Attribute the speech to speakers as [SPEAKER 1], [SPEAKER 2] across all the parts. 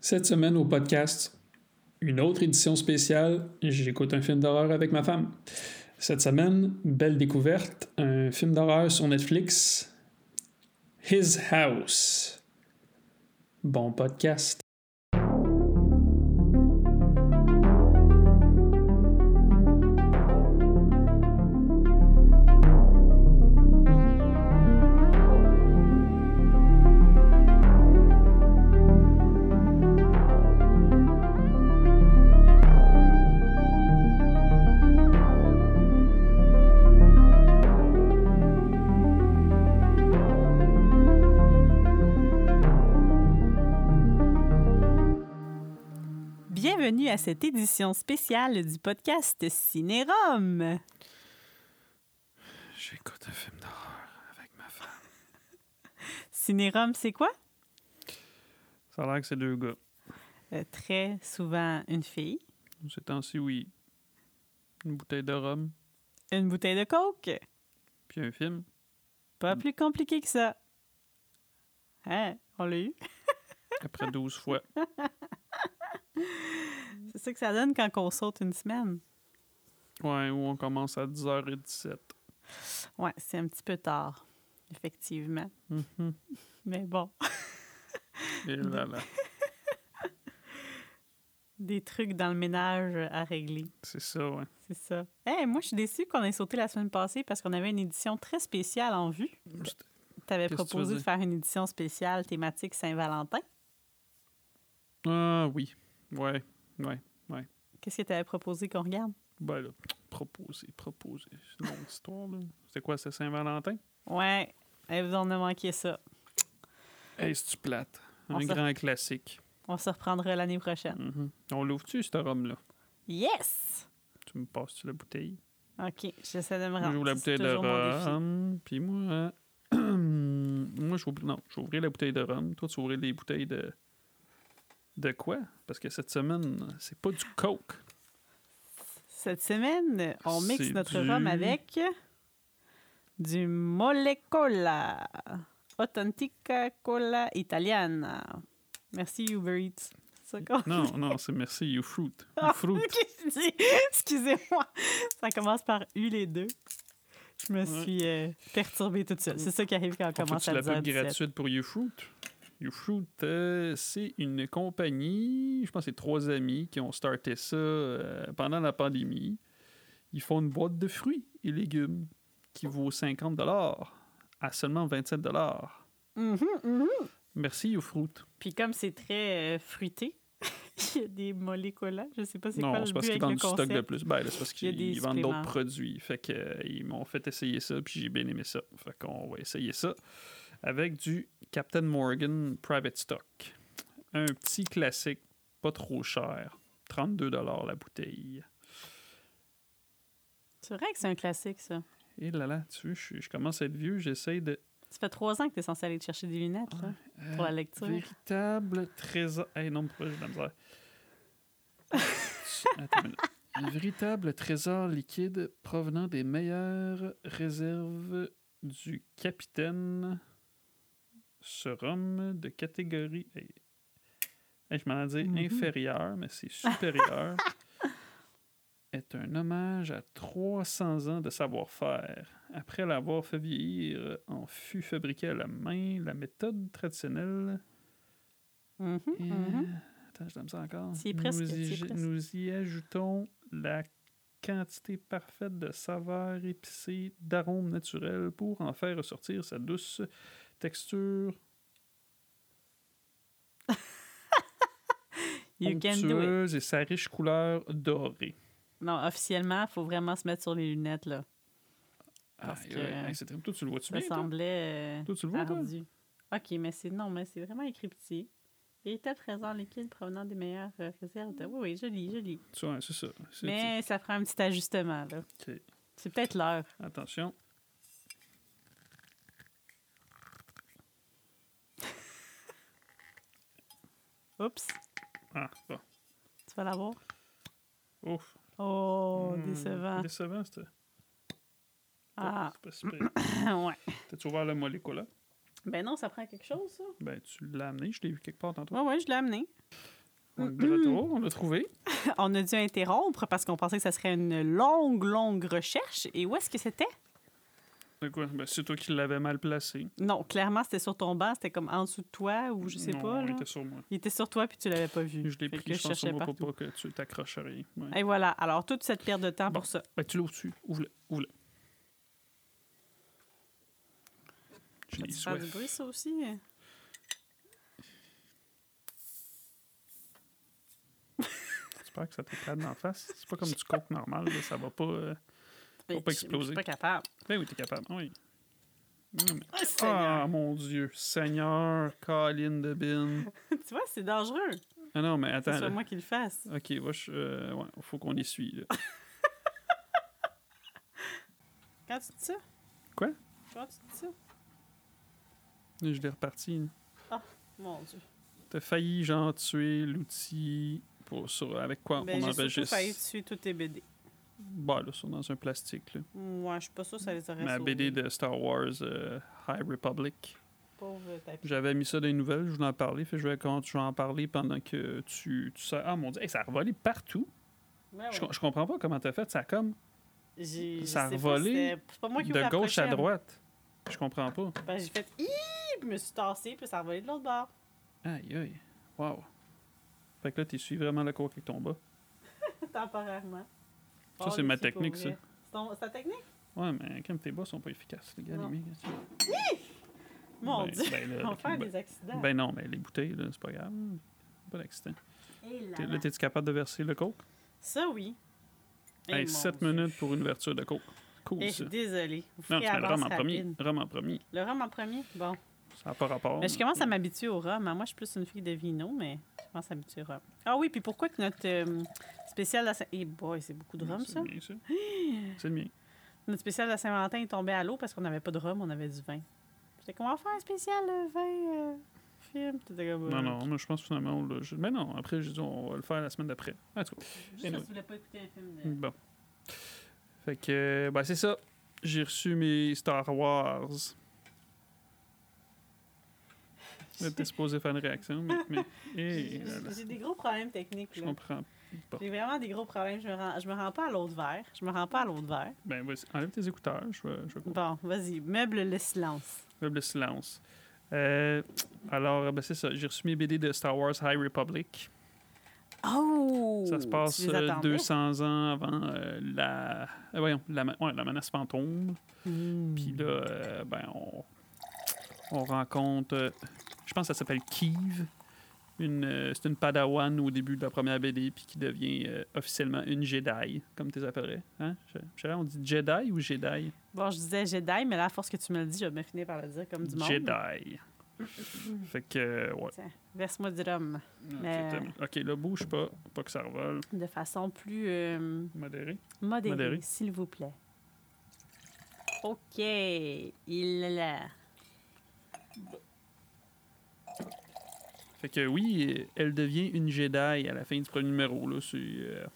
[SPEAKER 1] Cette semaine au podcast, une autre édition spéciale, j'écoute un film d'horreur avec ma femme. Cette semaine, belle découverte, un film d'horreur sur Netflix, His House. Bon podcast.
[SPEAKER 2] Bienvenue à cette édition spéciale du podcast Cinérum.
[SPEAKER 1] J'écoute un film d'horreur avec ma femme.
[SPEAKER 2] Cinérum, c'est quoi?
[SPEAKER 1] Ça a l'air que c'est deux gars.
[SPEAKER 2] Euh, très souvent une fille,
[SPEAKER 1] Ces temps-ci, oui. Une bouteille de rhum,
[SPEAKER 2] une bouteille de coke.
[SPEAKER 1] puis un film.
[SPEAKER 2] Pas plus compliqué que ça. Hein? On l'a eu?
[SPEAKER 1] Après 12 fois.
[SPEAKER 2] C'est ça que ça donne quand on saute une semaine.
[SPEAKER 1] Ouais, où on commence à 10h17.
[SPEAKER 2] Ouais, c'est un petit peu tard, effectivement.
[SPEAKER 1] Mhm.
[SPEAKER 2] Mais bon,
[SPEAKER 1] Et là, là.
[SPEAKER 2] des trucs dans le ménage à régler.
[SPEAKER 1] C'est ça, ouais.
[SPEAKER 2] C'est ça. Eh, moi, je suis déçue qu'on ait sauté la semaine passée parce qu'on avait une édition très spéciale en vue. Tu
[SPEAKER 1] Qu'est-ce que
[SPEAKER 2] avais
[SPEAKER 1] tu veux
[SPEAKER 2] proposé de
[SPEAKER 1] dire?
[SPEAKER 2] faire une édition spéciale thématique Saint-Valentin.
[SPEAKER 1] Ah oui. Ouais.
[SPEAKER 2] Qu'est-ce que tu avais proposé qu'on regarde?
[SPEAKER 1] Ben là, proposer, proposer. C'est une longue histoire, là. C'est quoi, c'est Saint-Valentin?
[SPEAKER 2] Ouais, eh, vous en a manqué ça.
[SPEAKER 1] Hey, c'est-tu plate? Un
[SPEAKER 2] On se-
[SPEAKER 1] grand classique.
[SPEAKER 2] On se reprendra l'année prochaine.
[SPEAKER 1] Mhm. On l'ouvre-tu, ce rhum-là?
[SPEAKER 2] Yes!
[SPEAKER 1] Tu me passes-tu la bouteille?
[SPEAKER 2] OK, j'essaie de me rendre.
[SPEAKER 1] J'ouvre la
[SPEAKER 2] C'est
[SPEAKER 1] bouteille de
[SPEAKER 2] toujours mon défi.
[SPEAKER 1] rhum, puis moi... moi, je Non, je vais ouvrir la bouteille de rhum. Toi, tu ouvrir les bouteilles de... De quoi? Parce que cette semaine, c'est pas du coke.
[SPEAKER 2] Cette semaine, on mixe
[SPEAKER 1] C'est
[SPEAKER 2] notre
[SPEAKER 1] du-
[SPEAKER 2] rhum avec du Mole Cola, Authentica Cola Italiana. Merci Uber Eats. C'est ça qu'on-
[SPEAKER 1] Non, non, c'est merci, you fruit.
[SPEAKER 2] Ah,
[SPEAKER 1] You fruit.
[SPEAKER 2] ok, je dis- Excusez-moi. Ça commence par U les deux. Je me
[SPEAKER 1] Ouais.
[SPEAKER 2] suis euh, perturbée toute seule. C'est ça qui arrive quand on
[SPEAKER 1] En fait,
[SPEAKER 2] commence
[SPEAKER 1] c'est
[SPEAKER 2] à
[SPEAKER 1] la
[SPEAKER 2] dire
[SPEAKER 1] pub
[SPEAKER 2] 17.
[SPEAKER 1] gratuite pour YouFruit. YouFruit, euh, c'est une compagnie, je pense que c'est trois amis qui ont starté ça euh, pendant la pandémie. Ils font une boîte de fruits et légumes qui vaut 50 à seulement 27
[SPEAKER 2] Mhm, mhm.
[SPEAKER 1] Merci YouFruit.
[SPEAKER 2] Puis comme c'est très euh, fruité, il y a des molécolas. Je sais pas c'est quoi
[SPEAKER 1] Non,
[SPEAKER 2] le
[SPEAKER 1] c'est
[SPEAKER 2] but
[SPEAKER 1] parce qu'ils
[SPEAKER 2] avec le
[SPEAKER 1] vendent du stock de
[SPEAKER 2] concept.
[SPEAKER 1] plus. Ben, là, c'est parce
[SPEAKER 2] Il y a des
[SPEAKER 1] qu'ils vendent d'autres
[SPEAKER 2] suppléments.
[SPEAKER 1] produits. Fait que, euh, ils m'ont fait essayer ça, puis j'ai bien aimé ça. Fait qu'on va essayer ça avec du Captain Morgan Private Stock. Un petit classique, pas trop cher. 32 la bouteille.
[SPEAKER 2] C'est vrai que c'est un classique, ça.
[SPEAKER 1] Et là là, tu vois, je, suis- je commence à être vieux, j'essaie de...
[SPEAKER 2] Ça fait trois ans que tu es censé aller te chercher des lunettes là, pour
[SPEAKER 1] Euh,
[SPEAKER 2] la lecture.
[SPEAKER 1] Véritable trésor. Hey, non, pourquoi j'ai de la misère? Attends une minute. Un véritable trésor liquide provenant des meilleures réserves du capitaine. Ce rhum de catégorie. hey. Hey, je m'en ai dit
[SPEAKER 2] Mhm.
[SPEAKER 1] inférieur, mais c'est supérieur. est un hommage à 300 ans de savoir-faire. Après l'avoir fait vieillir en fût fabriqué à la main, la méthode traditionnelle
[SPEAKER 2] Mhm, mhm.
[SPEAKER 1] Euh, Attends, je l'aime ça encore.
[SPEAKER 2] T'y es
[SPEAKER 1] nous,
[SPEAKER 2] presque, t'y
[SPEAKER 1] y,
[SPEAKER 2] es
[SPEAKER 1] j-
[SPEAKER 2] presque.
[SPEAKER 1] nous y ajoutons la quantité parfaite de saveurs épicées, d'arômes naturels pour en faire ressortir sa douce texture
[SPEAKER 2] You can do it.
[SPEAKER 1] onctueuse et euh, sa riche couleur dorée.
[SPEAKER 2] Non, officiellement, il faut vraiment se mettre sur les lunettes. là. Parce
[SPEAKER 1] Aïe,
[SPEAKER 2] que-
[SPEAKER 1] aïe, aïe, c'est terrible. Toi, tu le vois-tu
[SPEAKER 2] Ça
[SPEAKER 1] bien, toi?
[SPEAKER 2] semblait. euh,
[SPEAKER 1] Toi, tu le vois, toi?
[SPEAKER 2] ardu. OK, mais c'est non, mais c'est vraiment écrit petit. Et était présent liquide provenant des meilleures euh, réserves. de- Oui, oui, joli, joli.
[SPEAKER 1] Tu vois, c'est ça. C'est-
[SPEAKER 2] Mais ça prend un petit ajustement, là.
[SPEAKER 1] c'est- ok.
[SPEAKER 2] C'est peut-être l'heure.
[SPEAKER 1] Attention.
[SPEAKER 2] Oups,
[SPEAKER 1] Ah, bon.
[SPEAKER 2] tu vas l'avoir.
[SPEAKER 1] Ouf.
[SPEAKER 2] Oh,
[SPEAKER 1] Hmm,
[SPEAKER 2] décevant.
[SPEAKER 1] Décevant, c'était.
[SPEAKER 2] Ah,
[SPEAKER 1] C'est pas super.
[SPEAKER 2] ouais.
[SPEAKER 1] T'as-tu ouvert le molécula?
[SPEAKER 2] Ben non, ça prend quelque chose, ça.
[SPEAKER 1] Ben, tu l'as amené, je l'ai vu quelque part tantôt.
[SPEAKER 2] Ouais, ouais, je l'ai amené.
[SPEAKER 1] On est de retour, on l'a trouvé.
[SPEAKER 2] On a dû interrompre parce qu'on pensait que ça serait une longue, longue recherche. Et où est-ce que c'était?
[SPEAKER 1] De quoi? Ben, c'est toi qui l'avais mal placé.
[SPEAKER 2] Non, clairement, c'était sur ton banc, c'était comme en dessous de toi ou je sais
[SPEAKER 1] non,
[SPEAKER 2] pas.
[SPEAKER 1] Il
[SPEAKER 2] là.
[SPEAKER 1] était sur moi.
[SPEAKER 2] Il était sur toi puis tu l'avais pas vu.
[SPEAKER 1] Je l'ai
[SPEAKER 2] Fait
[SPEAKER 1] pris,
[SPEAKER 2] que
[SPEAKER 1] je pense, sur
[SPEAKER 2] cherchais
[SPEAKER 1] moi
[SPEAKER 2] partout.
[SPEAKER 1] pour pas que tu t'accroches à rien. Ouais.
[SPEAKER 2] Et voilà, alors toute cette perte de temps
[SPEAKER 1] Bon.
[SPEAKER 2] pour ça.
[SPEAKER 1] Ben, tu l'ouvres dessus. Ouvre-le. Ouvre-le. J'ai
[SPEAKER 2] Ça
[SPEAKER 1] des
[SPEAKER 2] te fait du
[SPEAKER 1] soifs.
[SPEAKER 2] bruit, ça aussi?
[SPEAKER 1] J'espère que ça t'éclate en face. C'est pas comme du coke normal, là, ça va pas. euh,
[SPEAKER 2] Mais
[SPEAKER 1] pas
[SPEAKER 2] je- je
[SPEAKER 1] exploser.
[SPEAKER 2] suis pas capable.
[SPEAKER 1] Ben oui, t'es capable. Oui. Mm, mais-
[SPEAKER 2] Ah, Seigneur.
[SPEAKER 1] Ah mon Dieu, Seigneur, Colin de Bin.
[SPEAKER 2] Tu vois, c'est dangereux.
[SPEAKER 1] Ah non, mais
[SPEAKER 2] C'est
[SPEAKER 1] attends.
[SPEAKER 2] soit
[SPEAKER 1] là.
[SPEAKER 2] moi qui le fasse.
[SPEAKER 1] Ok, va, je- euh, ouais, faut qu'on essuie. Là.
[SPEAKER 2] Quand tu dis ça?
[SPEAKER 1] Quoi?
[SPEAKER 2] Quand tu dis ça?
[SPEAKER 1] Là, je l'ai reparti. là.
[SPEAKER 2] Mon Dieu.
[SPEAKER 1] T'as failli, genre, tuer l'outil pour, sur, avec quoi on
[SPEAKER 2] Ben, j'ai surtout
[SPEAKER 1] enregistre.
[SPEAKER 2] failli tuer tous tes BD.
[SPEAKER 1] Bah, là, sont dans un plastique. Là.
[SPEAKER 2] Moi, je suis pas sûre que ça les aurait
[SPEAKER 1] Ma
[SPEAKER 2] sauvés.
[SPEAKER 1] BD de Star Wars euh, High Republic.
[SPEAKER 2] Pauvre tapis.
[SPEAKER 1] J'avais mis ça dans les nouvelles, je voulais en parler. Fait, que je vais quand tu vas en parler pendant que tu, tu sais. Ah mon dieu, hey, ça a revolé partout.
[SPEAKER 2] Ouais,
[SPEAKER 1] Je,
[SPEAKER 2] Ah Ben ouais.
[SPEAKER 1] com- je comprends pas comment t'as fait. Ça a comme
[SPEAKER 2] J'ai- je
[SPEAKER 1] ça a
[SPEAKER 2] sais pas,
[SPEAKER 1] volé
[SPEAKER 2] c'était- C'est pas moi qui ouvre
[SPEAKER 1] de
[SPEAKER 2] la
[SPEAKER 1] gauche à
[SPEAKER 2] prochaine.
[SPEAKER 1] droite. Je comprends pas.
[SPEAKER 2] Ben, j'ai fait Ih! Puis je me suis tassée, puis ça a volé de l'autre bord.
[SPEAKER 1] Aïe aïe. Wow. Fait que là, tu suis vraiment la cour avec ton bas.
[SPEAKER 2] Temporairement.
[SPEAKER 1] Ça,
[SPEAKER 2] Oh,
[SPEAKER 1] c'est ma
[SPEAKER 2] les filles, pour
[SPEAKER 1] technique, ça.
[SPEAKER 2] vrai. C'est ton- c'est ta technique?
[SPEAKER 1] Ouais, mais comme tes bas sont pas efficaces, les gars,
[SPEAKER 2] Non.
[SPEAKER 1] les mecs. qu'est-ce que-
[SPEAKER 2] Mon
[SPEAKER 1] Ben,
[SPEAKER 2] Dieu.
[SPEAKER 1] ben, là,
[SPEAKER 2] On va faire
[SPEAKER 1] ben-
[SPEAKER 2] des accidents.
[SPEAKER 1] Ben non, mais les bouteilles, là, c'est pas grave. Pas d'accident.
[SPEAKER 2] Et là,
[SPEAKER 1] T'es-
[SPEAKER 2] là.
[SPEAKER 1] Là, t'es-tu capable de verser le coke?
[SPEAKER 2] Ça, oui. Eh,
[SPEAKER 1] Hey,
[SPEAKER 2] mon
[SPEAKER 1] 7
[SPEAKER 2] Dieu.
[SPEAKER 1] minutes pour une ouverture de coke. Cool,
[SPEAKER 2] Eh, je
[SPEAKER 1] ça.
[SPEAKER 2] suis désolée. Vous
[SPEAKER 1] Non,
[SPEAKER 2] ferez
[SPEAKER 1] tu mets le rhum
[SPEAKER 2] avance
[SPEAKER 1] en premier.
[SPEAKER 2] rapide.
[SPEAKER 1] Rhum en premier.
[SPEAKER 2] Le rhum en premier? Bon.
[SPEAKER 1] Ça n'a pas rapport.
[SPEAKER 2] Mais je commence à m'habituer au rhum. hein. Moi, je suis plus une fille de vino, mais je commence à m'habituer au rhum. Ah oui, puis pourquoi que notre euh, spécial de la Saint... Eh boy, c'est beaucoup de rhum,
[SPEAKER 1] C'est
[SPEAKER 2] ça.
[SPEAKER 1] le mien, C'est le mien.
[SPEAKER 2] Notre spécial de la Saint-Valentin est tombé à l'eau parce qu'on n'avait pas de rhum, on avait du vin. J'étais comme, on va faire un spécial euh, vin, euh, film. Puis t'étais comme,
[SPEAKER 1] Non,
[SPEAKER 2] euh,
[SPEAKER 1] non, moi, je pense que finalement, on l'a- je- Mais non, après, j'ai dit, on va le faire la semaine d'après. En tout cas,
[SPEAKER 2] Juste parce que tu voulais pas écouter un film de...
[SPEAKER 1] bon. Fait que, euh, ben, c'est ça. J'ai reçu mes Star Wars. J'étais supposé faire une réaction, mais. mais- eh,
[SPEAKER 2] J'ai-
[SPEAKER 1] là, là,
[SPEAKER 2] J'ai des gros problèmes techniques,
[SPEAKER 1] je
[SPEAKER 2] là.
[SPEAKER 1] comprends pas.
[SPEAKER 2] J'ai vraiment des gros problèmes. Je me rends, je me rends pas à l'autre verre. Je me rends pas à l'autre verre.
[SPEAKER 1] Ben, vas-y, enlève tes écouteurs, je vais, je vais
[SPEAKER 2] Bon, vas-y, meuble le silence.
[SPEAKER 1] Meuble de silence. Euh, alors, ben, c'est ça. J'ai reçu mes BD de Star Wars High Republic.
[SPEAKER 2] Oh!
[SPEAKER 1] ça se passe
[SPEAKER 2] tu les
[SPEAKER 1] euh,
[SPEAKER 2] attendais?
[SPEAKER 1] 200 ans avant euh, la... euh, voyons, la, ma- ouais, la menace fantôme.
[SPEAKER 2] Hmm.
[SPEAKER 1] Puis là, euh, ben, on, on rencontre... euh, je pense que ça s'appelle Kiv. Une, euh, c'est une padawan au début de la première BD, puis qui devient euh, officiellement une Jedi, comme tu les appellerais. Hein? Je- je- on dit Jedi ou Jedi?
[SPEAKER 2] Bon, je disais Jedi, mais là, à force que tu me le dis, je vais bien finir par le dire comme du monde.
[SPEAKER 1] Jedi. fait que, euh, ouais.
[SPEAKER 2] Tiens, verse-moi du rhum Mais- euh,
[SPEAKER 1] Exactement. Ok, là, bouge pas, pas que ça revole.
[SPEAKER 2] de façon plus euh,
[SPEAKER 1] Modéré.
[SPEAKER 2] modérée,
[SPEAKER 1] Modérée.
[SPEAKER 2] s'il vous plaît. OK. Il est là.
[SPEAKER 1] Fait que oui, euh, elle devient une Jedi à la fin du premier numéro. Là, c'est, euh,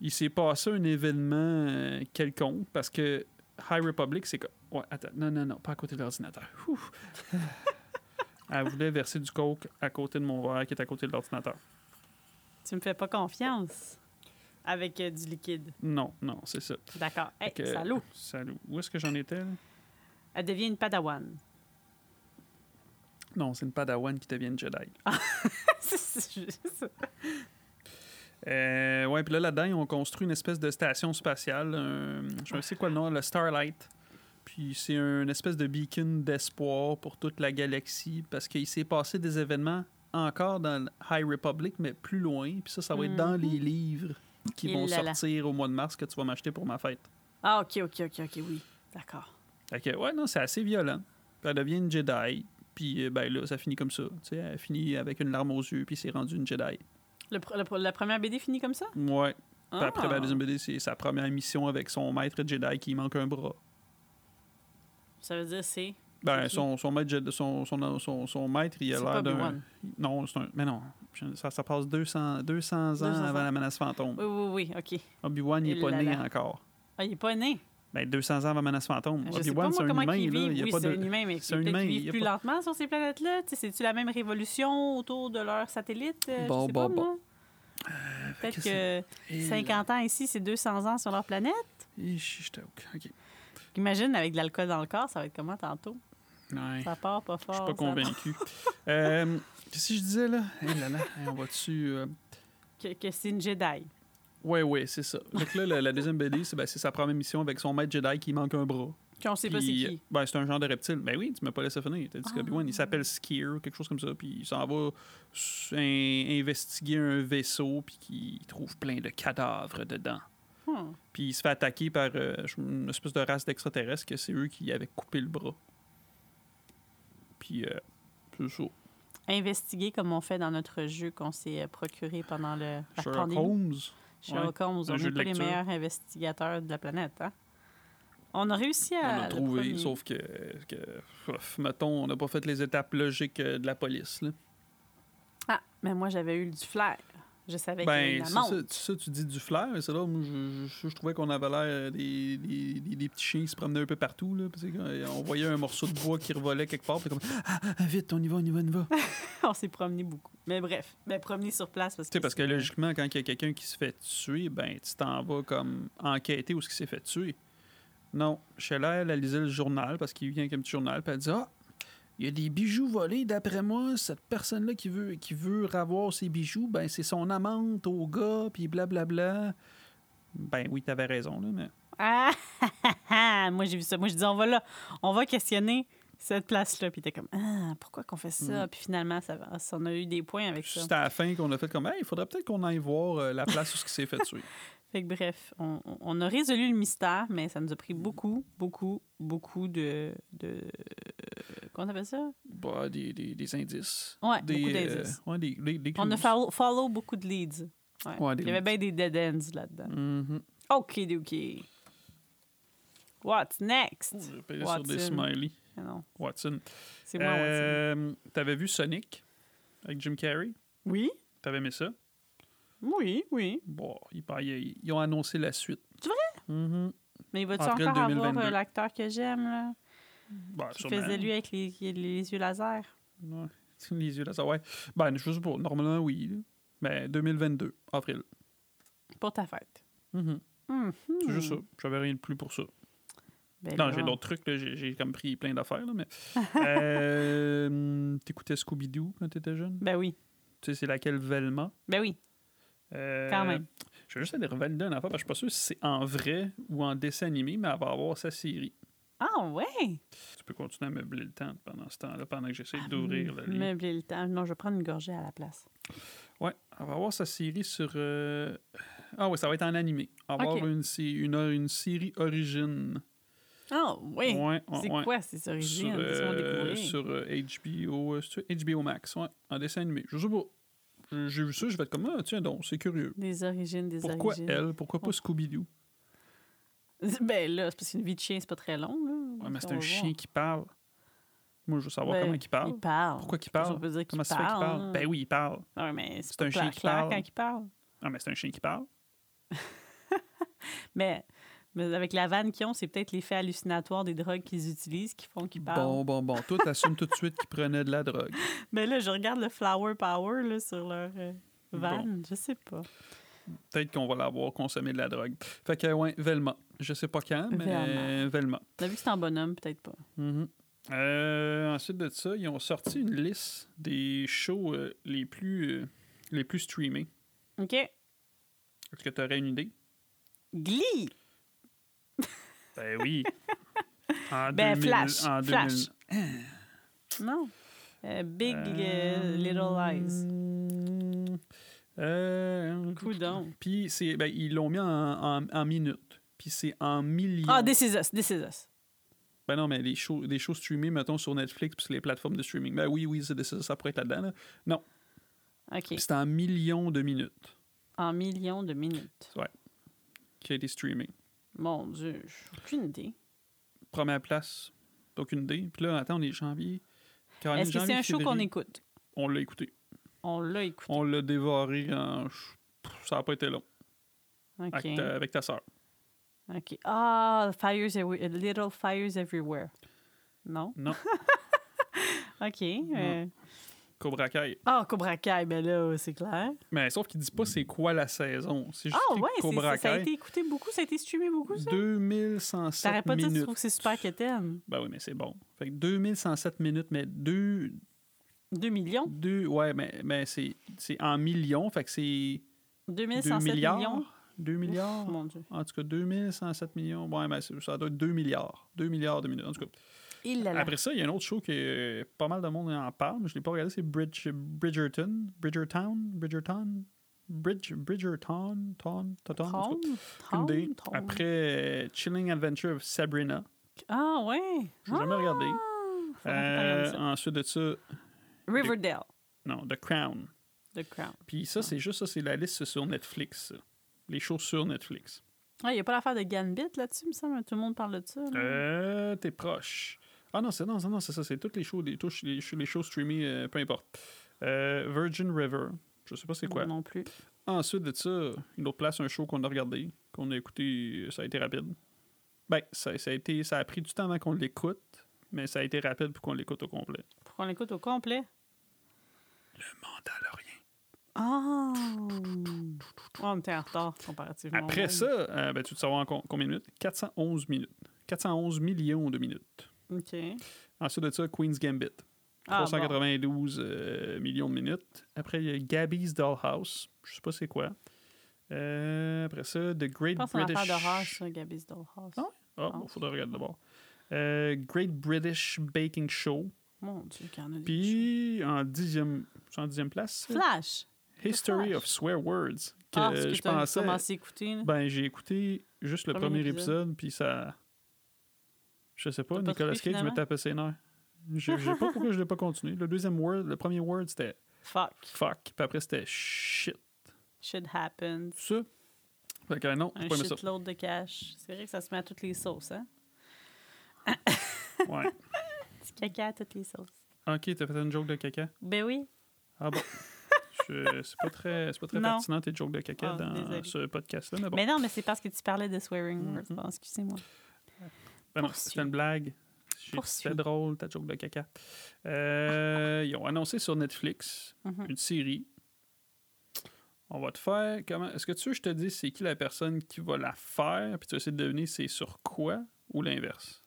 [SPEAKER 1] Il s'est passé un événement euh, quelconque parce que High Republic, c'est que. Ouais, attends, non, non, non, pas à côté de l'ordinateur. Ouf. elle voulait verser du coke à côté de mon verre qui est à côté de l'ordinateur.
[SPEAKER 2] Tu me fais pas confiance avec euh, du liquide.
[SPEAKER 1] Non, non, c'est ça.
[SPEAKER 2] D'accord. Hey,
[SPEAKER 1] Fait que-
[SPEAKER 2] salaud.
[SPEAKER 1] Salut. Où est-ce que j'en étais? là?
[SPEAKER 2] Elle devient une padawan.
[SPEAKER 1] Non, c'est une Padawan qui devient une Jedi.
[SPEAKER 2] C'est juste-
[SPEAKER 1] Euh, ouais, puis là, là-dedans, ils ont construit une espèce de station spatiale. un- je sais quoi le nom, le Starlight. Puis c'est une espèce de beacon d'espoir pour toute la galaxie parce qu'il s'est passé des événements encore dans le High Republic, mais plus loin. Puis ça, ça va être dans
[SPEAKER 2] Mhm.
[SPEAKER 1] les livres qui
[SPEAKER 2] Et
[SPEAKER 1] vont
[SPEAKER 2] là là.
[SPEAKER 1] sortir au mois de mars que tu vas m'acheter pour ma fête.
[SPEAKER 2] Ah, OK, OK, OK, OK, oui. D'accord.
[SPEAKER 1] Fait que, ouais, non, c'est assez violent. Puis elle devient une Jedi. Puis euh, ben là, ça finit comme ça. Tu sais, elle finit avec une larme aux yeux, puis c'est rendu une Jedi.
[SPEAKER 2] Le pr- le pr- la première BD finit comme ça?
[SPEAKER 1] Ouais. Puis
[SPEAKER 2] Ah.
[SPEAKER 1] après, ben, la deuxième BD, c'est sa première mission avec son maître Jedi qui manque un bras.
[SPEAKER 2] Ça veut dire c'est... C'est
[SPEAKER 1] Ben,
[SPEAKER 2] qui?
[SPEAKER 1] son, son, maître, Jedi- son, son, son, son maître, il a
[SPEAKER 2] C'est pas
[SPEAKER 1] l'air d'un.
[SPEAKER 2] Obi-Wan.
[SPEAKER 1] Non, c'est un. Mais non. Ça, ça passe 200, 200 ans
[SPEAKER 2] 200
[SPEAKER 1] avant
[SPEAKER 2] ans.
[SPEAKER 1] la menace fantôme.
[SPEAKER 2] Oui, oui, oui, OK.
[SPEAKER 1] Obi-Wan, il
[SPEAKER 2] Et
[SPEAKER 1] n'est pas
[SPEAKER 2] là
[SPEAKER 1] né
[SPEAKER 2] là.
[SPEAKER 1] encore.
[SPEAKER 2] Ah, il est pas né?
[SPEAKER 1] Ben, 200 ans avant Menace Fantôme.
[SPEAKER 2] Je sais pas
[SPEAKER 1] Obi-Wan,
[SPEAKER 2] moi
[SPEAKER 1] Ah, c'est un
[SPEAKER 2] comment
[SPEAKER 1] humain.
[SPEAKER 2] ils
[SPEAKER 1] là.
[SPEAKER 2] vivent.
[SPEAKER 1] Il y a
[SPEAKER 2] Oui,
[SPEAKER 1] pas
[SPEAKER 2] c'est
[SPEAKER 1] de...
[SPEAKER 2] un humain, mais
[SPEAKER 1] c'est
[SPEAKER 2] c'est
[SPEAKER 1] un
[SPEAKER 2] peut-être
[SPEAKER 1] humain,
[SPEAKER 2] qu'ils
[SPEAKER 1] il y a
[SPEAKER 2] vivent plus
[SPEAKER 1] pas-
[SPEAKER 2] lentement sur ces planètes-là. Tu sais, C'est-tu la même révolution autour de leur satellite? Euh,
[SPEAKER 1] Bon,
[SPEAKER 2] je sais
[SPEAKER 1] bon, Euh,
[SPEAKER 2] pas,
[SPEAKER 1] bon.
[SPEAKER 2] moi. Peut-être que
[SPEAKER 1] Et-
[SPEAKER 2] 50 ans ici, c'est 200 ans sur leur planète.
[SPEAKER 1] Et je- je t'avoue. OK.
[SPEAKER 2] Imagine avec de l'alcool dans le corps, ça va être comment tantôt?
[SPEAKER 1] Ouais.
[SPEAKER 2] Ça part pas fort.
[SPEAKER 1] Eh, Je suis pas
[SPEAKER 2] ça
[SPEAKER 1] convaincu. Euh, Qu'est-ce que je disais, là? Hey là là, hey, on va dessus.
[SPEAKER 2] Que, que c'est une Jedi.
[SPEAKER 1] Ouais, ouais, c'est ça. Donc là, la, la deuxième BD, c'est ben, c'est sa première mission avec son maître Jedi qui manque un bras.
[SPEAKER 2] Puis on sait pas c'est
[SPEAKER 1] Puis,
[SPEAKER 2] qui. Ah.
[SPEAKER 1] Ben, c'est un genre de reptile. Ben oui, tu m'as pas laissé finir. T'as dit qu'Obi-Wan, il s'appelle Skier, quelque chose comme ça, puis il s'en va s- in- investiguer un vaisseau, puis qu'il trouve plein de cadavres dedans.
[SPEAKER 2] Hmm.
[SPEAKER 1] Puis il se fait attaquer par euh, une espèce de race d'extraterrestres que c'est eux qui avaient coupé le bras. Puis, euh, c'est ça.
[SPEAKER 2] Investiguer comme on fait dans notre jeu qu'on s'est euh, procuré pendant le, la
[SPEAKER 1] Sherlock
[SPEAKER 2] pandémie.
[SPEAKER 1] Holmes.
[SPEAKER 2] Sherlock Holmes,
[SPEAKER 1] un
[SPEAKER 2] on
[SPEAKER 1] jeu de
[SPEAKER 2] n'est pas les
[SPEAKER 1] lecture.
[SPEAKER 2] meilleurs investigateurs de la planète. Hein? On a réussi
[SPEAKER 1] On
[SPEAKER 2] à.
[SPEAKER 1] a
[SPEAKER 2] Ah, le
[SPEAKER 1] trouvé,
[SPEAKER 2] premier.
[SPEAKER 1] sauf que, que ouf, mettons, on n'a pas fait les étapes logiques euh, de la police. Là.
[SPEAKER 2] Ah, mais moi, j'avais eu du flair. Je savais qu'il y avait
[SPEAKER 1] Ben,
[SPEAKER 2] une
[SPEAKER 1] c'est ça,
[SPEAKER 2] amende.
[SPEAKER 1] tu- ça, tu dis du flair, mais c'est là, moi, je, je- je trouvais qu'on avait l'air des, des, des- des petits chiens qui se promenaient un peu partout. Là, parce que, euh, on voyait un morceau de bois qui revolait quelque part, puis comme, ah, ah, vite, on y va, on y va, on y va. tu
[SPEAKER 2] on s'est promené beaucoup. Mais bref, ben, promené sur place. Parce
[SPEAKER 1] sais,
[SPEAKER 2] que
[SPEAKER 1] parce que logiquement, quand il y a quelqu'un qui se fait tuer, ben, tu t'en vas comme enquêter où ce qui s'est fait tuer. Non, Scheller, elle lisait le journal, parce qu'il vient avec un petit journal, puis elle dit, ah, il y a des bijoux volés, d'après moi, cette personne-là qui veut, qui veut avoir ses bijoux, ben c'est son amante au gars, puis blablabla. Ben oui, t'avais raison, là, mais...
[SPEAKER 2] Ah, moi, j'ai vu ça. Moi, je dis, on va là. On va questionner cette place-là. Puis t'es comme, ah, pourquoi qu'on fait
[SPEAKER 1] Mm.
[SPEAKER 2] ça? Puis finalement, ça va. Ça, on a eu des points avec ça.
[SPEAKER 1] C'est à la fin qu'on a fait comme, hey, il faudrait peut-être qu'on aille voir euh, la place où ce qui s'est fait tuer.
[SPEAKER 2] Fait que bref, on, on- on a résolu le mystère, mais ça nous a pris beaucoup, beaucoup, beaucoup de. de euh, comment on appelle ça?
[SPEAKER 1] Bah, des, des, des indices.
[SPEAKER 2] Ouais,
[SPEAKER 1] des,
[SPEAKER 2] beaucoup
[SPEAKER 1] euh,
[SPEAKER 2] d'indices.
[SPEAKER 1] ouais, des, des- des
[SPEAKER 2] On a
[SPEAKER 1] clues.
[SPEAKER 2] follow, follow beaucoup de leads. Ouais.
[SPEAKER 1] Ouais, des
[SPEAKER 2] Il y avait
[SPEAKER 1] leads.
[SPEAKER 2] bien des dead ends là-dedans.
[SPEAKER 1] Mhm.
[SPEAKER 2] OK, OK. What's next?
[SPEAKER 1] Ouh, j'ai payé sur des
[SPEAKER 2] Watson.
[SPEAKER 1] smileys.
[SPEAKER 2] Ah Non,
[SPEAKER 1] Watson.
[SPEAKER 2] c'est moi, Watson.
[SPEAKER 1] Euh, T'avais vu Sonic avec Jim Carrey?
[SPEAKER 2] Oui,
[SPEAKER 1] T'avais aimé ça?
[SPEAKER 2] oui, oui.
[SPEAKER 1] Bon, ils, ils- ils ont annoncé la suite. Mm-hmm.
[SPEAKER 2] C'est
[SPEAKER 1] vrai?
[SPEAKER 2] Mais va-tu
[SPEAKER 1] Entre le
[SPEAKER 2] encore avoir
[SPEAKER 1] 2022.
[SPEAKER 2] euh, l'acteur que j'aime, là?
[SPEAKER 1] Ah,
[SPEAKER 2] Qui faisait lui avec les, les yeux laser?
[SPEAKER 1] Ben, Ouais. Les yeux là, ça, ouais. Ben, je sais pas. Normalement, oui. là. Ben, 2022, avril.
[SPEAKER 2] Pour ta fête.
[SPEAKER 1] Mhm.
[SPEAKER 2] Hum,
[SPEAKER 1] C'est
[SPEAKER 2] hum.
[SPEAKER 1] juste ça. J'avais rien de plus pour ça.
[SPEAKER 2] Ben
[SPEAKER 1] non,
[SPEAKER 2] là.
[SPEAKER 1] j'ai d'autres trucs. là. J'ai j'ai comme pris plein d'affaires. là, Mais... euh, T'écoutais Scooby-Doo quand t'étais jeune?
[SPEAKER 2] Ben oui,
[SPEAKER 1] Tu sais, c'est laquelle Velma?
[SPEAKER 2] ben oui,
[SPEAKER 1] Euh,
[SPEAKER 2] quand même.
[SPEAKER 1] Je vais juste aller revalider une affaire parce que je suis pas sûr si c'est en vrai ou en dessin animé, mais elle va avoir sa série.
[SPEAKER 2] Ah ouais!
[SPEAKER 1] Tu peux continuer à meubler le temps pendant ce temps-là, pendant que
[SPEAKER 2] Ah,
[SPEAKER 1] j'essaie d'ouvrir le livre.
[SPEAKER 2] Mm-hmm. Meubler le temps. Non, je vais prendre une gorgée à la place.
[SPEAKER 1] Ouais, on va avoir sa série sur. euh, Ah oui, ça va être en animé. On va
[SPEAKER 2] Ok.
[SPEAKER 1] avoir une, sé- une, une série origine.
[SPEAKER 2] Ah
[SPEAKER 1] Ouais,
[SPEAKER 2] oui!
[SPEAKER 1] ouais,
[SPEAKER 2] c'est
[SPEAKER 1] ouais.
[SPEAKER 2] quoi ces
[SPEAKER 1] Sur,
[SPEAKER 2] origines? Qu'est-ce qu'on va
[SPEAKER 1] euh,
[SPEAKER 2] découvrir?
[SPEAKER 1] sur, euh, HBO, euh, c'est-tu HBO Max, ouais, en dessin animé. Je sais pas. Je- J'ai vu ça, je vais être comme, ah, tiens donc, c'est curieux.
[SPEAKER 2] Des origines, des
[SPEAKER 1] Pourquoi
[SPEAKER 2] origines.
[SPEAKER 1] elle Pourquoi pas
[SPEAKER 2] Ouais.
[SPEAKER 1] Scooby-Doo
[SPEAKER 2] Ben là, c'est parce qu'une vie de chien, c'est pas très long. Là.
[SPEAKER 1] Ouais, mais c'est
[SPEAKER 2] On
[SPEAKER 1] un
[SPEAKER 2] va
[SPEAKER 1] chien
[SPEAKER 2] voir.
[SPEAKER 1] qui parle. Moi, je veux savoir
[SPEAKER 2] Ben,
[SPEAKER 1] comment il parle.
[SPEAKER 2] Il parle.
[SPEAKER 1] Pourquoi qu'il
[SPEAKER 2] Parce
[SPEAKER 1] parle
[SPEAKER 2] qu'on peut dire qu'il
[SPEAKER 1] Comment ça se fait qu'il
[SPEAKER 2] parle,
[SPEAKER 1] parle
[SPEAKER 2] hein.
[SPEAKER 1] Ben oui, il parle.
[SPEAKER 2] Ouais, mais
[SPEAKER 1] C'est
[SPEAKER 2] c'est pas
[SPEAKER 1] un
[SPEAKER 2] clair,
[SPEAKER 1] chien qui
[SPEAKER 2] clair
[SPEAKER 1] parle.
[SPEAKER 2] quand il parle.
[SPEAKER 1] Ah, mais c'est un chien qui parle.
[SPEAKER 2] Mais, mais avec la vanne qu'ils ont, c'est peut-être l'effet hallucinatoire des drogues qu'ils utilisent qui font qu'ils parlent.
[SPEAKER 1] Bon, bon, bon. Toi, t'assumes tout de suite qu'il prenait de la drogue.
[SPEAKER 2] Mais là, je regarde le Flower Power là, sur leur euh, vanne. Je sais pas.
[SPEAKER 1] Peut-être qu'on va l'avoir consommé de la drogue. Fait que, ouais, Velma. Je sais pas quand, mais
[SPEAKER 2] Velma.
[SPEAKER 1] euh, Velma.
[SPEAKER 2] T'as vu que c'est en bonhomme, peut-être pas.
[SPEAKER 1] Mhm. Euh, ensuite de ça, ils ont sorti une liste des shows euh, les plus euh, les plus streamés.
[SPEAKER 2] OK.
[SPEAKER 1] Est-ce que tu aurais une idée?
[SPEAKER 2] Glee!
[SPEAKER 1] Ben oui. en
[SPEAKER 2] Ben, Flash,
[SPEAKER 1] en
[SPEAKER 2] Flash. Non. Euh, big euh, Little Lies.
[SPEAKER 1] Lies. Euh,
[SPEAKER 2] Coudon.
[SPEAKER 1] Puis c'est, ben, ils l'ont mis en, en, en minutes. Puis c'est en millions.
[SPEAKER 2] Ah, This Is Us, This Is Us.
[SPEAKER 1] Ben non, mais les shows, les shows streamées, mettons, sur Netflix, puis sur les plateformes de streaming. Ben oui, oui, c'est- c'est- ça pourrait être là-dedans. là.
[SPEAKER 2] OK.
[SPEAKER 1] Puis c'est en millions de minutes
[SPEAKER 2] En millions de minutes.
[SPEAKER 1] qui a été streamé.
[SPEAKER 2] Mon Dieu, j'ai aucune idée.
[SPEAKER 1] Première place, aucune idée. Puis là, attends, on est janvier. Caroline,
[SPEAKER 2] Est-ce que c'est
[SPEAKER 1] janvier,
[SPEAKER 2] un show qu'on
[SPEAKER 1] février,
[SPEAKER 2] écoute?
[SPEAKER 1] On l'a écouté.
[SPEAKER 2] On l'a écouté.
[SPEAKER 1] On l'a dévoré en... Ça n'a pas été long.
[SPEAKER 2] OK.
[SPEAKER 1] euh, Avec, ta, avec ta soeur.
[SPEAKER 2] OK. Ah, fires ev- Little Fires Everywhere. Non?
[SPEAKER 1] Non,
[SPEAKER 2] OK. euh,
[SPEAKER 1] Cobra Kai.
[SPEAKER 2] Ah, Cobra Kai, ben là, c'est clair.
[SPEAKER 1] Mais sauf qu'ils disent pas c'est quoi la saison. C'est juste
[SPEAKER 2] Ah,
[SPEAKER 1] écrit
[SPEAKER 2] ouais, c'est-
[SPEAKER 1] Cobra
[SPEAKER 2] ça, ça a
[SPEAKER 1] Kai.
[SPEAKER 2] été écouté beaucoup, ça a été streamé beaucoup, ça.
[SPEAKER 1] 2107
[SPEAKER 2] T'arrêtes pas de dire que tu
[SPEAKER 1] minutes.
[SPEAKER 2] trouves que c'est super quétaine.
[SPEAKER 1] Ben oui, mais c'est bon. Fait que 2107 minutes, mais 2...
[SPEAKER 2] 2 millions?
[SPEAKER 1] deux ouais, mais, mais c'est c'est en millions. Fait que c'est 2
[SPEAKER 2] 2107
[SPEAKER 1] milliards.
[SPEAKER 2] millions?
[SPEAKER 1] 2 milliards.
[SPEAKER 2] Ouf, mon Dieu.
[SPEAKER 1] En tout cas, 2107 millions. Ouais, mais c'est- ça doit être 2 milliards. 2 milliards de minutes. En tout cas,
[SPEAKER 2] Il l'a là.
[SPEAKER 1] après ça, il y a un autre show que euh, pas mal de monde en parle, mais je l'ai pas regardé. C'est Bridge, Bridgerton. Bridgertown. Bridgerton. Bridge, Bridgerton. Ton, ton, ton, en tout cas,
[SPEAKER 2] Trône,
[SPEAKER 1] aucune idée.
[SPEAKER 2] trône, trône.
[SPEAKER 1] Après euh, Chilling Adventure of Sabrina.
[SPEAKER 2] Ah, ouais.
[SPEAKER 1] Je l'ai jamais
[SPEAKER 2] Ah!
[SPEAKER 1] regardé.
[SPEAKER 2] Faudrait que tu regardes
[SPEAKER 1] Euh,
[SPEAKER 2] ça.
[SPEAKER 1] ensuite de ça,
[SPEAKER 2] Riverdale,
[SPEAKER 1] non, The Crown.
[SPEAKER 2] The Crown.
[SPEAKER 1] Puis ça, c'est juste ça, c'est la liste sur Netflix. ça. Les shows sur Netflix.
[SPEAKER 2] Il n'y a pas l'affaire de Gambit là-dessus, il me semble. Tout le monde parle de ça. là.
[SPEAKER 1] Euh, t'es proche. Ah non, c'est non, non, non, c'est ça, c'est toutes les shows, les, touches, les, shows- les shows streamées, euh, peu importe. Euh, Virgin River, je sais pas c'est quoi.
[SPEAKER 2] Non plus.
[SPEAKER 1] Ensuite de ça, une autre place, un show qu'on a regardé, qu'on a écouté, euh, ça a été rapide. Ben, ça, ça a été, ça a pris du temps avant qu'on l'écoute, mais ça a été rapide pour qu'on l'écoute au complet.
[SPEAKER 2] Pour qu'on l'écoute au complet.
[SPEAKER 1] Mandalorian.
[SPEAKER 2] Ah! on était en retard comparativement.
[SPEAKER 1] Après
[SPEAKER 2] Ouais.
[SPEAKER 1] ça, euh, ben, tu veux savoir en com- combien de minutes? 411 minutes. 411 millions de minutes.
[SPEAKER 2] OK.
[SPEAKER 1] Ensuite de ça, Queen's Gambit.
[SPEAKER 2] Ah,
[SPEAKER 1] 392 euh, millions de minutes. Après, il y a Gabby's Dollhouse. Je sais pas c'est quoi. Euh, après ça, The Great
[SPEAKER 2] Je pense qu'on a
[SPEAKER 1] British...
[SPEAKER 2] affaire d'horreur, ça, Gabby's Dollhouse.
[SPEAKER 1] Ah. Ah,
[SPEAKER 2] Ah.
[SPEAKER 1] bon, faudrait regarder d'abord. Euh, Great British Baking Show.
[SPEAKER 2] Mon Dieu, qu'il y en a des choses.
[SPEAKER 1] Puis, en dixième, c'est en dixième place,
[SPEAKER 2] Flash!
[SPEAKER 1] History
[SPEAKER 2] Flash.
[SPEAKER 1] of Swear Words. Que
[SPEAKER 2] ah, ce
[SPEAKER 1] euh,
[SPEAKER 2] que
[SPEAKER 1] je
[SPEAKER 2] t'as
[SPEAKER 1] pensais.
[SPEAKER 2] commencé à écouter. là.
[SPEAKER 1] Ben, j'ai écouté juste le
[SPEAKER 2] Premier
[SPEAKER 1] premier
[SPEAKER 2] épisode.
[SPEAKER 1] épisode, puis ça. Je sais pas,
[SPEAKER 2] T'as pas
[SPEAKER 1] Nicolas
[SPEAKER 2] trippé,
[SPEAKER 1] Cage, je me
[SPEAKER 2] finalement?
[SPEAKER 1] tapais ses nerfs. Je je sais pas pourquoi je l'ai pas continué. Le deuxième word, le premier word, c'était
[SPEAKER 2] Fuck.
[SPEAKER 1] fuck, puis après c'était shit.
[SPEAKER 2] Shit happens.
[SPEAKER 1] Tout ça. Fait que euh, non, j'ai
[SPEAKER 2] Un
[SPEAKER 1] pas aimé ça.
[SPEAKER 2] shitload de cash. C'est vrai que ça se met à toutes les sauces, hein?
[SPEAKER 1] Ouais.
[SPEAKER 2] Petit caca à toutes les sauces.
[SPEAKER 1] Ok, t'as fait une joke de caca.
[SPEAKER 2] Ben oui.
[SPEAKER 1] Ah bon. Je- C'est pas très, c'est pas très
[SPEAKER 2] Non.
[SPEAKER 1] pertinent tes jokes de caca
[SPEAKER 2] Ah,
[SPEAKER 1] dans
[SPEAKER 2] désolée.
[SPEAKER 1] ce podcast-là, mais Ah bon.
[SPEAKER 2] Mais non, mais c'est parce que tu parlais de swearing words.
[SPEAKER 1] Mhm.
[SPEAKER 2] Bon, Excusez-moi.
[SPEAKER 1] Ben non,
[SPEAKER 2] poursuis.
[SPEAKER 1] c'était une blague. J'ai-
[SPEAKER 2] Poursuis.
[SPEAKER 1] C'était drôle, ta joke de caca. Euh, ils ont annoncé sur Netflix
[SPEAKER 2] Mhm.
[SPEAKER 1] une série. On va te faire. Comment Est-ce que tu veux que je te dise c'est qui la personne qui va la faire, puis tu vas essayer de deviner c'est sur quoi ou l'inverse?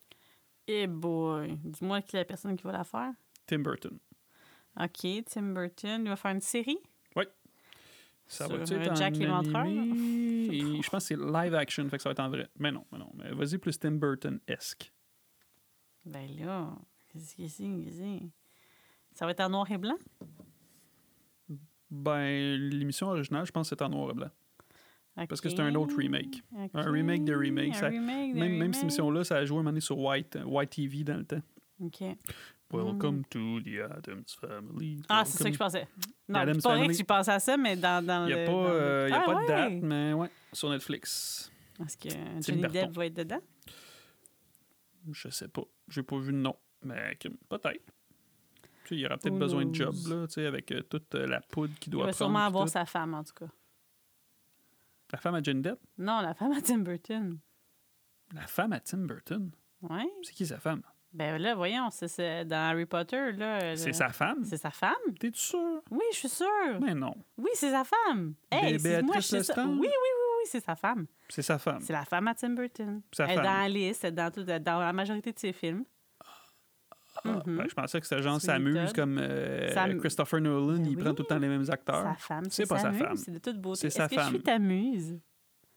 [SPEAKER 2] Eh boy. Dis-moi qui est la personne qui va la faire.
[SPEAKER 1] Tim Burton.
[SPEAKER 2] OK, Tim Burton. Il va faire une série.
[SPEAKER 1] Ça
[SPEAKER 2] Sur,
[SPEAKER 1] va être
[SPEAKER 2] euh,
[SPEAKER 1] en
[SPEAKER 2] Jack l'Éventreur,
[SPEAKER 1] animé? Et Je pense que c'est live action, fait que ça va être en vrai. Mais non, mais non. Mais vas-y plus Tim Burton-esque.
[SPEAKER 2] Ben là, qu'est-ce que c'est? qu'est-ce que c'est? Ça va être en noir et blanc?
[SPEAKER 1] Ben, l'émission originale, je pense que c'est en noir et blanc. Parce que c'est un autre remake.
[SPEAKER 2] OK.
[SPEAKER 1] Un remake de remake,
[SPEAKER 2] Un
[SPEAKER 1] ça-
[SPEAKER 2] remake de
[SPEAKER 1] Même, même cette
[SPEAKER 2] remake.
[SPEAKER 1] émission-là, ça a joué un moment donné sur White, euh, White TV dans le temps.
[SPEAKER 2] OK.
[SPEAKER 1] Welcome to the Adams Family.
[SPEAKER 2] Mm. Ah, c'est ça que
[SPEAKER 1] Welcome
[SPEAKER 2] je pensais. Non,
[SPEAKER 1] Adam's
[SPEAKER 2] c'est pas vrai que
[SPEAKER 1] Family.
[SPEAKER 2] tu pensais à ça, mais dans, dans
[SPEAKER 1] Il n'y
[SPEAKER 2] le...
[SPEAKER 1] a pas,
[SPEAKER 2] dans le-
[SPEAKER 1] euh, y a
[SPEAKER 2] Ah,
[SPEAKER 1] pas de
[SPEAKER 2] ouais.
[SPEAKER 1] date, mais ouais, sur Netflix.
[SPEAKER 2] Est-ce que Johnny
[SPEAKER 1] Burton.
[SPEAKER 2] Depp va être dedans?
[SPEAKER 1] Je sais pas. J'ai pas vu de nom, mais que- peut-être. Tu sais, Il y aura peut-être
[SPEAKER 2] Who
[SPEAKER 1] besoin de
[SPEAKER 2] knows?
[SPEAKER 1] job, là, tu sais, avec euh, toute euh, la poudre qu'il
[SPEAKER 2] Il
[SPEAKER 1] doit
[SPEAKER 2] va
[SPEAKER 1] prendre.
[SPEAKER 2] sûrement
[SPEAKER 1] puis
[SPEAKER 2] avoir
[SPEAKER 1] tout.
[SPEAKER 2] sa femme, en tout cas.
[SPEAKER 1] La femme à Jane Depp?
[SPEAKER 2] Non, la femme à Tim Burton.
[SPEAKER 1] La femme à Tim Burton?
[SPEAKER 2] Ouais.
[SPEAKER 1] C'est qui sa femme?
[SPEAKER 2] Ben là, voyons, c'est, c'est dans Harry Potter, là. euh,
[SPEAKER 1] C'est sa femme?
[SPEAKER 2] C'est sa femme?
[SPEAKER 1] T'es-tu sûr?
[SPEAKER 2] Oui, je suis sûre.
[SPEAKER 1] Mais non.
[SPEAKER 2] Oui, c'est sa femme.
[SPEAKER 1] Bé-
[SPEAKER 2] Hey, c'est moi, je
[SPEAKER 1] Béatrice
[SPEAKER 2] suis sûre.
[SPEAKER 1] Lestrange?
[SPEAKER 2] Oui, oui, oui, oui, c'est sa femme.
[SPEAKER 1] C'est sa femme.
[SPEAKER 2] C'est la femme à Tim Burton.
[SPEAKER 1] Sa
[SPEAKER 2] elle est
[SPEAKER 1] femme.
[SPEAKER 2] dans Alice, elle est dans, tout- dans la majorité de ses films.
[SPEAKER 1] Ah,
[SPEAKER 2] Mhm.
[SPEAKER 1] ben, je pensais que c'était genre
[SPEAKER 2] C'est une
[SPEAKER 1] s'amuse
[SPEAKER 2] méthode.
[SPEAKER 1] comme euh,
[SPEAKER 2] Sam-
[SPEAKER 1] Christopher Nolan,
[SPEAKER 2] Ben
[SPEAKER 1] il
[SPEAKER 2] oui.
[SPEAKER 1] prend tout le temps les mêmes
[SPEAKER 2] Sa
[SPEAKER 1] acteurs.
[SPEAKER 2] femme,
[SPEAKER 1] C'est
[SPEAKER 2] c'est
[SPEAKER 1] pas sa
[SPEAKER 2] muse,
[SPEAKER 1] femme.
[SPEAKER 2] C'est de toute beauté.
[SPEAKER 1] C'est
[SPEAKER 2] Est-ce
[SPEAKER 1] sa
[SPEAKER 2] que
[SPEAKER 1] femme.
[SPEAKER 2] je suis ta muse?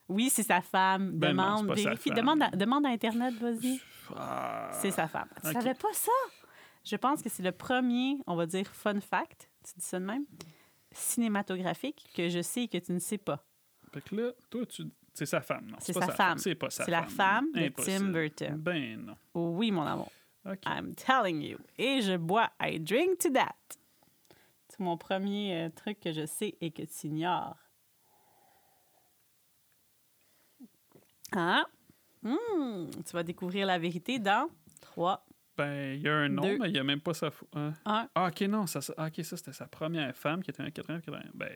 [SPEAKER 2] Oui, c'est sa femme.
[SPEAKER 1] Ben non,
[SPEAKER 2] demande,
[SPEAKER 1] c'est pas sa
[SPEAKER 2] vérifie.
[SPEAKER 1] femme.
[SPEAKER 2] Demande, à, demande à Internet, vas-y.
[SPEAKER 1] Ah.
[SPEAKER 2] C'est sa femme. Tu
[SPEAKER 1] ok.
[SPEAKER 2] savais pas ça? Je pense que c'est le premier, on va dire, fun fact, tu dis ça de même, cinématographique que je sais et que tu ne sais pas.
[SPEAKER 1] Fait que là, toi, tu... c'est sa femme, non?
[SPEAKER 2] C'est
[SPEAKER 1] pas
[SPEAKER 2] sa femme.
[SPEAKER 1] C'est pas sa
[SPEAKER 2] C'est la femme de Tim
[SPEAKER 1] Impossible.
[SPEAKER 2] Burton.
[SPEAKER 1] Ben non.
[SPEAKER 2] Oh Oui, mon amour.
[SPEAKER 1] OK.
[SPEAKER 2] I'm telling you. Et je bois I drink to that. C'est mon premier euh, truc que je sais et que tu ignores. Hein? Hmm, Tu vas découvrir la vérité dans 3,
[SPEAKER 1] Ben, il y a un nom,
[SPEAKER 2] Deux.
[SPEAKER 1] mais il n'y a même pas sa. fo- hein?
[SPEAKER 2] 1.
[SPEAKER 1] Ah, ok, non, ça, ça- ah, ok, ça c'était sa première femme qui était en 80. 80. Ben.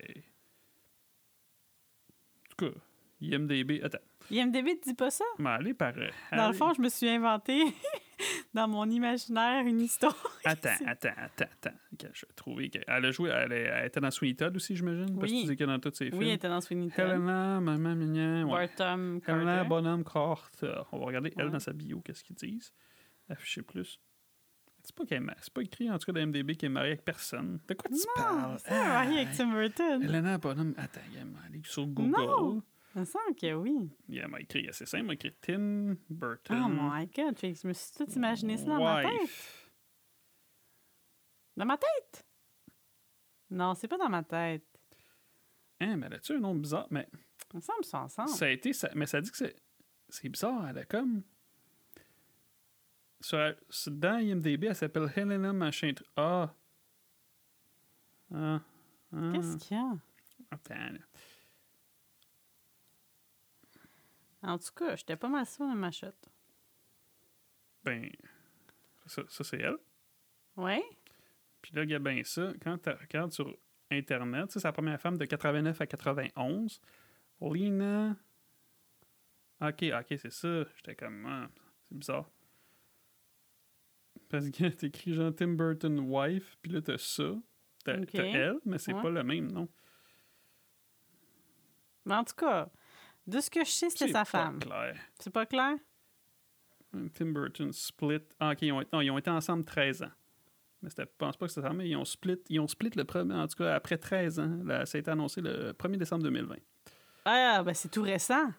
[SPEAKER 1] En tout cas, IMDB. Attends.
[SPEAKER 2] IMDB te dit pas ça?
[SPEAKER 1] Mais allez par.
[SPEAKER 2] Dans le fond, je me suis inventé dans mon imaginaire une histoire.
[SPEAKER 1] Attends, attends, attends, attends. Ok, Je vais trouver. que- Elle a joué. Elle, est- elle était dans Sweeney Todd aussi, j'imagine. Parce que
[SPEAKER 2] Oui.
[SPEAKER 1] tu dis que dans tous ses films.
[SPEAKER 2] Oui, elle était dans Sweeney Todd.
[SPEAKER 1] Helena, maman, mignon. Ouais.
[SPEAKER 2] Bartom
[SPEAKER 1] Helena
[SPEAKER 2] Carter.
[SPEAKER 1] Bonham Carter. On va regarder, elle,
[SPEAKER 2] Ouais.
[SPEAKER 1] dans sa bio, qu'est-ce qu'ils disent. Afficher plus. C'est pas, qu'elle est ma- c'est pas écrit, en tout cas, dans MDB qu'elle est mariée avec personne. De quoi tu parles?
[SPEAKER 2] Non, c'est un mari avec Tim Burton.
[SPEAKER 1] Helena Bonham... Attends, elle m'a allé sur Google.
[SPEAKER 2] Non. Il me semble que oui.
[SPEAKER 1] Elle m'a écrit, c'est simple, elle m'a écrit Tim Burton.
[SPEAKER 2] Oh my God, fait que je me suis tout imaginé ça dans ma tête.
[SPEAKER 1] wife.
[SPEAKER 2] Dans ma tête? Non, c'est pas dans ma tête.
[SPEAKER 1] Hein, mais elle a-tu un nom bizarre? Mais
[SPEAKER 2] Il me semble qu'ils sont ensemble.
[SPEAKER 1] ça a été... ça- mais ça dit que c'est... C'est bizarre, elle a comme... Sur, sur- dans IMDB, elle s'appelle Helena machin... tr- Ah! Ah! ah.
[SPEAKER 2] Qu'est-ce qu'il y a?
[SPEAKER 1] Attends, là.
[SPEAKER 2] En tout cas, j'étais pas mal sûre de ma chute.
[SPEAKER 1] ben, ça, ça, c'est elle.
[SPEAKER 2] Ouais?
[SPEAKER 1] Puis là, il y a bien ça. Quand tu regardes sur Internet, ça, c'est la première femme de 89 à 91. Lina. Ok, ok, c'est ça. J'étais comme, ah, c'est bizarre. Parce que t'écris Jean Tim Burton Wife, puis là, t'as ça. T'as
[SPEAKER 2] Ok.
[SPEAKER 1] t'as elle, mais c'est
[SPEAKER 2] Ouais.
[SPEAKER 1] pas le même nom.
[SPEAKER 2] Mais en tout cas, de ce que je sais, c'était sa
[SPEAKER 1] pas
[SPEAKER 2] femme.
[SPEAKER 1] clair.
[SPEAKER 2] C'est pas clair?
[SPEAKER 1] Tim Burton split. Ah, ok, ils ont, été- non, ils ont été ensemble 13 ans. Mais c'était- je pense pas que c'était ça, mais ils ont split, ils ont split le premier, en tout cas après 13 ans. Là, ça a été annoncé le 1er décembre 2020.
[SPEAKER 2] Ah, ben c'est tout récent.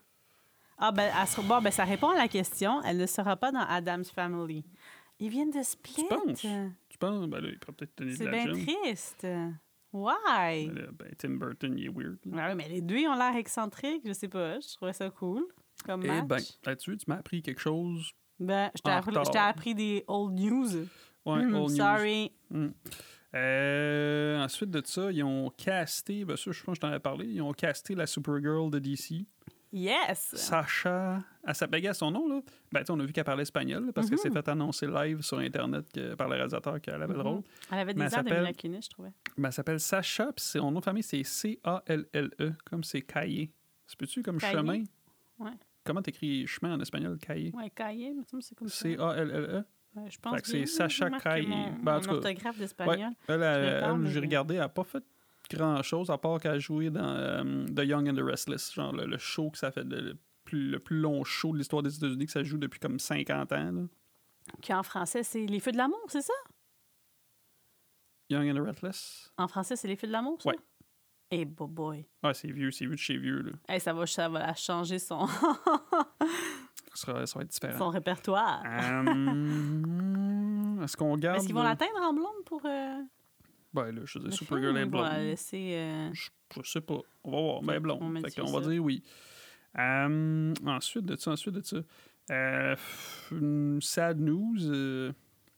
[SPEAKER 2] Ah, ben, elle sera- bon, ben ça répond à la question. Elle ne sera pas dans Adam's Family. Ils viennent de split.
[SPEAKER 1] penses? Tu penses? Ben là, il pourrait peut-être donner de
[SPEAKER 2] C'est
[SPEAKER 1] la
[SPEAKER 2] bien
[SPEAKER 1] job.
[SPEAKER 2] triste. Why?
[SPEAKER 1] Mais là, ben, Tim Burton, il est weird. là.
[SPEAKER 2] Ah Ouais, mais les deux ils ont l'air excentriques. Je sais pas. Je trouvais ça cool. Comme
[SPEAKER 1] Eh
[SPEAKER 2] match.
[SPEAKER 1] ben, là-dessus, tu m'as appris quelque chose.
[SPEAKER 2] Ben, je t'ai
[SPEAKER 1] En
[SPEAKER 2] appris,
[SPEAKER 1] retard.
[SPEAKER 2] je t'ai appris des old news.
[SPEAKER 1] Ouais,
[SPEAKER 2] Hmm,
[SPEAKER 1] old news.
[SPEAKER 2] sorry.
[SPEAKER 1] Euh, ensuite de ça, ils ont casté, ben ça, je pense que je t'en avais parlé, ils ont casté la Supergirl de DC.
[SPEAKER 2] Yes.
[SPEAKER 1] Sacha, elle s'appelle ben, son nom, là. Ben, tu sais, on a vu qu'elle parlait espagnol, là, parce
[SPEAKER 2] Mhm.
[SPEAKER 1] qu'elle s'est fait annoncer live sur Internet que- par le réalisateur qu'elle
[SPEAKER 2] Mhm.
[SPEAKER 1] avait le rôle.
[SPEAKER 2] Elle avait des
[SPEAKER 1] Mais
[SPEAKER 2] airs
[SPEAKER 1] elle
[SPEAKER 2] de
[SPEAKER 1] s'appelle-
[SPEAKER 2] Mila Kunis, je trouvais.
[SPEAKER 1] Ben, elle s'appelle Sacha, puis son nom de famille, c'est C-A-L-L-E, E, comme c'est caillé. C'est peux-tu comme
[SPEAKER 2] Caillé?
[SPEAKER 1] chemin?
[SPEAKER 2] Ouais.
[SPEAKER 1] Comment t'écris chemin en espagnol, caillé?
[SPEAKER 2] Ouais, Caillé, mais tu me c'est comme ça.
[SPEAKER 1] C-A-L-L-E?
[SPEAKER 2] Ouais, je pense
[SPEAKER 1] Fait que c'est
[SPEAKER 2] bien,
[SPEAKER 1] Sacha
[SPEAKER 2] remarque
[SPEAKER 1] Caillé.
[SPEAKER 2] que Mon,
[SPEAKER 1] Ben, en
[SPEAKER 2] mon
[SPEAKER 1] tout cas,
[SPEAKER 2] orthographe
[SPEAKER 1] Ouais.
[SPEAKER 2] d'espagnol.
[SPEAKER 1] Elle,
[SPEAKER 2] Je le
[SPEAKER 1] elle,
[SPEAKER 2] parle,
[SPEAKER 1] elle,
[SPEAKER 2] mais-
[SPEAKER 1] E, j'ai regardé, elle n'a pas fait grand-chose, à part qu'elle a joué dans euh, The Young and the Restless, genre le, le show que ça fait, le, le plus, le plus long show de l'histoire des États-Unis, que ça joue depuis comme 50 ans, là.
[SPEAKER 2] Qui en français, c'est Les Feux de l'amour, c'est ça?
[SPEAKER 1] Young and the Restless.
[SPEAKER 2] En français, c'est Les Feux de l'amour, ça?
[SPEAKER 1] Ouais.
[SPEAKER 2] Eh, bo boy.
[SPEAKER 1] Ah, c'est vieux, c'est vieux de chez vieux, là.
[SPEAKER 2] Eh, ça, va, ça va changer son,
[SPEAKER 1] Ça, sera- ça va être différent.
[SPEAKER 2] son répertoire.
[SPEAKER 1] Ah, Hum, Est-ce qu'on garde.
[SPEAKER 2] Est-ce qu'ils vont
[SPEAKER 1] le-
[SPEAKER 2] l'atteindre en blonde pour. Euh,
[SPEAKER 1] Ben là, je sais,
[SPEAKER 2] le
[SPEAKER 1] Supergirl
[SPEAKER 2] film,
[SPEAKER 1] est
[SPEAKER 2] ou ils vont
[SPEAKER 1] blonde.
[SPEAKER 2] la laisser. euh,
[SPEAKER 1] Je, je sais pas. On va voir. Mais
[SPEAKER 2] on
[SPEAKER 1] blonde.
[SPEAKER 2] maintient
[SPEAKER 1] Fait qu'on va
[SPEAKER 2] ça.
[SPEAKER 1] dire oui. Hum, ensuite de ça, ensuite de ça. euh, pff, une sad news. euh,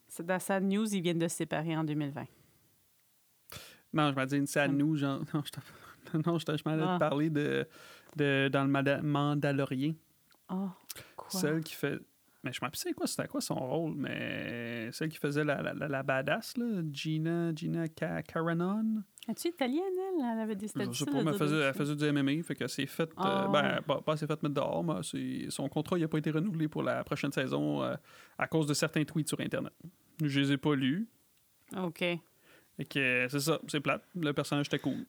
[SPEAKER 2] C'est dans Sad News, ils viennent de se séparer en 2020.
[SPEAKER 1] Non, je vais dire une sad
[SPEAKER 2] Hum.
[SPEAKER 1] news. Genre... Non, je t'en- non, je t'en- je m'en allais te
[SPEAKER 2] Ah.
[SPEAKER 1] parler de, de dans le Mada- Mandalorian.
[SPEAKER 2] Oh, quoi?
[SPEAKER 1] Celle qui fait. Mais je m'en rappelle c'est quoi, c'était quoi son rôle, mais celle qui faisait la, la, la, la badass, là, Gina, Gina Ca- Caranon.
[SPEAKER 2] Es-tu italienne, elle? Elle avait des
[SPEAKER 1] Je
[SPEAKER 2] statuts.
[SPEAKER 1] sais pas, mais elle faisait, elle faisait du MMA, fait que c'est fait. euh,
[SPEAKER 2] Ah.
[SPEAKER 1] ben, pas, pas c'est fait mettre dehors, mais c'est- son contrat n'a pas été renouvelé pour la prochaine saison euh, à cause de certains tweets sur Internet. Je les ai pas lus.
[SPEAKER 2] OK.
[SPEAKER 1] Fait que euh, c'est ça, c'est plate. Le personnage était cool.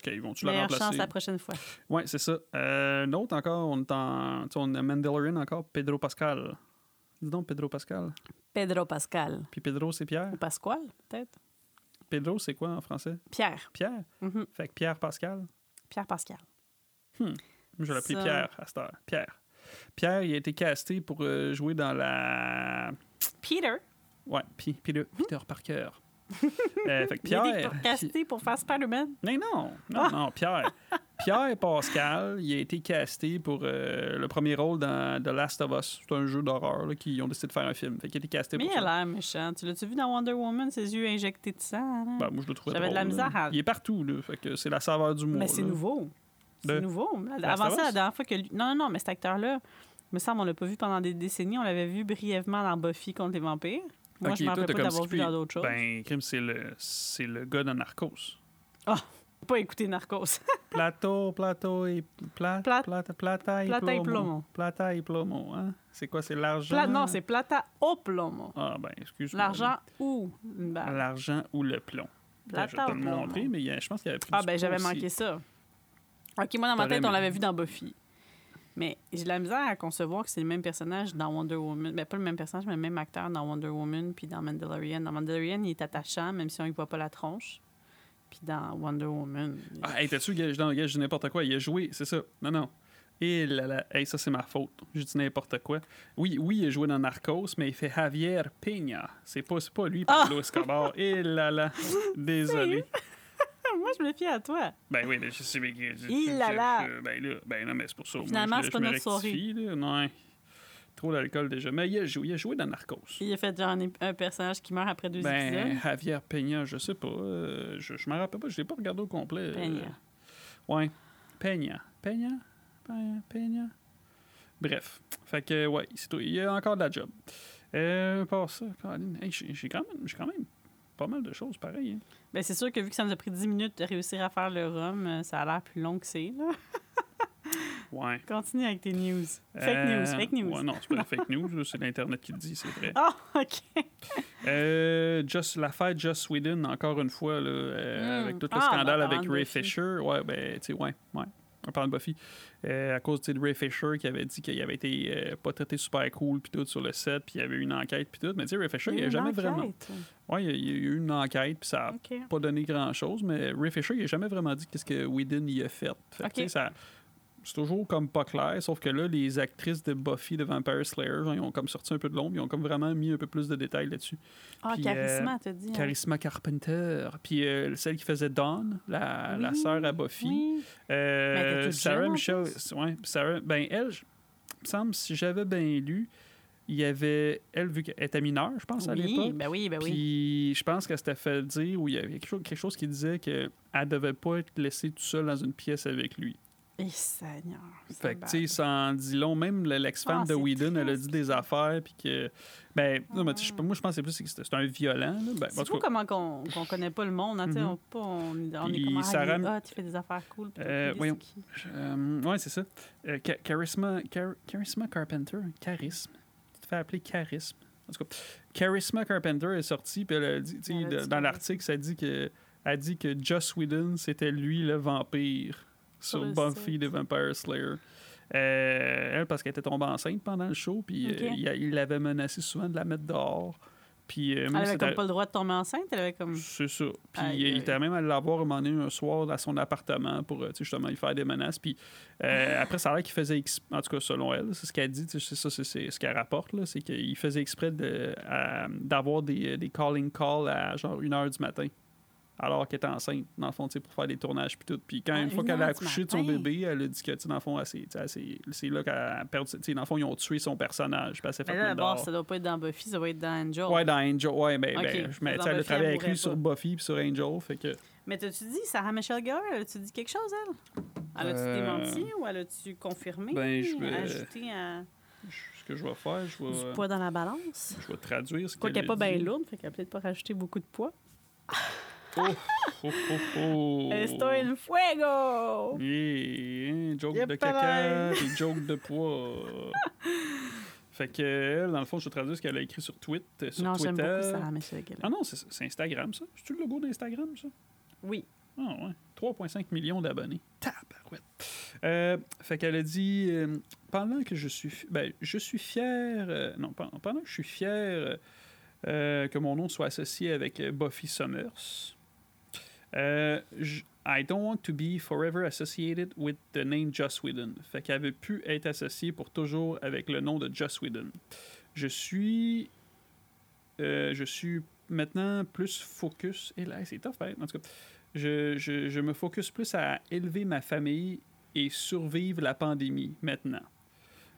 [SPEAKER 1] OK, ils vont-tu la
[SPEAKER 2] Meilleure chance
[SPEAKER 1] remplacer?
[SPEAKER 2] la prochaine fois.
[SPEAKER 1] Ouais, c'est ça. Euh, une autre encore, on est en. tu sais, on a Mandalorian encore, Pedro Pascal. Dis donc, Pedro Pascal.
[SPEAKER 2] Pedro Pascal.
[SPEAKER 1] Puis Pedro, c'est Pierre.
[SPEAKER 2] Ou Pasquale, peut-être?
[SPEAKER 1] Pedro, c'est quoi en français?
[SPEAKER 2] Pierre.
[SPEAKER 1] Pierre.
[SPEAKER 2] Mhm.
[SPEAKER 1] Fait que Pierre Pascal.
[SPEAKER 2] Pierre Pascal.
[SPEAKER 1] Je l'appelais
[SPEAKER 2] Ça.
[SPEAKER 1] Pierre à cette heure. Pierre. Pierre, il a été casté pour euh, jouer dans la.
[SPEAKER 2] Peter.
[SPEAKER 1] Ouais, Pi- Peter, Peter Parker. Euh, fait que
[SPEAKER 2] Pierre. Hein? Il a été
[SPEAKER 1] Pierre.
[SPEAKER 2] pour- casté pour faire Spider-Man.
[SPEAKER 1] Mais non,
[SPEAKER 2] Ah!
[SPEAKER 1] non, non, Pierre. Pierre Pascal, il a été casté pour euh, le premier rôle dans The Last of Us. C'est un jeu d'horreur là, qu'ils ont décidé de faire un film. Fait qu'il a été casté
[SPEAKER 2] Mais
[SPEAKER 1] pour
[SPEAKER 2] il a
[SPEAKER 1] ça.
[SPEAKER 2] l'air méchant. Tu l'as-tu vu dans Wonder Woman, ses yeux injectés de sang? hein? là?
[SPEAKER 1] Ben, moi, je le trouvais
[SPEAKER 2] J'avais de la
[SPEAKER 1] drôle, là.
[SPEAKER 2] misère à-
[SPEAKER 1] Il est partout, là. Fait que c'est la saveur du mois.
[SPEAKER 2] mais c'est
[SPEAKER 1] là.
[SPEAKER 2] nouveau.
[SPEAKER 1] De-
[SPEAKER 2] C'est nouveau.
[SPEAKER 1] La Star
[SPEAKER 2] Avant ça,
[SPEAKER 1] Wars?
[SPEAKER 2] la dernière fois que... lui- Non, non, non, mais cet acteur-là, il me semble on l'a pas vu pendant des décennies. On l'avait vu brièvement dans Buffy contre les vampires. Moi,
[SPEAKER 1] Ok,
[SPEAKER 2] je m'en
[SPEAKER 1] toi,
[SPEAKER 2] rappelle
[SPEAKER 1] t'as
[SPEAKER 2] pas
[SPEAKER 1] comme Ben.
[SPEAKER 2] d'avoir vu
[SPEAKER 1] skippé.
[SPEAKER 2] dans d'autres choses.
[SPEAKER 1] Ben, crime, c'est le, c'est le gars de Narcos.
[SPEAKER 2] Ah! pas écouté Narcos.
[SPEAKER 1] Plateau, plateau et pla,
[SPEAKER 2] Plat-
[SPEAKER 1] plata, plata et
[SPEAKER 2] plata et
[SPEAKER 1] plomo.
[SPEAKER 2] plomo.
[SPEAKER 1] Plata et plomo, hein? C'est quoi, c'est l'argent?
[SPEAKER 2] Pla- non, c'est Plata au plomo.
[SPEAKER 1] Ah ben, excuse-moi.
[SPEAKER 2] L'argent ou une balle.
[SPEAKER 1] L'argent ou le plomb. Là, je vais Ben,
[SPEAKER 2] Plata
[SPEAKER 1] te
[SPEAKER 2] au
[SPEAKER 1] le
[SPEAKER 2] plomo.
[SPEAKER 1] montrer, mais il y a- je pense qu'il y avait pris
[SPEAKER 2] Ah,
[SPEAKER 1] du
[SPEAKER 2] ben
[SPEAKER 1] pot
[SPEAKER 2] j'avais
[SPEAKER 1] aussi.
[SPEAKER 2] manqué ça. Ok, moi dans ma
[SPEAKER 1] T'aurais
[SPEAKER 2] tête, on
[SPEAKER 1] aimé.
[SPEAKER 2] l'avait vu dans Buffy. Mais j'ai de la misère à concevoir que c'est le même personnage dans Wonder Woman. Ben, pas le même personnage, mais le même acteur dans Wonder Woman puis dans Mandalorian. Dans Mandalorian, il est attachant, même si on ne voit pas la tronche. Puis dans Wonder Woman. il-
[SPEAKER 1] Ah, hey, t'as-tu, gage, non, gars, je dis n'importe quoi, il a joué, c'est ça. Non, non. Et là, là, hey, ça, c'est ma faute. Je dis n'importe quoi. Oui, oui, il a joué dans Narcos, mais il fait Javier Peña. C'est pas, c'est pas lui, Pablo
[SPEAKER 2] Ah!
[SPEAKER 1] Escobar. Et là, là, désolé.
[SPEAKER 2] Ah, Moi, je me fie à toi.
[SPEAKER 1] Ben oui, mais je sais, mais.
[SPEAKER 2] Il là là.
[SPEAKER 1] Ben là, ben non, mais c'est pour ça. moi,
[SPEAKER 2] Finalement,
[SPEAKER 1] je-
[SPEAKER 2] c'est
[SPEAKER 1] je
[SPEAKER 2] pas
[SPEAKER 1] me
[SPEAKER 2] notre soirée.
[SPEAKER 1] rectifie, là. Non, trop d'alcool déjà. Mais il a joué, il a joué dans Narcos.
[SPEAKER 2] Il a fait genre un, ép- un personnage qui meurt après deux
[SPEAKER 1] Ben,
[SPEAKER 2] épisodes.
[SPEAKER 1] Javier Peña, je sais pas. euh, je je m'en rappelle pas, je l'ai pas regardé au complet. euh,
[SPEAKER 2] Peña.
[SPEAKER 1] Ouais. Peña. Peña. Peña. Peña. Bref. Fait que, ouais, c'est tout. Il y a encore de la job. Euh, par ça, Caroline, hey, j'ai j'ai quand, même- j'ai quand même pas mal de choses pareilles. hein.
[SPEAKER 2] Ben, c'est sûr que vu que ça nous a pris 10 minutes de réussir à faire le rhum, euh, ça a l'air plus long que c'est. là.
[SPEAKER 1] Ouais.
[SPEAKER 2] Continue avec tes news. Fake
[SPEAKER 1] Euh,
[SPEAKER 2] news, fake news.
[SPEAKER 1] Ouais, non, c'est pas fake news, là, c'est l'Internet qui le dit, c'est vrai.
[SPEAKER 2] Ah, OK.
[SPEAKER 1] Euh, Just, l'affaire Just Whedon, encore une fois, là, euh,
[SPEAKER 2] Mm.
[SPEAKER 1] avec tout
[SPEAKER 2] Ah,
[SPEAKER 1] le
[SPEAKER 2] ben,
[SPEAKER 1] scandale
[SPEAKER 2] parlant
[SPEAKER 1] avec
[SPEAKER 2] de
[SPEAKER 1] Ray
[SPEAKER 2] Buffy.
[SPEAKER 1] Fisher. Ouais, ben, tu sais, ouais, ouais. On parle de Buffy. Euh, à cause tu sais, de Ray Fisher qui avait dit qu'il avait été euh, pas traité super cool, puis tout sur le set, puis il y avait eu une enquête, puis tout. Mais tu sais, Ray Fisher, il
[SPEAKER 2] y
[SPEAKER 1] n'y
[SPEAKER 2] a
[SPEAKER 1] a
[SPEAKER 2] une
[SPEAKER 1] jamais
[SPEAKER 2] enquête.
[SPEAKER 1] vraiment. Ouais, il y a, il y a eu une enquête, puis ça a
[SPEAKER 2] OK.
[SPEAKER 1] pas donné grand chose, mais Ray Fisher, il a jamais vraiment dit qu'est-ce que Whedon y a fait. Fait que,
[SPEAKER 2] Ok.
[SPEAKER 1] tu sais, ça- c'est toujours comme pas clair, sauf que là, les actrices de Buffy, de Vampire Slayer, genre, ils ont comme sorti un peu de l'ombre, ils ont comme vraiment mis un peu plus de détails là-dessus.
[SPEAKER 2] Ah,
[SPEAKER 1] Puis, euh,
[SPEAKER 2] Charisma, t'as dit. hein.
[SPEAKER 1] Charisma Carpenter, puis euh, celle qui faisait Dawn, la, la
[SPEAKER 2] Oui,
[SPEAKER 1] sœur à Buffy.
[SPEAKER 2] Oui.
[SPEAKER 1] Euh,
[SPEAKER 2] Mais elle était toute jeune,
[SPEAKER 1] Sarah
[SPEAKER 2] en
[SPEAKER 1] Michelle,
[SPEAKER 2] plus.
[SPEAKER 1] ouais, Sarah, ben elle, je- il me semble, si j'avais bien lu, il y avait, elle, vu qu'elle était mineure, je pense, à
[SPEAKER 2] Oui,
[SPEAKER 1] l'époque.
[SPEAKER 2] ben oui, ben oui.
[SPEAKER 1] Puis je pense qu'elle s'était fait dire, ou il y avait quelque chose, quelque chose qui disait qu'elle devait pas être laissée toute seule dans une pièce avec lui.
[SPEAKER 2] Et Eh, Seigneur.
[SPEAKER 1] Fait que, tu sais, ça en dit long. Même le- l'ex-femme
[SPEAKER 2] Ah,
[SPEAKER 1] de
[SPEAKER 2] c'est
[SPEAKER 1] Whedon, elle a
[SPEAKER 2] triste. Ah.
[SPEAKER 1] dit des affaires, puis que. Ben, non, mais tu sais, je sais pas, moi, je pense que c'est plus que c'est c'est un violent. là. Ben, en
[SPEAKER 2] C'est
[SPEAKER 1] tout
[SPEAKER 2] fou
[SPEAKER 1] cas,
[SPEAKER 2] comment qu'on qu'on connaît pas le monde. Hein, tu sais,
[SPEAKER 1] Mhm.
[SPEAKER 2] on, pas- on, est- on est
[SPEAKER 1] Puis
[SPEAKER 2] comme ah,
[SPEAKER 1] Sarah-
[SPEAKER 2] lui, ah, tu fais des affaires cool. puis
[SPEAKER 1] Euh,
[SPEAKER 2] t'as oublié
[SPEAKER 1] voyons.
[SPEAKER 2] c'est qui.
[SPEAKER 1] je- euh, ouais, c'est ça. Euh, Ca- Charisma, Car- Charisma Carpenter. Charisme. Tu te fais appeler Charisme. En tout cas, Charisma Carpenter est sorti, puis elle a dit, tu sais,
[SPEAKER 2] Elle a dit
[SPEAKER 1] de-
[SPEAKER 2] Charisma.
[SPEAKER 1] dans l'article, ça dit que. Elle dit que Joss Whedon, c'était lui le vampire
[SPEAKER 2] Sur
[SPEAKER 1] sur
[SPEAKER 2] le
[SPEAKER 1] Buffy
[SPEAKER 2] set.
[SPEAKER 1] the Vampire Slayer. Euh, elle, parce qu'elle était tombée enceinte pendant le show, puis
[SPEAKER 2] Ok.
[SPEAKER 1] euh, il, a- il l'avait menacé souvent de la mettre dehors. Puis, euh, même
[SPEAKER 2] Elle
[SPEAKER 1] si
[SPEAKER 2] avait
[SPEAKER 1] c'était-
[SPEAKER 2] comme pas le droit de tomber enceinte. Elle avait comme.
[SPEAKER 1] C'est ça. Puis euh,
[SPEAKER 2] Aïe,
[SPEAKER 1] il-
[SPEAKER 2] aïe.
[SPEAKER 1] il était même allé la voir un moment donné, un soir à son appartement pour euh, tu sais, justement lui faire des menaces. Puis euh, après, ça a l'air qu'il faisait. ex- En tout cas, selon elle, c'est ce qu'elle dit, tu sais, c'est ça, c'est- c'est ce qu'elle rapporte, là, c'est qu'il faisait exprès de, à- d'avoir des, euh, des calling calls à genre 1h du matin. Alors qu'elle était enceinte, dans le fond, tu sais, pour faire des tournages puis tout. Puis quand
[SPEAKER 2] Ah,
[SPEAKER 1] une fois
[SPEAKER 2] une
[SPEAKER 1] qu'elle a
[SPEAKER 2] heure du
[SPEAKER 1] accouché de son
[SPEAKER 2] matin.
[SPEAKER 1] bébé, elle a dit que, tu sais, dans le fond, elle s'est- tu sais, elle s'est- c'est là qu'elle a perdu. tu sais, Dans le fond, ils ont tué son personnage. Puis elle s'est
[SPEAKER 2] Mais
[SPEAKER 1] fait
[SPEAKER 2] là,
[SPEAKER 1] mettre
[SPEAKER 2] d'abord,
[SPEAKER 1] dehors.
[SPEAKER 2] ça doit pas être dans Buffy, ça doit être dans Angel.
[SPEAKER 1] Ouais, dans Angel. Ouais, ben,
[SPEAKER 2] Ok.
[SPEAKER 1] ben, je, mais,
[SPEAKER 2] Dans
[SPEAKER 1] tu sais, elle a travaillé
[SPEAKER 2] Buffy, elle
[SPEAKER 1] avec lui
[SPEAKER 2] mourrait
[SPEAKER 1] sur Buffy puis sur Angel. Fait que,
[SPEAKER 2] Mais t'as-tu dit, Sarah Michelle Gellar, elle a-tu dit quelque chose, elle Elle a-tu
[SPEAKER 1] Euh,
[SPEAKER 2] démenti ou elle a-tu confirmé
[SPEAKER 1] ben, je vais-
[SPEAKER 2] Ajouté à-
[SPEAKER 1] je- ce que je vais faire, je vais,
[SPEAKER 2] du poids dans la balance
[SPEAKER 1] je vais traduire ce
[SPEAKER 2] Quoi
[SPEAKER 1] qu'elle
[SPEAKER 2] qu'elle n'est
[SPEAKER 1] a
[SPEAKER 2] pas bien
[SPEAKER 1] dit.
[SPEAKER 2] lourde, fait qu'elle a peut-être pas rajouté beaucoup de poids.
[SPEAKER 1] Oh, oh, oh, oh.
[SPEAKER 2] Estoy en fuego!
[SPEAKER 1] Yeah, hein, joke
[SPEAKER 2] Yep,
[SPEAKER 1] de caca
[SPEAKER 2] pareil.
[SPEAKER 1] et joke de poids. fait que, elle, dans le fond, je vais traduire ce qu'elle a écrit sur, tweet, euh, sur
[SPEAKER 2] non, j'aime
[SPEAKER 1] Twitter.
[SPEAKER 2] beaucoup Sarah Michelle Gellar.
[SPEAKER 1] Ah non, c'est c'est Instagram, ça. C'est-tu le logo d'Instagram, ça?
[SPEAKER 2] Oui.
[SPEAKER 1] Ah ouais. 3,5 millions d'abonnés. Tabarouette. Euh, fait qu'elle a dit euh, pendant que je suis fi- ben, je suis fier euh, non pen- pendant que je suis fier euh, euh, que mon nom soit associé avec euh, Buffy Summers. euh, je- I don't want to be forever associated with the name Joss Whedon. Fait qu'elle veut plus être associée pour toujours avec le nom de Joss Whedon. Je suis euh, je suis maintenant plus focus et là c'est tough pareil. en tout cas je, je- je me focus plus à élever ma famille et survivre la pandémie maintenant.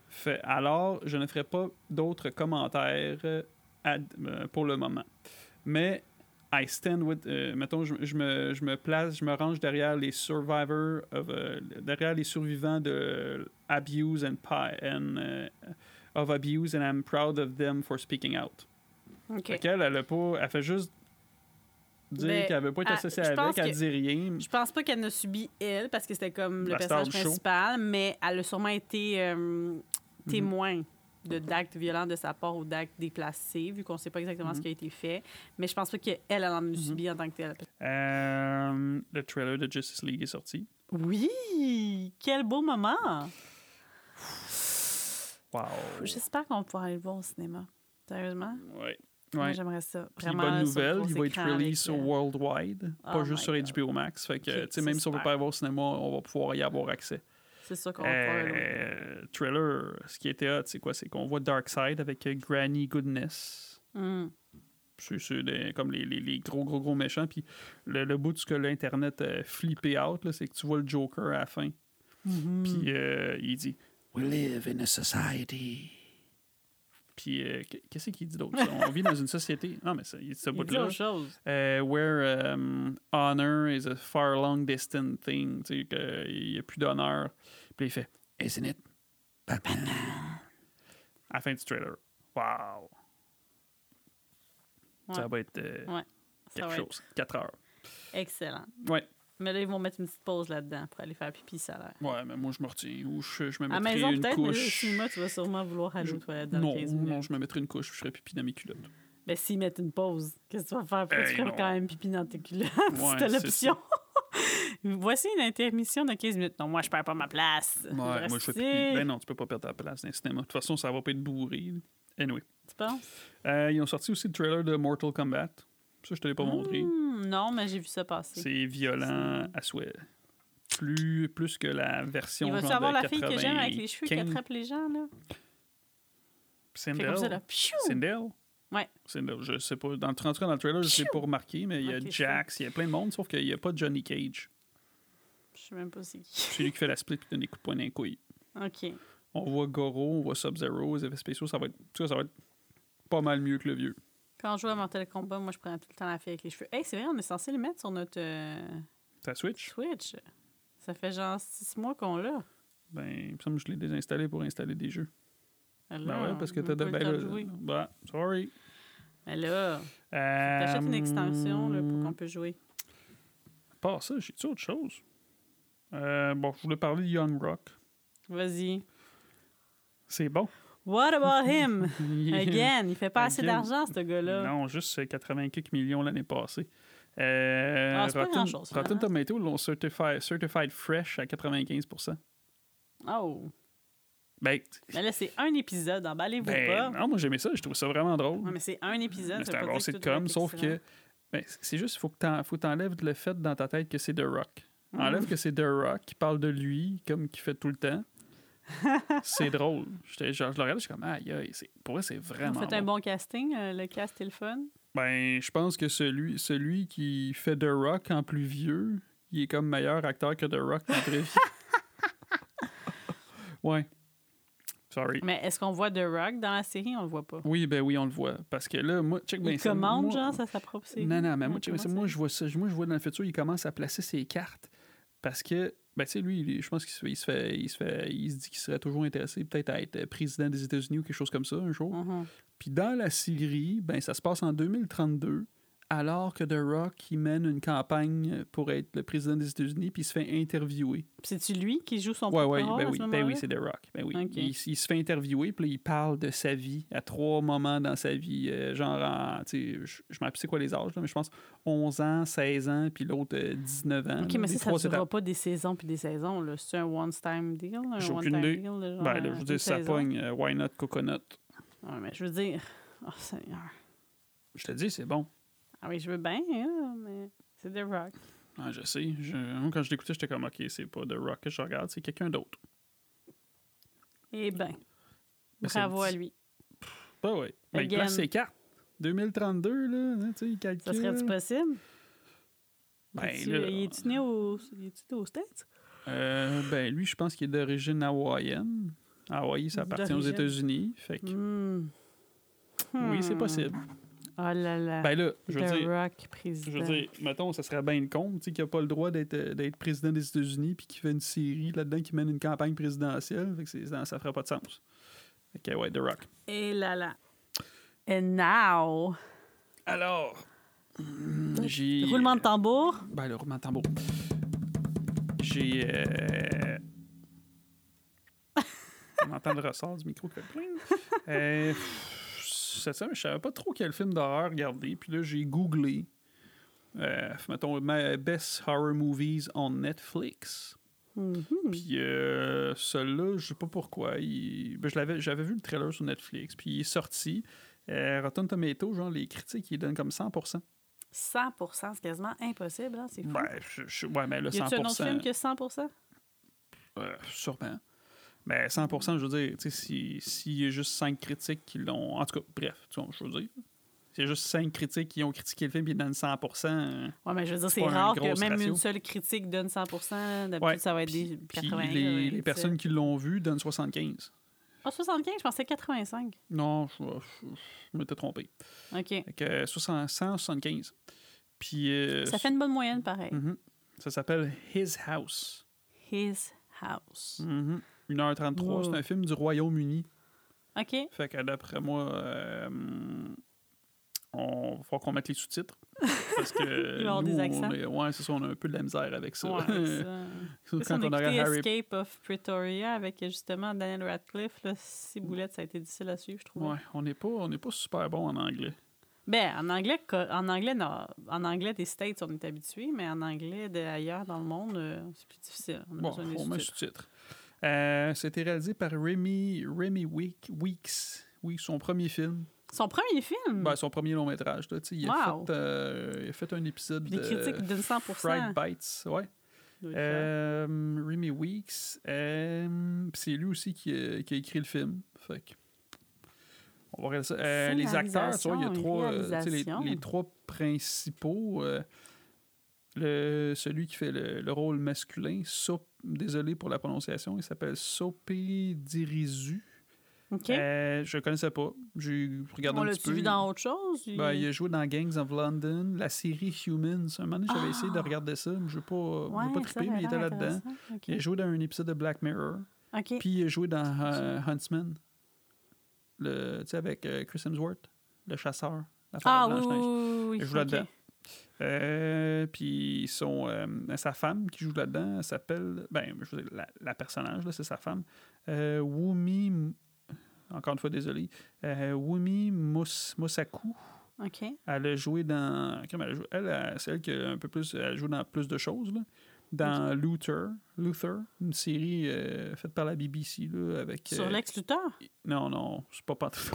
[SPEAKER 1] Fait- alors, je ne ferai pas d'autres commentaires euh, ad- euh, pour le moment. Mais I stand with. euh, mettons, je, je me, je me place, je me range derrière les survivors, of, euh, derrière les survivants de abuse and, pi- and, euh, of abuse, and I'm proud of them for speaking out.
[SPEAKER 2] OK.
[SPEAKER 1] Fait qu'elle, elle a pas. Elle fait juste dire
[SPEAKER 2] Ben,
[SPEAKER 1] qu'elle veut pas être
[SPEAKER 2] elle-
[SPEAKER 1] associée
[SPEAKER 2] je pense
[SPEAKER 1] avec, elle
[SPEAKER 2] que-
[SPEAKER 1] dit rien.
[SPEAKER 2] Je pense pas qu'elle ne subit elle, parce que c'était comme le
[SPEAKER 1] La star
[SPEAKER 2] personnage
[SPEAKER 1] du show. Mhm.
[SPEAKER 2] principal, mais elle a sûrement été euh, témoin de d'actes violents de sa part ou d'actes déplacés, vu qu'on sait pas exactement
[SPEAKER 1] Mhm.
[SPEAKER 2] ce qui a été fait. Mais je pense pas qu'elle elle en a subi en tant que telle.
[SPEAKER 1] Euh, le trailer de Justice League est sorti.
[SPEAKER 2] Oui! Quel beau moment!
[SPEAKER 1] Wow.
[SPEAKER 2] J'espère qu'on pourra aller le voir au cinéma. Sérieusement?
[SPEAKER 1] Ouais.
[SPEAKER 2] Moi,
[SPEAKER 1] Ouais.
[SPEAKER 2] j'aimerais ça.
[SPEAKER 1] Puis
[SPEAKER 2] Vraiment,
[SPEAKER 1] bonne
[SPEAKER 2] sur
[SPEAKER 1] nouvelle,
[SPEAKER 2] le
[SPEAKER 1] il
[SPEAKER 2] gros
[SPEAKER 1] va être
[SPEAKER 2] écran avec,
[SPEAKER 1] release
[SPEAKER 2] euh,
[SPEAKER 1] worldwide,
[SPEAKER 2] Oh
[SPEAKER 1] pas juste sur
[SPEAKER 2] my
[SPEAKER 1] HBO Max. Fait que,
[SPEAKER 2] Ok,
[SPEAKER 1] tu sais, même si on peut
[SPEAKER 2] super.
[SPEAKER 1] pas aller voir au cinéma, on va pouvoir y avoir accès.
[SPEAKER 2] C'est sûr qu'on va pouvoir le voir.
[SPEAKER 1] Euh, trailer, ce qui était hot, c'est quoi? C'est qu'on voit Darkseid avec euh, Granny Goodness.
[SPEAKER 2] Mm.
[SPEAKER 1] C'est c'est des- comme les, les- les gros, gros, gros méchants. Puis le, le bout de ce que l'Internet a flippé out, là, c'est que tu vois le Joker à la fin.
[SPEAKER 2] Mm.
[SPEAKER 1] Puis euh, il dit We live in a society. Puis euh, qu- qu'est-ce qu'il dit d'autre ça? On vit dans une société. Non, mais ça, il dit ce
[SPEAKER 2] Il dit
[SPEAKER 1] bout-là.
[SPEAKER 2] autre chose.
[SPEAKER 1] Euh, where um, honor is a far long distant thing. Tu sais, que il n'y a plus d'honneur. Puis il fait Isn't it Batman? À la fin du trailer. Wow! Ça
[SPEAKER 2] Ouais.
[SPEAKER 1] va être euh,
[SPEAKER 2] Ouais. Ça
[SPEAKER 1] quelque
[SPEAKER 2] va être
[SPEAKER 1] chose. 4 heures.
[SPEAKER 2] excellent.
[SPEAKER 1] Ouais.
[SPEAKER 2] Mais là, ils vont mettre une petite pause là-dedans pour aller faire pipi, ça a l'air.
[SPEAKER 1] Ouais, mais moi, je me retiens. Ou je, je me
[SPEAKER 2] À la
[SPEAKER 1] mettrais
[SPEAKER 2] maison,
[SPEAKER 1] une
[SPEAKER 2] peut-être, mais là, au
[SPEAKER 1] couche.
[SPEAKER 2] cinéma, tu vas sûrement vouloir aller
[SPEAKER 1] Je-
[SPEAKER 2] aux toilettes dans
[SPEAKER 1] non,
[SPEAKER 2] 15 minutes.
[SPEAKER 1] non, je me mettrais une couche. puis Je ferais pipi dans mes culottes.
[SPEAKER 2] Ben, s'ils mettent une pause, qu'est-ce que tu vas faire? Pourquoi
[SPEAKER 1] Hey,
[SPEAKER 2] tu ferais
[SPEAKER 1] Ben, non.
[SPEAKER 2] quand même pipi dans tes culottes?
[SPEAKER 1] Ouais,
[SPEAKER 2] C'était
[SPEAKER 1] c'est
[SPEAKER 2] l'option. Voici une intermission de 15 minutes. Non, moi, je perds pas ma place.
[SPEAKER 1] Ouais, moi, je fais pipi. Ben non, tu peux pas perdre ta place dans le cinéma. De toute façon, ça va pas être bourré. Anyway.
[SPEAKER 2] Tu penses?
[SPEAKER 1] Euh, ils ont sorti aussi le trailer de Mortal Kombat. Ça, je te l'ai pas montré.
[SPEAKER 2] Hmm, non, mais j'ai vu ça passer.
[SPEAKER 1] C'est violent à souhait. Plus, plus que la version
[SPEAKER 2] Il va
[SPEAKER 1] genre
[SPEAKER 2] savoir
[SPEAKER 1] de
[SPEAKER 2] la fille que j'aime avec les cheveux qui
[SPEAKER 1] 95.
[SPEAKER 2] attrape les gens, là. Fait comme ça, là.
[SPEAKER 1] Sindel.
[SPEAKER 2] Pfiou!
[SPEAKER 1] Sindel?
[SPEAKER 2] Ouais.
[SPEAKER 1] Sindel, je sais pas. Dans, le- en tout cas, dans le trailer, je sais pas remarqué, mais il y a
[SPEAKER 2] Ok, c'est
[SPEAKER 1] Jax, il y a plein de monde, sauf qu'il y a pas Johnny Cage.
[SPEAKER 2] Je sais même pas c'est qui.
[SPEAKER 1] C'est lui qui fait la split puis donne des coups de poing dans les couilles.
[SPEAKER 2] OK.
[SPEAKER 1] On voit Goro, on voit Sub-Zero, les effets spéciaux, ça va être, en tout cas, ça va être pas mal mieux que le vieux.
[SPEAKER 2] Quand je joue à Mortal Kombat, moi, je prends tout le temps la fille avec les cheveux. Hey, c'est vrai, on est censé les mettre sur notre euh,
[SPEAKER 1] Ça Switch?
[SPEAKER 2] Switch. Ça fait genre six mois qu'on l'a.
[SPEAKER 1] Ben, il me semble que je l'ai désinstallé pour installer des jeux. Ben ouais, parce que t'as
[SPEAKER 2] t'as
[SPEAKER 1] de belles.
[SPEAKER 2] jouer.
[SPEAKER 1] Ben, sorry.
[SPEAKER 2] Mais là,
[SPEAKER 1] T'achètes
[SPEAKER 2] t'achètes
[SPEAKER 1] Euh,
[SPEAKER 2] une extension là, pour qu'on puisse jouer.
[SPEAKER 1] Pas ça, j'ai-tu autre chose? Euh, bon, je voulais parler de Young Rock.
[SPEAKER 2] Vas-y.
[SPEAKER 1] C'est bon.
[SPEAKER 2] What about him?
[SPEAKER 1] Il est-
[SPEAKER 2] Again, il fait pas assez
[SPEAKER 1] Again.
[SPEAKER 2] d'argent, ce gars-là.
[SPEAKER 1] Non, juste euh, 80 quelques millions l'année passée. Euh,
[SPEAKER 2] Ah, c'est pas
[SPEAKER 1] Rotten,
[SPEAKER 2] grand-chose,
[SPEAKER 1] Rotten
[SPEAKER 2] finalement.
[SPEAKER 1] Tomatoes l'ont certified, certified fresh à 95
[SPEAKER 2] Oh.
[SPEAKER 1] Ben,
[SPEAKER 2] Mais là, c'est un épisode, emballez-vous
[SPEAKER 1] ben
[SPEAKER 2] pas.
[SPEAKER 1] non, moi j'aimais ça, je trouve ça vraiment drôle.
[SPEAKER 2] Ouais, mais c'est un épisode.
[SPEAKER 1] Mais
[SPEAKER 2] ça
[SPEAKER 1] c'est
[SPEAKER 2] veut
[SPEAKER 1] un
[SPEAKER 2] pas
[SPEAKER 1] bon
[SPEAKER 2] dire que tout va
[SPEAKER 1] sitcom,
[SPEAKER 2] être
[SPEAKER 1] sauf
[SPEAKER 2] excellent.
[SPEAKER 1] que ben, c- c'est juste, il faut que t'en- faut que t'enlèves le fait dans ta tête que c'est The Rock.
[SPEAKER 2] Mm.
[SPEAKER 1] Enlève que c'est The Rock qui parle de lui comme qu'il fait tout le temps. c'est drôle. J'étais- genre, je le regarde, je suis comme, aïe, aïe, c'est- pour vrai, c'est
[SPEAKER 2] Vous
[SPEAKER 1] vraiment.
[SPEAKER 2] faites un
[SPEAKER 1] bon.
[SPEAKER 2] bon casting, euh, le cast est le fun.
[SPEAKER 1] Ben, je pense que celui, celui qui fait The Rock en plus vieux, il est comme meilleur acteur que The Rock en vrai vie. ouais. Sorry.
[SPEAKER 2] Mais est-ce qu'on voit The Rock dans la série? On le voit pas.
[SPEAKER 1] Oui, ben oui, on le voit. Parce que là, moi, check bien
[SPEAKER 2] il
[SPEAKER 1] ça,
[SPEAKER 2] commande,
[SPEAKER 1] moi-
[SPEAKER 2] genre, ça sa propre série?
[SPEAKER 1] Non, non, mais
[SPEAKER 2] Ouais,
[SPEAKER 1] moi, tu sais,
[SPEAKER 2] Ah, comment
[SPEAKER 1] moi,
[SPEAKER 2] ça?
[SPEAKER 1] je vois ça. Moi, je vois dans le futur, il commence à placer ses cartes. Parce que, ben, tu sais, lui, il- je pense qu'il se fait, il se fait, il se fait, il se dit qu'il serait toujours intéressé peut-être à être euh, président des États-Unis ou quelque chose comme ça un jour.
[SPEAKER 2] Mhm.
[SPEAKER 1] Puis dans la Syrie, ben, ça se passe en 2032, alors que The Rock, il mène une campagne pour être le président des États-Unis, puis il se fait interviewer.
[SPEAKER 2] Puis C'est-tu lui qui joue son
[SPEAKER 1] Ouais,
[SPEAKER 2] propre
[SPEAKER 1] ouais,
[SPEAKER 2] rôle
[SPEAKER 1] ben
[SPEAKER 2] à
[SPEAKER 1] oui,
[SPEAKER 2] ce
[SPEAKER 1] ben
[SPEAKER 2] moment-là?
[SPEAKER 1] oui, c'est The Rock. Ben oui.
[SPEAKER 2] Ok.
[SPEAKER 1] Il, il se fait interviewer, puis là, il parle de sa vie à trois moments dans sa vie, euh, genre, en, tu sais, je, je m'en rappelle c'est quoi les âges, là, mais je pense 11 ans, 16 ans, puis l'autre euh, 19 ans.
[SPEAKER 2] OK,
[SPEAKER 1] là, les
[SPEAKER 2] mais ça, ça ne
[SPEAKER 1] trois
[SPEAKER 2] durera
[SPEAKER 1] étapes.
[SPEAKER 2] pas des saisons puis des saisons. là. C'est un one-time deal? Un
[SPEAKER 1] J'ai
[SPEAKER 2] one-time
[SPEAKER 1] aucune idée.
[SPEAKER 2] deal, là, genre, euh,
[SPEAKER 1] Ben, là, je veux
[SPEAKER 2] une
[SPEAKER 1] dire, ça
[SPEAKER 2] saison?
[SPEAKER 1] pogne euh, Why Not Coconut.
[SPEAKER 2] Ouais, mais je veux dire... Oh, Seigneur.
[SPEAKER 1] Je te dis, c'est bon.
[SPEAKER 2] Ah oui, je veux bien, hein, mais c'est The Rock.
[SPEAKER 1] Ah, je sais. Je- moi, quand je l'écoutais, j'étais comme, OK, c'est pas The Rock que je regarde, c'est quelqu'un d'autre.
[SPEAKER 2] Eh bien,
[SPEAKER 1] Mais c'est
[SPEAKER 2] bravo
[SPEAKER 1] le-
[SPEAKER 2] à lui.
[SPEAKER 1] Ben oui. Ben, il
[SPEAKER 2] Again.
[SPEAKER 1] place ses cartes. 2032, là, hein, tu sais, il calcule.
[SPEAKER 2] Ça serait-tu possible?
[SPEAKER 1] Ben,
[SPEAKER 2] Es-tu-
[SPEAKER 1] là,
[SPEAKER 2] Il est-tu né au... il est-tu né aux States?
[SPEAKER 1] euh, ben, lui, je pense qu'il est d'origine hawaïenne. Hawaï, ça appartient aux
[SPEAKER 2] D'origine.
[SPEAKER 1] États-Unis. Fait que,
[SPEAKER 2] Hmm.
[SPEAKER 1] oui, c'est
[SPEAKER 2] Hmm.
[SPEAKER 1] possible.
[SPEAKER 2] Oh là là.
[SPEAKER 1] Ben là, je veux
[SPEAKER 2] The
[SPEAKER 1] dire,
[SPEAKER 2] Rock président.
[SPEAKER 1] je veux dire, mettons, ça serait bien le con, tu sais, qu'il n'a pas le droit d'être euh, d'être président des États-Unis puis qu'il fait une série là-dedans qui mène une campagne présidentielle. Fait que c'est- ça, ça ferait pas de sens. Fait que, ouais, The Rock.
[SPEAKER 2] Et là là. And now.
[SPEAKER 1] Alors, hmm, J'ai-
[SPEAKER 2] Roulement de tambour.
[SPEAKER 1] Ben, le roulement de tambour. J'ai. euh, On entend le ressort du micro qui fait pling. Euh, pff, C'est ça, mais je savais pas trop quel film d'horreur regarder. Puis là, j'ai googlé. euh, mettons, ma- Best Horror Movies on Netflix.
[SPEAKER 2] Mhm.
[SPEAKER 1] Puis euh, celui-là, je sais pas pourquoi. il- ben, je l'avais- J'avais vu le trailer sur Netflix. Puis il est sorti. Euh, Rotten Tomato, genre, les critiques, ils donnent comme 100%.
[SPEAKER 2] 100 c'est quasiment impossible, hein, c'est fou.
[SPEAKER 1] Ben, je- je- ouais, mais le
[SPEAKER 2] y
[SPEAKER 1] 100%.
[SPEAKER 2] a-tu un autre film que 100
[SPEAKER 1] Euh, sûrement. Mais 100%, je veux dire, tu sais, si- s'il y a juste 5 critiques qui l'ont. En tout cas, bref, tu vois, je veux dire. S'il y a juste 5 critiques qui ont critiqué le film et donnent 100%. euh,
[SPEAKER 2] Ouais, mais je veux dire, c'est
[SPEAKER 1] pas un
[SPEAKER 2] rare que
[SPEAKER 1] gros
[SPEAKER 2] même
[SPEAKER 1] ratio.
[SPEAKER 2] une seule critique donne 100 D'habitude,
[SPEAKER 1] ouais.
[SPEAKER 2] ça va être
[SPEAKER 1] euh, Puis-
[SPEAKER 2] des
[SPEAKER 1] puis
[SPEAKER 2] 80
[SPEAKER 1] les, les
[SPEAKER 2] 97.
[SPEAKER 1] personnes qui l'ont vu donnent 75.
[SPEAKER 2] Ah, 75, je pensais 85.
[SPEAKER 1] Non, je, je- je m'étais trompé.
[SPEAKER 2] OK.
[SPEAKER 1] Fait que 60, 175. Puis. euh,
[SPEAKER 2] Ça fait une bonne moyenne, pareil.
[SPEAKER 1] Mhm. Ça s'appelle His House.
[SPEAKER 2] His House.
[SPEAKER 1] Mhm. 1h33,
[SPEAKER 2] Wow.
[SPEAKER 1] c'est un film du Royaume-Uni.
[SPEAKER 2] OK.
[SPEAKER 1] Fait que d'après moi, euh, on va falloir qu'on mette les sous-titres. Parce
[SPEAKER 2] Il
[SPEAKER 1] que.
[SPEAKER 2] va y avoir
[SPEAKER 1] nous,
[SPEAKER 2] des
[SPEAKER 1] on
[SPEAKER 2] accents.
[SPEAKER 1] est- ouais, c'est ça, on a un peu de la misère avec ça.
[SPEAKER 2] Ouais, ça.
[SPEAKER 1] Surtout
[SPEAKER 2] Quand
[SPEAKER 1] quand
[SPEAKER 2] on,
[SPEAKER 1] on aurait
[SPEAKER 2] écoutait
[SPEAKER 1] Harry
[SPEAKER 2] Escape of Pretoria avec justement Daniel Radcliffe, là, Ciboulette, ça a été difficile à suivre, je trouve.
[SPEAKER 1] Ouais, on n'est pas, on n'est pas super bon en anglais.
[SPEAKER 2] Ben, en anglais, co- en anglais, non. en anglais des States, on est habitué, mais en anglais d'ailleurs dans le monde, euh, c'est plus difficile. On a
[SPEAKER 1] Bon,
[SPEAKER 2] besoin des
[SPEAKER 1] on met les sous-titres.
[SPEAKER 2] sous-titres.
[SPEAKER 1] Euh, C'était réalisé par Remy, Remy Week- Weeks. Oui, son premier film.
[SPEAKER 2] Son premier film.
[SPEAKER 1] Ben, son premier long métrage. là, tu sais, il, a
[SPEAKER 2] Hmm. Wow.
[SPEAKER 1] fait, euh, il a fait un épisode
[SPEAKER 2] Puis les
[SPEAKER 1] de
[SPEAKER 2] critiques donnent 100%.
[SPEAKER 1] Fried Bites. Ouais.
[SPEAKER 2] Doit être fier.
[SPEAKER 1] Euh, Remy Weeks, euh, pis c'est lui aussi qui a, qui a écrit le film. Fait que- On va regarder ça. Euh, les acteurs, tu vois, il y a
[SPEAKER 2] Scénarisation,
[SPEAKER 1] trois. euh, tu sais, les,
[SPEAKER 2] réalisation.
[SPEAKER 1] les trois principaux. euh, le, celui qui fait le, le rôle masculin, Sop- désolé pour la prononciation, il s'appelle Sopé Dirizu.
[SPEAKER 2] OK.
[SPEAKER 1] Euh, je le connaissais pas. J'ai regardé
[SPEAKER 2] on
[SPEAKER 1] un
[SPEAKER 2] l'a
[SPEAKER 1] petit peu.
[SPEAKER 2] vu dans autre chose? Il-
[SPEAKER 1] Ben, il a joué dans Gangs of London, la série Humans. Un moment donné, j'avais
[SPEAKER 2] Ah!
[SPEAKER 1] essayé de regarder ça, mais je n'ai pas, j'ai
[SPEAKER 2] Ouais,
[SPEAKER 1] pas
[SPEAKER 2] ça
[SPEAKER 1] trippé,
[SPEAKER 2] avait
[SPEAKER 1] mais il était
[SPEAKER 2] l'air
[SPEAKER 1] là-dedans.
[SPEAKER 2] intéressant. OK.
[SPEAKER 1] Il a joué dans un épisode de Black Mirror.
[SPEAKER 2] OK.
[SPEAKER 1] Puis il a joué dans euh, Huntsman. Le, tu sais, avec euh, Chris Hemsworth, le chasseur. La
[SPEAKER 2] ah oui,
[SPEAKER 1] Blanche
[SPEAKER 2] oui, oui, oui.
[SPEAKER 1] Il joue
[SPEAKER 2] OK.
[SPEAKER 1] là-dedans. Euh, puis son, euh, sa femme qui joue là-dedans, elle s'appelle. Ben, je veux dire, la, la personnage, là, c'est sa femme. Euh, Wumi. M- Encore une fois, désolé. Euh, Wumi Mos- Mosaku.
[SPEAKER 2] OK.
[SPEAKER 1] Elle a joué dans. comment elle, a joué? Elle, elle, c'est elle qui a un peu plus. Elle joue dans plus de choses. Là. Dans Luther, Luther, une série euh, faite par la BBC là, avec.
[SPEAKER 2] Sur
[SPEAKER 1] euh,
[SPEAKER 2] l'ex-lutteur?
[SPEAKER 1] Non, non, c'est pas Pantoufle.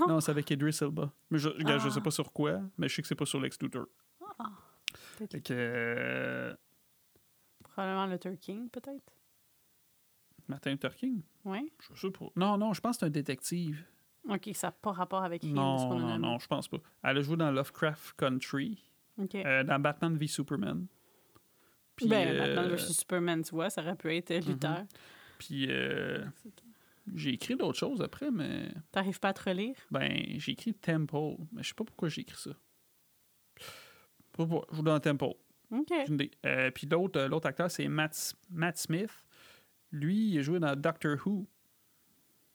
[SPEAKER 2] Non.
[SPEAKER 1] non, c'est avec Idris Elba. Mais je, regarde, je
[SPEAKER 2] Ah.
[SPEAKER 1] sais pas sur quoi, mais je sais que c'est pas sur Lex Luthor.
[SPEAKER 2] Ah,
[SPEAKER 1] Fait que. euh,
[SPEAKER 2] probablement Luther King, peut-être.
[SPEAKER 1] Martin Luther King
[SPEAKER 2] Oui.
[SPEAKER 1] Je sais pas. Non, non, je pense que c'est un détective.
[SPEAKER 2] OK, ça n'a pas rapport avec King. ce
[SPEAKER 1] Non,
[SPEAKER 2] qu'on a
[SPEAKER 1] non,
[SPEAKER 2] nommé.
[SPEAKER 1] non, je pense pas. Elle a joué dans Lovecraft Country,
[SPEAKER 2] OK.
[SPEAKER 1] euh, dans Batman v Superman. Puis,
[SPEAKER 2] ben,
[SPEAKER 1] euh,
[SPEAKER 2] Batman vs Superman, tu vois, ça aurait pu être euh, Luther.
[SPEAKER 1] Puis euh, j'ai écrit d'autres choses après, mais
[SPEAKER 2] T'arrives pas à te relire?
[SPEAKER 1] ben j'ai écrit Temple, mais je sais pas pourquoi j'ai écrit ça. Pourquoi Je vous donne Temple.
[SPEAKER 2] OK.
[SPEAKER 1] J'ai une idée. Euh, puis l'autre, euh, l'autre acteur, c'est Matt, S- Matt Smith. Lui, il a joué dans Doctor Who.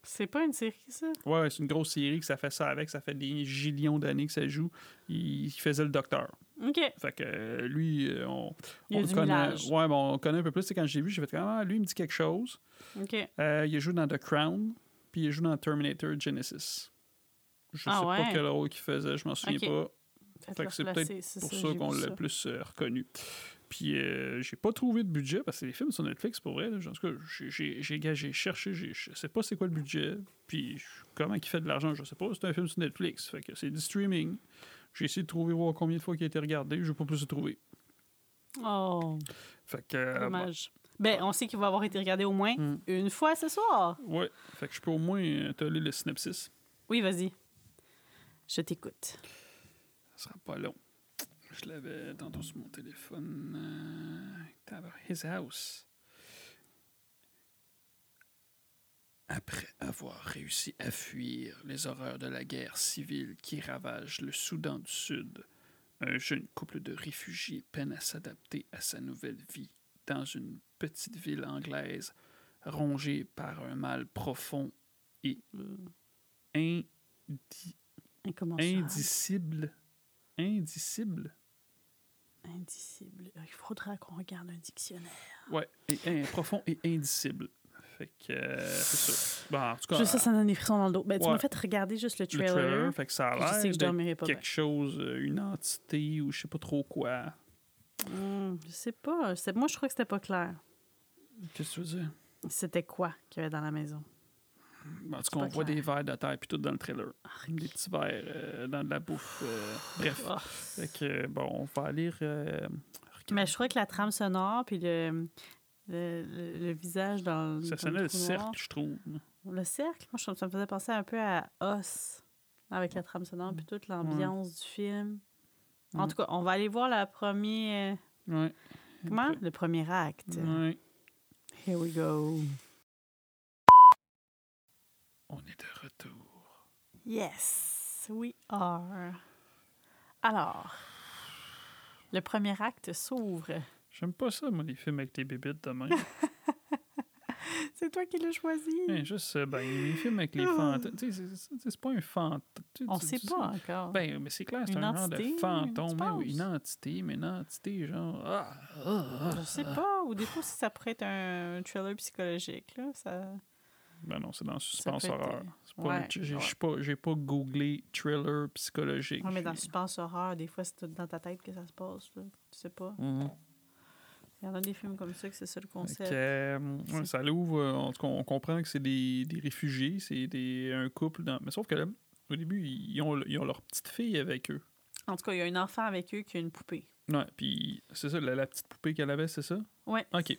[SPEAKER 2] C'est pas une série, ça?
[SPEAKER 1] Ouais, c'est une grosse série que ça fait ça avec. Ça fait des gillions d'années que ça joue. Il, il faisait le docteur.
[SPEAKER 2] OK.
[SPEAKER 1] Fait que euh, lui, euh, on,
[SPEAKER 2] Il y a
[SPEAKER 1] on
[SPEAKER 2] du
[SPEAKER 1] le connaît.
[SPEAKER 2] millage.
[SPEAKER 1] Ouais, ben, on le connaît un peu plus. C'est quand j'ai vu, j'ai fait comme, ah, lui, il me dit quelque chose.
[SPEAKER 2] OK.
[SPEAKER 1] Euh, il joue dans The Crown, puis il joue dans Terminator Genesis. Je
[SPEAKER 2] Ah
[SPEAKER 1] sais
[SPEAKER 2] ouais?
[SPEAKER 1] pas quel rôle qu'il faisait, je m'en souviens
[SPEAKER 2] Ok.
[SPEAKER 1] pas.
[SPEAKER 2] Faites
[SPEAKER 1] Fait
[SPEAKER 2] le
[SPEAKER 1] que c'est
[SPEAKER 2] replacer,
[SPEAKER 1] peut-être
[SPEAKER 2] c'est
[SPEAKER 1] Pour
[SPEAKER 2] ça,
[SPEAKER 1] ça
[SPEAKER 2] j'ai
[SPEAKER 1] qu'on
[SPEAKER 2] vu
[SPEAKER 1] l'a
[SPEAKER 2] ça.
[SPEAKER 1] plus euh, reconnu. Puis euh, j'ai pas trouvé de budget parce que les films sur Netflix pour vrai. là, en tout cas, j'ai- j'ai j'ai gars, j'ai cherché, j'ai- je sais pas c'est quoi le budget, puis je- comment il fait de l'argent, je sais pas. C'est un film sur Netflix, fait que c'est du streaming. J'ai essayé de trouver voir combien de fois il a été regardé, j'ai pas plus trouvé.
[SPEAKER 2] Oh,
[SPEAKER 1] Fait que euh,
[SPEAKER 2] dommage. Ben, on sait qu'il va avoir été regardé au moins
[SPEAKER 1] Hmm.
[SPEAKER 2] une fois ce soir.
[SPEAKER 1] bon, ouais, fait que je peux au moins euh, te lire le synopsis.
[SPEAKER 2] Oui, vas-y. Je t'écoute.
[SPEAKER 1] Ça sera pas long. Je l'avais tantôt sur mon téléphone. Euh, tabar- His house. Après avoir réussi à fuir les horreurs de la guerre civile qui ravage le Soudan du Sud, un jeune couple de réfugiés peine à s'adapter à sa nouvelle vie dans une petite ville anglaise rongée par un mal profond et indi-
[SPEAKER 2] Incommensurable.
[SPEAKER 1] indicible, indicible.
[SPEAKER 2] Indicible. Il faudra qu'on regarde un dictionnaire.
[SPEAKER 1] Ouais, et, in- profond et indicible. Fait que euh, c'est ça. Bon, en tout cas,
[SPEAKER 2] Je sais, ça me donne des frissons dans le dos. Ben, tu
[SPEAKER 1] Ouais.
[SPEAKER 2] m'as fait regarder juste le
[SPEAKER 1] le
[SPEAKER 2] trailer.
[SPEAKER 1] trailer, fait que ça a
[SPEAKER 2] puis je sais
[SPEAKER 1] l'air
[SPEAKER 2] que je
[SPEAKER 1] d'être
[SPEAKER 2] dormirai pas.
[SPEAKER 1] quelque chose, euh, une entité ou je sais pas trop quoi.
[SPEAKER 2] bien. Hum, je sais pas. C'est- Moi, je crois que c'était pas clair.
[SPEAKER 1] Qu'est-ce que tu veux dire?
[SPEAKER 2] C'était quoi qu'il y avait dans la maison?
[SPEAKER 1] Bon, en tout
[SPEAKER 2] C'est
[SPEAKER 1] cas, on
[SPEAKER 2] pas
[SPEAKER 1] voit
[SPEAKER 2] clair.
[SPEAKER 1] des verres de terre puis tout dans le trailer. Des petits verres euh, dans de la bouffe. euh, bref.
[SPEAKER 2] Ah.
[SPEAKER 1] Fait que, euh, bon, on va aller. euh, regarder.
[SPEAKER 2] Mais je crois que la trame sonore, puis le, le, le- le visage dans le.
[SPEAKER 1] ça
[SPEAKER 2] dans le
[SPEAKER 1] sonnait le
[SPEAKER 2] trou noir.
[SPEAKER 1] cercle, je trouve.
[SPEAKER 2] Le cercle, moi, je- ça me faisait penser un peu à Os, avec la trame sonore, puis toute l'ambiance du film. En
[SPEAKER 1] Ouais.
[SPEAKER 2] tout cas, on va aller voir la première.
[SPEAKER 1] Ouais.
[SPEAKER 2] Comment? Le premier acte.
[SPEAKER 1] Ouais.
[SPEAKER 2] Here we go.
[SPEAKER 1] On est de retour.
[SPEAKER 2] Yes, we are. Alors, le premier acte s'ouvre.
[SPEAKER 1] J'aime pas ça, moi, les films avec des bébites demain.
[SPEAKER 2] C'est toi qui l'as choisi.
[SPEAKER 1] je sais, ben, les films avec les fantômes. Tu sais, c'est- c'est- c'est pas un fantôme. Tu-
[SPEAKER 2] Ah. On
[SPEAKER 1] tu-
[SPEAKER 2] sait
[SPEAKER 1] tu-
[SPEAKER 2] pas encore.
[SPEAKER 1] Ben, mais c'est clair, c'est
[SPEAKER 2] Une
[SPEAKER 1] un
[SPEAKER 2] entité,
[SPEAKER 1] genre de fantôme.
[SPEAKER 2] tu
[SPEAKER 1] hein, oui,
[SPEAKER 2] penses?
[SPEAKER 1] une entité, mais une entité, genre. Ah, ah,
[SPEAKER 2] Je
[SPEAKER 1] ah.
[SPEAKER 2] sais pas. Ou des fois, ça pourrait être un thriller psychologique. Là. Ça...
[SPEAKER 1] Ben non, c'est dans le suspense
[SPEAKER 2] peut être,
[SPEAKER 1] horreur.
[SPEAKER 2] euh,
[SPEAKER 1] C'est pas un-
[SPEAKER 2] ouais,
[SPEAKER 1] j'ai- j'ai
[SPEAKER 2] ouais.
[SPEAKER 1] pas- J'ai pas googlé thriller psychologique.
[SPEAKER 2] Ouais, mais dans le
[SPEAKER 1] J'ai-
[SPEAKER 2] suspense horreur, des fois, c'est tout dans ta tête que ça se passe. Là. Tu sais pas.
[SPEAKER 1] Mhm.
[SPEAKER 2] Il y en a des films comme ça que c'est ça le
[SPEAKER 1] Fait
[SPEAKER 2] concept.
[SPEAKER 1] que, euh, ouais,
[SPEAKER 2] C'est-
[SPEAKER 1] ça l'ouvre. euh, En tout cas, on comprend que c'est des, des réfugiés, c'est des- un couple. dans- Mais sauf que là, au début, ils ont, le- ils ont leur petite fille avec eux.
[SPEAKER 2] En tout cas, il y a un enfant avec eux qui a une poupée.
[SPEAKER 1] Ouais, puis c'est ça, la, la petite poupée qu'elle avait, c'est ça?
[SPEAKER 2] Ouais.
[SPEAKER 1] Ok.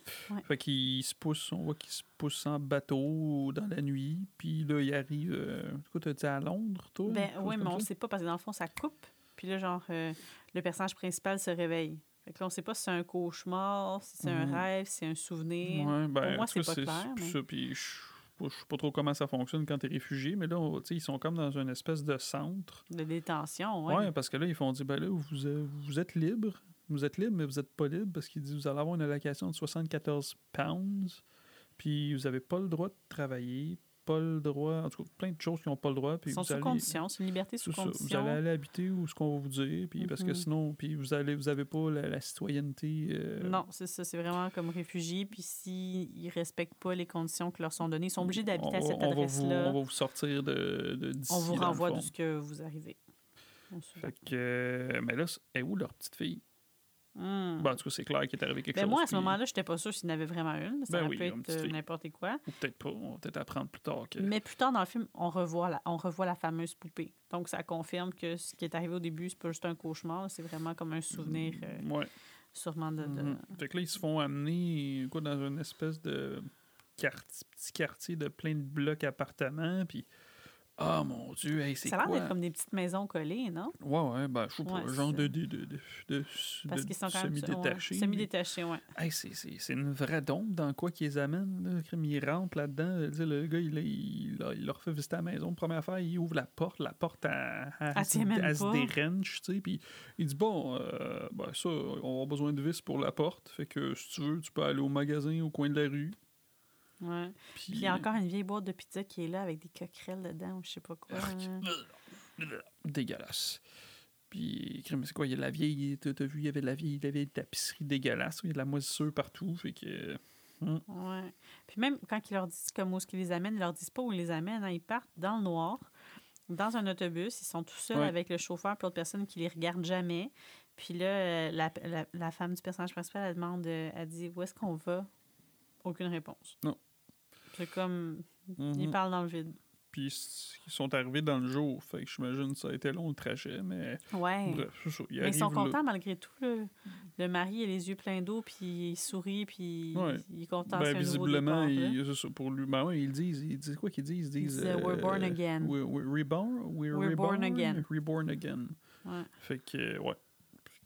[SPEAKER 1] Fait qu'ils se poussent, on voit qu'ils se poussent en bateau dans la nuit, puis là, ils arrivent. euh, en tout cas, t'as dit à Londres, toi? quelque
[SPEAKER 2] Ben
[SPEAKER 1] chose
[SPEAKER 2] oui, mais
[SPEAKER 1] comme
[SPEAKER 2] on
[SPEAKER 1] ça?
[SPEAKER 2] sait pas parce que dans le fond, ça coupe. Puis là, genre, euh, le personnage principal se réveille. Fait que là, on sait pas si c'est un cauchemar, si c'est
[SPEAKER 1] Mhm.
[SPEAKER 2] un rêve, si c'est un souvenir.
[SPEAKER 1] Ouais, ben,
[SPEAKER 2] Pour moi,
[SPEAKER 1] en tout cas,
[SPEAKER 2] c'est pas clair,
[SPEAKER 1] c'est
[SPEAKER 2] mais-
[SPEAKER 1] ça, puis je je sais pas trop comment ça fonctionne quand t'es réfugié, mais là, on- tu sais, ils sont comme dans une espèce de centre.
[SPEAKER 2] De détention,
[SPEAKER 1] Ouais.
[SPEAKER 2] ouais.
[SPEAKER 1] parce que là, ils font dire, ben là, vous, euh, vous êtes libre. Vous êtes libre, mais vous n'êtes pas libre parce qu'ils disent, vous allez avoir une allocation de 74 pounds, puis vous n'avez pas le droit de travailler, pas le droit, en tout cas, plein de choses qui n'ont pas le droit. Puis
[SPEAKER 2] Ils sont
[SPEAKER 1] vous
[SPEAKER 2] sous
[SPEAKER 1] allez,
[SPEAKER 2] condition, c'est une liberté sous
[SPEAKER 1] tout ça. Vous
[SPEAKER 2] condition.
[SPEAKER 1] allez aller habiter où ce qu'on va vous dire, puis parce que
[SPEAKER 2] Mhm.
[SPEAKER 1] sinon, puis vous allez, vous avez pas la, la citoyenneté. euh,
[SPEAKER 2] Non, c'est ça, c'est vraiment comme réfugiés. Puis s'ils ils respectent pas les conditions qui leur sont données, ils sont obligés d'habiter à
[SPEAKER 1] on-
[SPEAKER 2] cette
[SPEAKER 1] on va vous-
[SPEAKER 2] adresse-là.
[SPEAKER 1] On va vous sortir de, de d'ici,
[SPEAKER 2] On vous
[SPEAKER 1] dans le
[SPEAKER 2] renvoie
[SPEAKER 1] fond.
[SPEAKER 2] de ce que vous arrivez. On se-
[SPEAKER 1] Fait que, euh, mais là, est où leur petite fille?
[SPEAKER 2] Hmm.
[SPEAKER 1] Ben, en tout cas, c'est clair qu'il est arrivé quelque
[SPEAKER 2] Ben
[SPEAKER 1] chose.
[SPEAKER 2] moi, à ce
[SPEAKER 1] puis-
[SPEAKER 2] moment-là, j'étais pas sûre s'il y en avait vraiment une. Ça
[SPEAKER 1] Ben
[SPEAKER 2] aurait
[SPEAKER 1] oui,
[SPEAKER 2] pu
[SPEAKER 1] une
[SPEAKER 2] être
[SPEAKER 1] petite
[SPEAKER 2] euh,
[SPEAKER 1] fille.
[SPEAKER 2] n'importe quoi.
[SPEAKER 1] Ou peut-être pas, on va peut-être apprendre plus tard que.
[SPEAKER 2] Mais plus tard dans le film, on revoit la, on revoit la fameuse poupée. Donc, ça confirme que ce qui est arrivé au début, c'est pas juste un cauchemar, c'est vraiment comme un souvenir euh,
[SPEAKER 1] Mm, Ouais.
[SPEAKER 2] sûrement de... de-
[SPEAKER 1] Mhm. Fait que là, ils se font amener quoi, dans une espèce de quartier, petit quartier de plein de blocs appartements. Puis, ah mon Dieu, hey, c'est
[SPEAKER 2] Ça a l'air
[SPEAKER 1] quoi?
[SPEAKER 2] d'être comme des petites maisons collées, non?
[SPEAKER 1] Ouais, ouais, ben, je sais pas,
[SPEAKER 2] Ouais,
[SPEAKER 1] genre de,
[SPEAKER 2] c'est-
[SPEAKER 1] de, de, de, de-
[SPEAKER 2] Parce
[SPEAKER 1] de-
[SPEAKER 2] qu'ils sont quand même...
[SPEAKER 1] semi-détachés.
[SPEAKER 2] ouais, semi-détachés, ouais.
[SPEAKER 1] Hey, c'est- c'est c'est une vraie dombe dans quoi qu'ils les amènent. Là. Crime, Ils rentrent là-dedans. Je veux dire, Le gars, il, il- il- il leur fait visiter la maison. Première affaire, il ouvre la porte. La porte, à,
[SPEAKER 2] Elle tient même
[SPEAKER 1] se
[SPEAKER 2] pas.
[SPEAKER 1] dérange. tu sais, Puis il dit Bon, euh, ben ça, on va avoir besoin de vis pour la porte. Fait que si tu veux, tu peux aller au magasin au coin de la rue.
[SPEAKER 2] ouais.
[SPEAKER 1] Puis,
[SPEAKER 2] Puis il y a encore une vieille boîte de pizza qui est là avec des coquerelles dedans ou je sais pas quoi.
[SPEAKER 1] Ah,
[SPEAKER 2] hein.
[SPEAKER 1] Dégueulasse. Puis, crime, c'est quoi Il y a de la vieille. T'as t'as vu, il y avait de la vieille, de la vieille tapisserie dégueulasse. Il y a de la moisissure partout. Fait que.
[SPEAKER 2] Ouais. Puis même quand ils leur disent comme où est-ce qu'ils les amènent, ils leur disent pas où ils les amènent. hein. Ils partent dans le noir, dans un autobus. Ils sont tout seuls
[SPEAKER 1] Ouais.
[SPEAKER 2] avec le chauffeur puis l'autre personne qui les regarde jamais. Puis là, euh, la, la- la femme du personnage principal, elle demande, euh, elle dit « Où est-ce qu'on va? » Aucune réponse.
[SPEAKER 1] Non.
[SPEAKER 2] C'est comme,
[SPEAKER 1] Mhm.
[SPEAKER 2] ils parlent dans le vide.
[SPEAKER 1] puis c- ils sont arrivés dans le jour. Fait que j'imagine que ça a été long le trajet, mais
[SPEAKER 2] Ouais.
[SPEAKER 1] bref, c'est ça. Ils
[SPEAKER 2] Mais ils sont
[SPEAKER 1] arrivent là.
[SPEAKER 2] contents malgré tout. Le, le mari a les yeux pleins d'eau, puis il sourit, puis
[SPEAKER 1] Ouais.
[SPEAKER 2] il est content.
[SPEAKER 1] Ben,
[SPEAKER 2] c'est un nouveau
[SPEAKER 1] visiblement,
[SPEAKER 2] départ, là.
[SPEAKER 1] ils- c'est ça, pour lui. Ben ouais, ils disent, ils disent quoi qu'ils disent? Ils disent...
[SPEAKER 2] disent, We're born again.
[SPEAKER 1] We're, we're reborn? We're,
[SPEAKER 2] We're
[SPEAKER 1] reborn,
[SPEAKER 2] born again.
[SPEAKER 1] Reborn again.
[SPEAKER 2] Ouais.
[SPEAKER 1] Fait que, euh, ouais.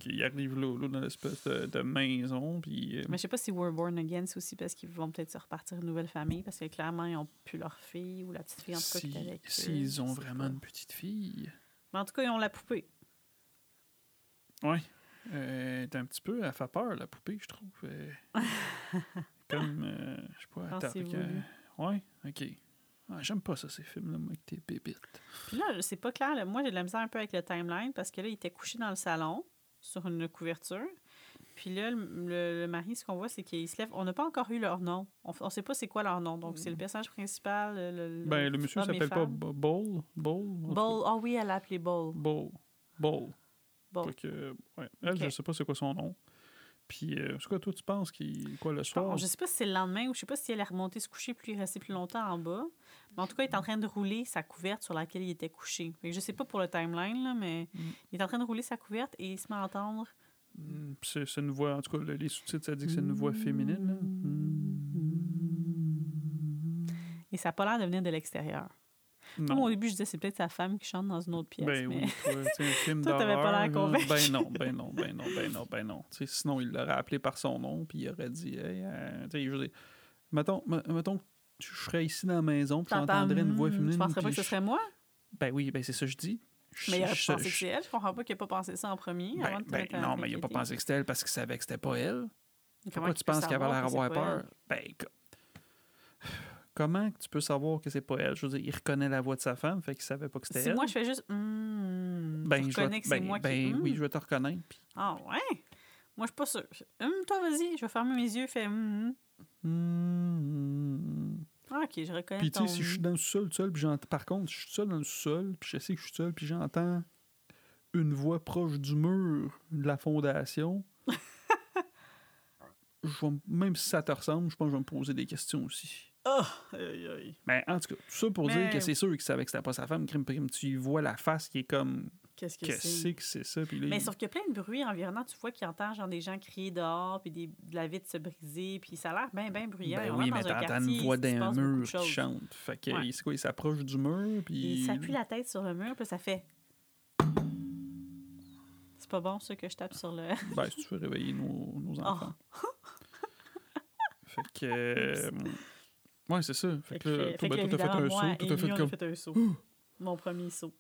[SPEAKER 1] Ils arrivent là, là, dans l'espèce de, de maison, puis... euh,
[SPEAKER 2] Mais je sais pas si We're Born Again, c'est aussi parce qu'ils vont peut-être se repartir une nouvelle famille, parce que clairement, ils ont plus leur fille ou la petite fille, en tout cas, qui
[SPEAKER 1] si-
[SPEAKER 2] était avec eux,
[SPEAKER 1] S'ils
[SPEAKER 2] je
[SPEAKER 1] ont
[SPEAKER 2] sais
[SPEAKER 1] vraiment
[SPEAKER 2] pas.
[SPEAKER 1] une petite fille...
[SPEAKER 2] Mais en tout cas, ils ont la poupée.
[SPEAKER 1] Ouais. Euh, t'es un petit peu... Elle fait peur, la poupée, je trouve. euh. comme... euh, je sais pas, elle
[SPEAKER 2] Pensez-vous,
[SPEAKER 1] t'arrive, euh, Ouais, OK. Ah, J'aime pas ça, ces films-là, moi, avec tes pépites.
[SPEAKER 2] Puis là, c'est pas clair. là. Moi, j'ai de la misère un peu avec le timeline parce que là, il était couché dans le salon sur une couverture. Puis là, le, le- le mari, ce qu'on voit, c'est qu'il se lève. On n'a pas encore eu leur nom. On ne sait pas c'est quoi leur nom. Donc, c'est le personnage principal. Le, le-
[SPEAKER 1] Hmm. Ben, le monsieur
[SPEAKER 2] homme et
[SPEAKER 1] s'appelle pas
[SPEAKER 2] femme.
[SPEAKER 1] Bo- Ball. Ball.
[SPEAKER 2] Ball. Ah oui, elle l'a appelé Ball.
[SPEAKER 1] Ball. Ball.
[SPEAKER 2] Ball.
[SPEAKER 1] Fait que, ouais. Elle,
[SPEAKER 2] Ok.
[SPEAKER 1] je sais pas c'est quoi son nom. Puis, euh, c'est quoi, toi, tu penses qu'il quoi le
[SPEAKER 2] Je pense-
[SPEAKER 1] soir?
[SPEAKER 2] je sais pas si c'est le lendemain ou je sais pas si elle est remontée se coucher puis rester plus longtemps en bas. Mais en tout cas, il est en train de rouler sa couverte sur laquelle il était couché. Fait que je sais pas pour le timeline, là, mais
[SPEAKER 1] Mm.
[SPEAKER 2] il est en train de rouler sa couverte et il se met à entendre.
[SPEAKER 1] Hmm, puis C'est c'est une voix, en tout cas, le- les sous-titres, ça dit que c'est une voix féminine. là. Hmm.
[SPEAKER 2] Et ça a pas l'air de venir de l'extérieur. Moi,
[SPEAKER 1] Non.
[SPEAKER 2] au début, je disais c'est peut-être sa femme qui chante dans une autre pièce.
[SPEAKER 1] Ben
[SPEAKER 2] mais...
[SPEAKER 1] oui, toi, tu sais, un film
[SPEAKER 2] Toi, t'avais pas l'air
[SPEAKER 1] d'horreur, là,
[SPEAKER 2] convaincu.
[SPEAKER 1] Ben non, ben non, ben non, ben non, ben non. Tu sais, sinon, il l'aurait appelé par son nom, puis il aurait dit, hey, euh, tu sais, je veux dire, mettons, me- mettons que je serais ici dans la maison, puis
[SPEAKER 2] T'entends,
[SPEAKER 1] j'entendrais une voix
[SPEAKER 2] hmm,
[SPEAKER 1] féminine.
[SPEAKER 2] Je penserais pas
[SPEAKER 1] puis
[SPEAKER 2] que ce
[SPEAKER 1] je-
[SPEAKER 2] serait moi,
[SPEAKER 1] Ben oui, ben c'est ça que je dis. Je-
[SPEAKER 2] mais il aurait
[SPEAKER 1] je-
[SPEAKER 2] pensé que
[SPEAKER 1] je-
[SPEAKER 2] c'est elle. Je comprends pas qu'il a pas pensé ça en premier. avant
[SPEAKER 1] Ben,
[SPEAKER 2] de te
[SPEAKER 1] ben
[SPEAKER 2] mettre à
[SPEAKER 1] non, mais il n'a pas
[SPEAKER 2] t'inquiéter.
[SPEAKER 1] pensé que c'était elle parce qu'il savait que c'était pas elle.
[SPEAKER 2] Comment
[SPEAKER 1] Pourquoi tu
[SPEAKER 2] peut
[SPEAKER 1] penses qu'il avait
[SPEAKER 2] savoir
[SPEAKER 1] l'air
[SPEAKER 2] que c'est
[SPEAKER 1] avoir
[SPEAKER 2] pas
[SPEAKER 1] peur?
[SPEAKER 2] elle?
[SPEAKER 1] Ben, co- comment que tu peux savoir que c'est pas elle? Je veux dire, il reconnaît la voix de sa femme, fait qu'il savait pas que c'était
[SPEAKER 2] Si
[SPEAKER 1] elle.
[SPEAKER 2] moi, je fais juste. Hmm,
[SPEAKER 1] ben,
[SPEAKER 2] je
[SPEAKER 1] je vais-
[SPEAKER 2] reconnais que c'est
[SPEAKER 1] ben,
[SPEAKER 2] moi qui.
[SPEAKER 1] ben
[SPEAKER 2] hmm.
[SPEAKER 1] oui, je vais te reconnaître. puis-
[SPEAKER 2] Ah ouais? Moi, je suis pas sûre. Je- Hum, toi, vas-y, je vais fermer mes yeux. Fais hum, hum.
[SPEAKER 1] Hmm.
[SPEAKER 2] Ah, ok, je reconnais
[SPEAKER 1] Puis tu
[SPEAKER 2] ton...
[SPEAKER 1] sais, si je suis dans le sous-sol, tout seul, puis j'entends... Par contre, je suis seul dans le sous-sol, puis je sais que je suis seul, puis j'entends une voix proche du mur de la fondation. je vais m- Même si ça te ressemble, je pense que je vais me poser des questions aussi.
[SPEAKER 2] Aïe, aïe.
[SPEAKER 1] Mais en tout cas, tout ça pour
[SPEAKER 2] Mais-
[SPEAKER 1] dire que c'est sûr qu'il savait que c'était pas sa femme, crime prime. Tu y vois la face qui est comme
[SPEAKER 2] Qu'est-ce que
[SPEAKER 1] que
[SPEAKER 2] c'est?
[SPEAKER 1] c'est que c'est ça. Puis là,
[SPEAKER 2] Mais
[SPEAKER 1] il-
[SPEAKER 2] sauf qu'il y a plein de bruits environnants. Tu vois qu'il entend genre des gens crier dehors, puis des- de la vitre se briser, puis ça a l'air bien, bien bruyant.
[SPEAKER 1] ben
[SPEAKER 2] On
[SPEAKER 1] oui,
[SPEAKER 2] est dans
[SPEAKER 1] mais
[SPEAKER 2] un
[SPEAKER 1] t'entends
[SPEAKER 2] quartier,
[SPEAKER 1] une voix
[SPEAKER 2] il se
[SPEAKER 1] d'un
[SPEAKER 2] passe beaucoup de
[SPEAKER 1] mur qui
[SPEAKER 2] choses.
[SPEAKER 1] chante. Fait que
[SPEAKER 2] Ouais.
[SPEAKER 1] il- c'est quoi, il s'approche du mur, puis
[SPEAKER 2] Il s'appuie la tête sur le mur, puis ça fait. C'est pas bon, ça, que je tape sur le.
[SPEAKER 1] ben, si tu veux réveiller nos, nos
[SPEAKER 2] Ah.
[SPEAKER 1] enfants. fait que euh, ouais, c'est ça. Fait que là, toi, ben, toi, t'as fait un saut, toi, t'as fait comme.
[SPEAKER 2] fait un saut. Mon premier saut.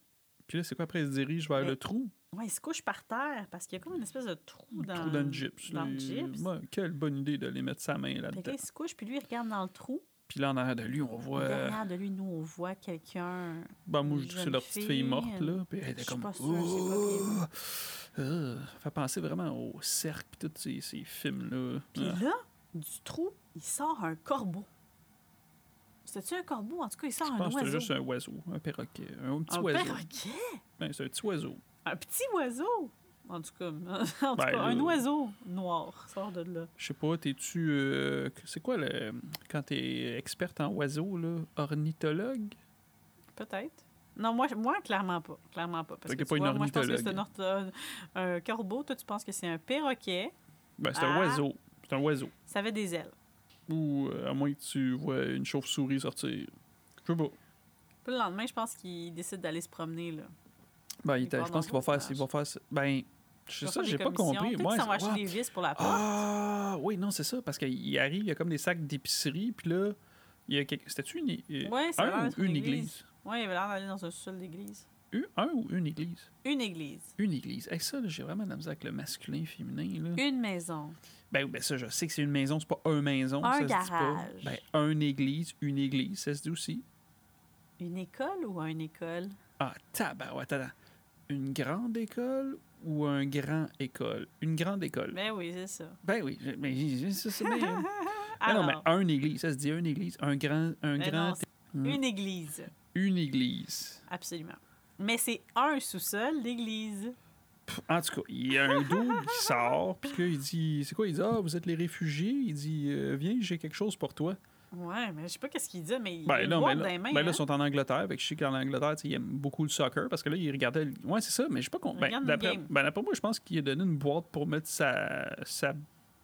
[SPEAKER 1] Puis là, c'est quoi après, il se dirige vers
[SPEAKER 2] Mais-
[SPEAKER 1] le trou,
[SPEAKER 2] Ouais, il se couche par terre parce qu'il y a comme une espèce de trou dans,
[SPEAKER 1] trou dans le gyps.
[SPEAKER 2] Dans
[SPEAKER 1] là.
[SPEAKER 2] le gyps.
[SPEAKER 1] Ouais, Quelle bonne idée d'aller mettre sa main
[SPEAKER 2] Fait que
[SPEAKER 1] là-dedans.
[SPEAKER 2] là, il se couche, puis lui, il regarde dans le trou.
[SPEAKER 1] Puis là, en arrière de lui, on voit.
[SPEAKER 2] Derrière de lui, nous, on voit quelqu'un.
[SPEAKER 1] Ben, moi, je
[SPEAKER 2] Une
[SPEAKER 1] dis que c'est
[SPEAKER 2] jeune
[SPEAKER 1] leur petite
[SPEAKER 2] fille,
[SPEAKER 1] fille morte,
[SPEAKER 2] une-
[SPEAKER 1] là. Puis elle était
[SPEAKER 2] Je suis
[SPEAKER 1] comme.
[SPEAKER 2] pas sûre, je
[SPEAKER 1] Ouh! Euh, ça fait penser vraiment au cercle, puis tous ces, ces films-là.
[SPEAKER 2] Puis
[SPEAKER 1] Ah.
[SPEAKER 2] là, du trou, il sort un corbeau. C'était-tu un corbeau? En tout cas, il sort
[SPEAKER 1] Je
[SPEAKER 2] un
[SPEAKER 1] pense que c'était
[SPEAKER 2] oiseau.
[SPEAKER 1] juste un oiseau, un perroquet, un petit
[SPEAKER 2] un
[SPEAKER 1] oiseau.
[SPEAKER 2] perroquet?
[SPEAKER 1] Ben, c'est un petit oiseau.
[SPEAKER 2] Un petit oiseau? En tout cas, en tout
[SPEAKER 1] Ben,
[SPEAKER 2] cas un
[SPEAKER 1] là-
[SPEAKER 2] oiseau noir sort de là.
[SPEAKER 1] Je sais pas, t'es-tu. euh, c'est quoi le. Quand t'es experte en oiseaux, là, ornithologue
[SPEAKER 2] Peut-être. Non, moi, moi, clairement pas. Clairement pas. Parce
[SPEAKER 1] Fait que
[SPEAKER 2] que tu
[SPEAKER 1] pas une
[SPEAKER 2] vois, moi, je pense que c'est un,
[SPEAKER 1] ornithologue.
[SPEAKER 2] ortho- un corbeau. Toi, tu penses que c'est un perroquet.
[SPEAKER 1] Ben, c'est
[SPEAKER 2] Ah.
[SPEAKER 1] un oiseau. C'est un oiseau.
[SPEAKER 2] Ça avait des ailes.
[SPEAKER 1] Ou euh, à moins que tu vois une chauve-souris sortir. Je sais pas.
[SPEAKER 2] Puis le lendemain, je pense qu'il décide d'aller se promener. Là.
[SPEAKER 1] Ben, il
[SPEAKER 2] Il
[SPEAKER 1] était-
[SPEAKER 2] part
[SPEAKER 1] je pense
[SPEAKER 2] dans
[SPEAKER 1] qu'il va
[SPEAKER 2] l'autre
[SPEAKER 1] faire. Il va faire. Ben, je sais ça, j'ai pas compris.
[SPEAKER 2] Moi,
[SPEAKER 1] Moi,
[SPEAKER 2] ils s'en vont
[SPEAKER 1] c'est-
[SPEAKER 2] acheter des vis pour la porte.
[SPEAKER 1] Ah, oui, non, c'est ça, parce qu'il arrive, il y a comme des sacs d'épicerie, puis là, il y a quelque... C'était-tu une... euh,
[SPEAKER 2] Ouais, ça a l'air
[SPEAKER 1] un ou
[SPEAKER 2] d'être
[SPEAKER 1] une
[SPEAKER 2] une
[SPEAKER 1] église?
[SPEAKER 2] Ouais, il avait l'air d'aller dans un sol d'église.
[SPEAKER 1] Eu- Un ou une église?
[SPEAKER 2] Une église.
[SPEAKER 1] Une église. Hey, ça, là, j'ai vraiment de la misère avec le masculin, féminin, là.
[SPEAKER 2] Une maison.
[SPEAKER 1] Ben, ben ça, je sais que c'est une maison, c'est pas un maison,
[SPEAKER 2] Un
[SPEAKER 1] ça se
[SPEAKER 2] garage.
[SPEAKER 1] dit pas. Ben, un église, une église, ça se dit aussi.
[SPEAKER 2] Une école ou une école?
[SPEAKER 1] Ah, tabarouette, attends. Une grande école ou un grand école? Une grande école.
[SPEAKER 2] Ben oui, c'est ça.
[SPEAKER 1] Ben oui, je- mais je- ça, c'est bien. Ah
[SPEAKER 2] Alors,
[SPEAKER 1] non, mais un église, ça se dit une église, un grand, un
[SPEAKER 2] ben
[SPEAKER 1] grand, Hum.
[SPEAKER 2] non, c'est une église.
[SPEAKER 1] une église.
[SPEAKER 2] Absolument. Mais c'est un sous-sol d'église.
[SPEAKER 1] Pff, En tout cas, il y a un dos qui sort, puis là, il dit, c'est quoi? Il dit, ah, vous êtes les réfugiés. Il dit, Euh, viens, j'ai quelque chose pour toi.
[SPEAKER 2] Ouais, mais je sais pas qu'est-ce qu'il dit, mais il
[SPEAKER 1] Ben
[SPEAKER 2] il
[SPEAKER 1] non,
[SPEAKER 2] boit
[SPEAKER 1] ben
[SPEAKER 2] dans
[SPEAKER 1] là,
[SPEAKER 2] les mains,
[SPEAKER 1] ben là,
[SPEAKER 2] hein.
[SPEAKER 1] ils sont en Angleterre, fait que je sais qu'en Angleterre, tu sais, ils aiment beaucoup le soccer, parce que là, ils regardaient... le- Ouais, c'est ça, mais je sais pas qu'on... Ben,
[SPEAKER 2] Regarde le
[SPEAKER 1] d'après
[SPEAKER 2] game.
[SPEAKER 1] ben, d'après moi, je pense qu'il a donné une boîte pour mettre sa, sa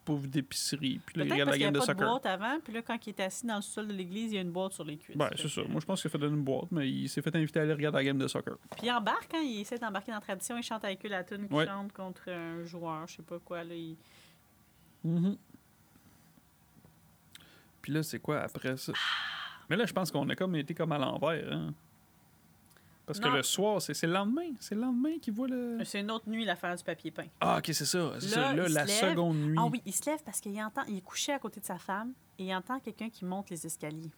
[SPEAKER 1] bouffe d'épicerie, puis là, il
[SPEAKER 2] Peut-être
[SPEAKER 1] regarde
[SPEAKER 2] parce
[SPEAKER 1] la
[SPEAKER 2] qu'il y
[SPEAKER 1] game
[SPEAKER 2] avait
[SPEAKER 1] de
[SPEAKER 2] pas de
[SPEAKER 1] soccer.
[SPEAKER 2] boîte avant, puis là, quand il était assis dans le sol de l'église, il y a une boîte sur les cuisses.
[SPEAKER 1] Ben,
[SPEAKER 2] Fait
[SPEAKER 1] c'est
[SPEAKER 2] que-
[SPEAKER 1] ça. Moi, je pense qu'il a fait donner une boîte, mais il s'est fait inviter à aller regarder la game de soccer.
[SPEAKER 2] Puis il embarque, quand il essaie d'embarquer dans la tradition, il chante avec eux la tune qui
[SPEAKER 1] Ouais.
[SPEAKER 2] chante contre un joueur, je sais pas quoi. Là, il- Mm-hmm.
[SPEAKER 1] Mhm. Puis là, c'est quoi après ça? Mais là, je pense qu'on a comme été comme à l'envers. hein. Parce
[SPEAKER 2] Non.
[SPEAKER 1] que le soir, c'est c'est le lendemain. C'est le lendemain qu'il voit le.
[SPEAKER 2] C'est une autre nuit, l'affaire du papier peint.
[SPEAKER 1] Ah, ok, c'est ça. C'est ça.
[SPEAKER 2] Là,
[SPEAKER 1] Là,
[SPEAKER 2] il
[SPEAKER 1] la
[SPEAKER 2] se lève.
[SPEAKER 1] seconde nuit.
[SPEAKER 2] Ah oui, il se lève parce qu'il entend, il est couché à côté de sa femme et il entend quelqu'un qui monte les escaliers.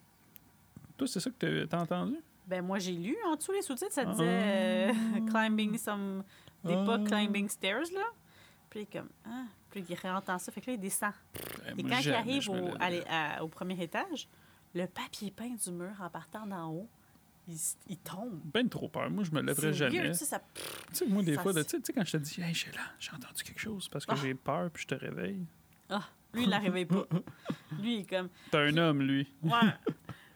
[SPEAKER 1] Toi, c'est ça que t'as as entendu?
[SPEAKER 2] Ben moi j'ai lu en dessous les sous-titres, ça disait euh, climbing some des pas
[SPEAKER 1] Ah.
[SPEAKER 2] climbing stairs là. Puis comme ah, puis il réentend ça, fait que là il descend.
[SPEAKER 1] Ben,
[SPEAKER 2] Et quand il arrive au, à l'é- à- au premier étage, le papier peint du mur en partant d'en haut, il, s- il tombe.
[SPEAKER 1] Ben trop peur. Moi, je me
[SPEAKER 2] C'est
[SPEAKER 1] lèverais jamais.
[SPEAKER 2] weird,
[SPEAKER 1] Tu
[SPEAKER 2] ça, ça-
[SPEAKER 1] sais, moi, des
[SPEAKER 2] Ça
[SPEAKER 1] fois, là,
[SPEAKER 2] se-
[SPEAKER 1] tu sais- tu sais, quand je te dis, hey, j'ai là, j'ai entendu quelque chose parce que
[SPEAKER 2] Ah.
[SPEAKER 1] j'ai peur puis je te réveille.
[SPEAKER 2] Lui, il la réveille pas. Lui, il est comme
[SPEAKER 1] T'es un homme, lui.
[SPEAKER 2] Ouais.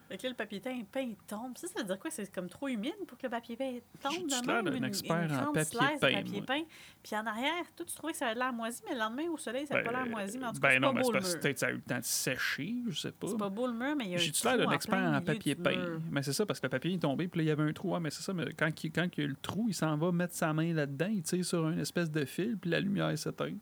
[SPEAKER 2] fait que là, le papier teint- peint, il tombe. Ça, ça veut dire quoi? C'est comme trop humide pour que le papier peint
[SPEAKER 1] J'ai-tu
[SPEAKER 2] tombe de
[SPEAKER 1] l'air
[SPEAKER 2] même?
[SPEAKER 1] d'un
[SPEAKER 2] Une,
[SPEAKER 1] expert
[SPEAKER 2] une
[SPEAKER 1] en
[SPEAKER 2] grande
[SPEAKER 1] papier
[SPEAKER 2] slice de
[SPEAKER 1] peint,
[SPEAKER 2] papier
[SPEAKER 1] moi?
[SPEAKER 2] peint. Puis en arrière, toi, tu trouvais que ça avait de l'air moisi, mais le lendemain, au soleil, ça n'a pas
[SPEAKER 1] Ben,
[SPEAKER 2] l'air moisi. Mais en tout cas,
[SPEAKER 1] ben non, mais
[SPEAKER 2] c'est
[SPEAKER 1] c'est
[SPEAKER 2] pas
[SPEAKER 1] parce
[SPEAKER 2] beau
[SPEAKER 1] que
[SPEAKER 2] le mur.
[SPEAKER 1] peut-être ça a eu le temps de sécher, je sais pas.
[SPEAKER 2] C'est pas beau le mur, mais il y a un
[SPEAKER 1] J'ai-tu
[SPEAKER 2] trou
[SPEAKER 1] l'air
[SPEAKER 2] en
[SPEAKER 1] d'un
[SPEAKER 2] plein
[SPEAKER 1] expert en
[SPEAKER 2] milieu
[SPEAKER 1] papier
[SPEAKER 2] du
[SPEAKER 1] peint?
[SPEAKER 2] mur.
[SPEAKER 1] Mais c'est ça, parce que le papier est tombé, puis là, il y avait un trou. Ah, mais c'est ça, mais quand, il- quand il y a le trou, il s'en va mettre sa main là-dedans, il tire sur une espèce de fil, puis la lumière s'éteint.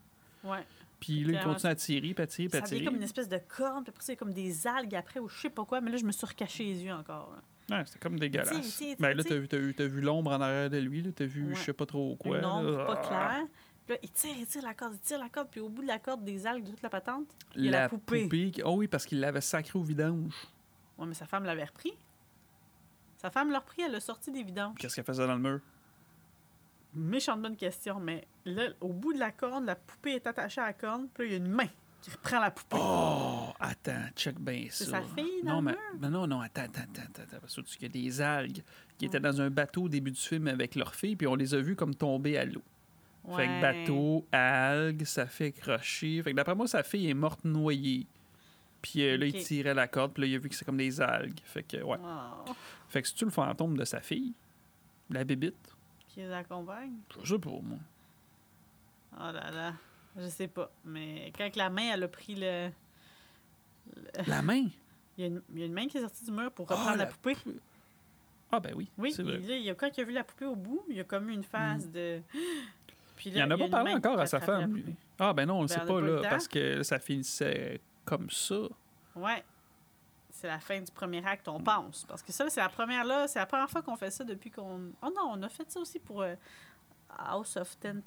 [SPEAKER 2] Ouais.
[SPEAKER 1] Puis là, il
[SPEAKER 2] Clairement,
[SPEAKER 1] continue à tirer, puis à tirer, puis à
[SPEAKER 2] hein. Ça devient
[SPEAKER 1] tirer.
[SPEAKER 2] comme une espèce de corne, puis après, c'est comme des algues après, ou je sais pas quoi, mais là, je me suis recaché les yeux encore. hein. là.
[SPEAKER 1] Ouais, c'était comme
[SPEAKER 2] Tire,
[SPEAKER 1] dégueulasse.
[SPEAKER 2] tire, tire,
[SPEAKER 1] Ben là,
[SPEAKER 2] tire.
[SPEAKER 1] t'as vu, t'as vu, t'as vu l'ombre en arrière de lui, là, t'as vu
[SPEAKER 2] Ouais.
[SPEAKER 1] je sais pas trop quoi.
[SPEAKER 2] Une
[SPEAKER 1] là.
[SPEAKER 2] ombre pas
[SPEAKER 1] Ah.
[SPEAKER 2] claire. Puis là, il tire, il tire la corde, il tire la corde, puis au bout de la corde, des algues de toute la patente. Il y a
[SPEAKER 1] la,
[SPEAKER 2] la
[SPEAKER 1] poupée.
[SPEAKER 2] poupée.
[SPEAKER 1] qui- Oh oui, parce qu'il l'avait sacrée au vidange.
[SPEAKER 2] Ouais, mais sa femme l'avait repris. Sa femme l'a repris, elle l'a sorti des vidanges.
[SPEAKER 1] Qu'est-ce qu'elle faisait dans le mur?
[SPEAKER 2] Méchante bonne question, mais là, au bout de la corne, la poupée est attachée à la corne, puis là, il y a une main qui reprend la poupée.
[SPEAKER 1] Oh, attends, check bien ça.
[SPEAKER 2] C'est sa fille dans
[SPEAKER 1] non,
[SPEAKER 2] le
[SPEAKER 1] mais,
[SPEAKER 2] mur?
[SPEAKER 1] mais non, non, attends, attends, attends, attends, attends, parce que tu- il y a des algues qui étaient dans un bateau au début du film avec leur fille, puis on les a vus comme tomber à l'eau. Oh, Fait que
[SPEAKER 2] Ouais.
[SPEAKER 1] bateau, algues, ça fait crocher. Fait que d'après moi, sa fille est morte noyée. Puis euh, là, il
[SPEAKER 2] Ok.
[SPEAKER 1] tirait la corde, puis là, il a vu que c'est comme des algues. Fait que, ouais.
[SPEAKER 2] Wow.
[SPEAKER 1] Fait que c'est-tu le fantôme de sa fille? La bébite?
[SPEAKER 2] Qui les accompagne?
[SPEAKER 1] Je sais pas, moi.
[SPEAKER 2] Oh là là. Je sais pas. Mais quand la main, elle a pris le. Euh.
[SPEAKER 1] La main?
[SPEAKER 2] Il y, a une... il y a une main qui est sortie du mur pour
[SPEAKER 1] Oh,
[SPEAKER 2] reprendre
[SPEAKER 1] la
[SPEAKER 2] la, poupée.
[SPEAKER 1] Ah, ben oui.
[SPEAKER 2] Oui,
[SPEAKER 1] c'est vrai. Hmm.
[SPEAKER 2] il- là, il y a... quand il a vu la poupée au bout, il y a comme eu une phase de. Puis
[SPEAKER 1] Il
[SPEAKER 2] là,
[SPEAKER 1] n'en a
[SPEAKER 2] y
[SPEAKER 1] pas
[SPEAKER 2] une
[SPEAKER 1] parlé
[SPEAKER 2] main
[SPEAKER 1] encore
[SPEAKER 2] qui
[SPEAKER 1] à sa
[SPEAKER 2] attrape la
[SPEAKER 1] femme,
[SPEAKER 2] poupée.
[SPEAKER 1] lui. Ah, ben non, on le
[SPEAKER 2] Ben,
[SPEAKER 1] sait
[SPEAKER 2] on a
[SPEAKER 1] pas,
[SPEAKER 2] pas eu
[SPEAKER 1] là,
[SPEAKER 2] le temps.
[SPEAKER 1] parce que ça finissait comme ça.
[SPEAKER 2] Ouais. C'est la fin du premier acte, on pense. Parce que ça, c'est la première là, c'est la première fois qu'on fait ça depuis qu'on. Oh non, on a fait ça aussi pour euh, House of 10,000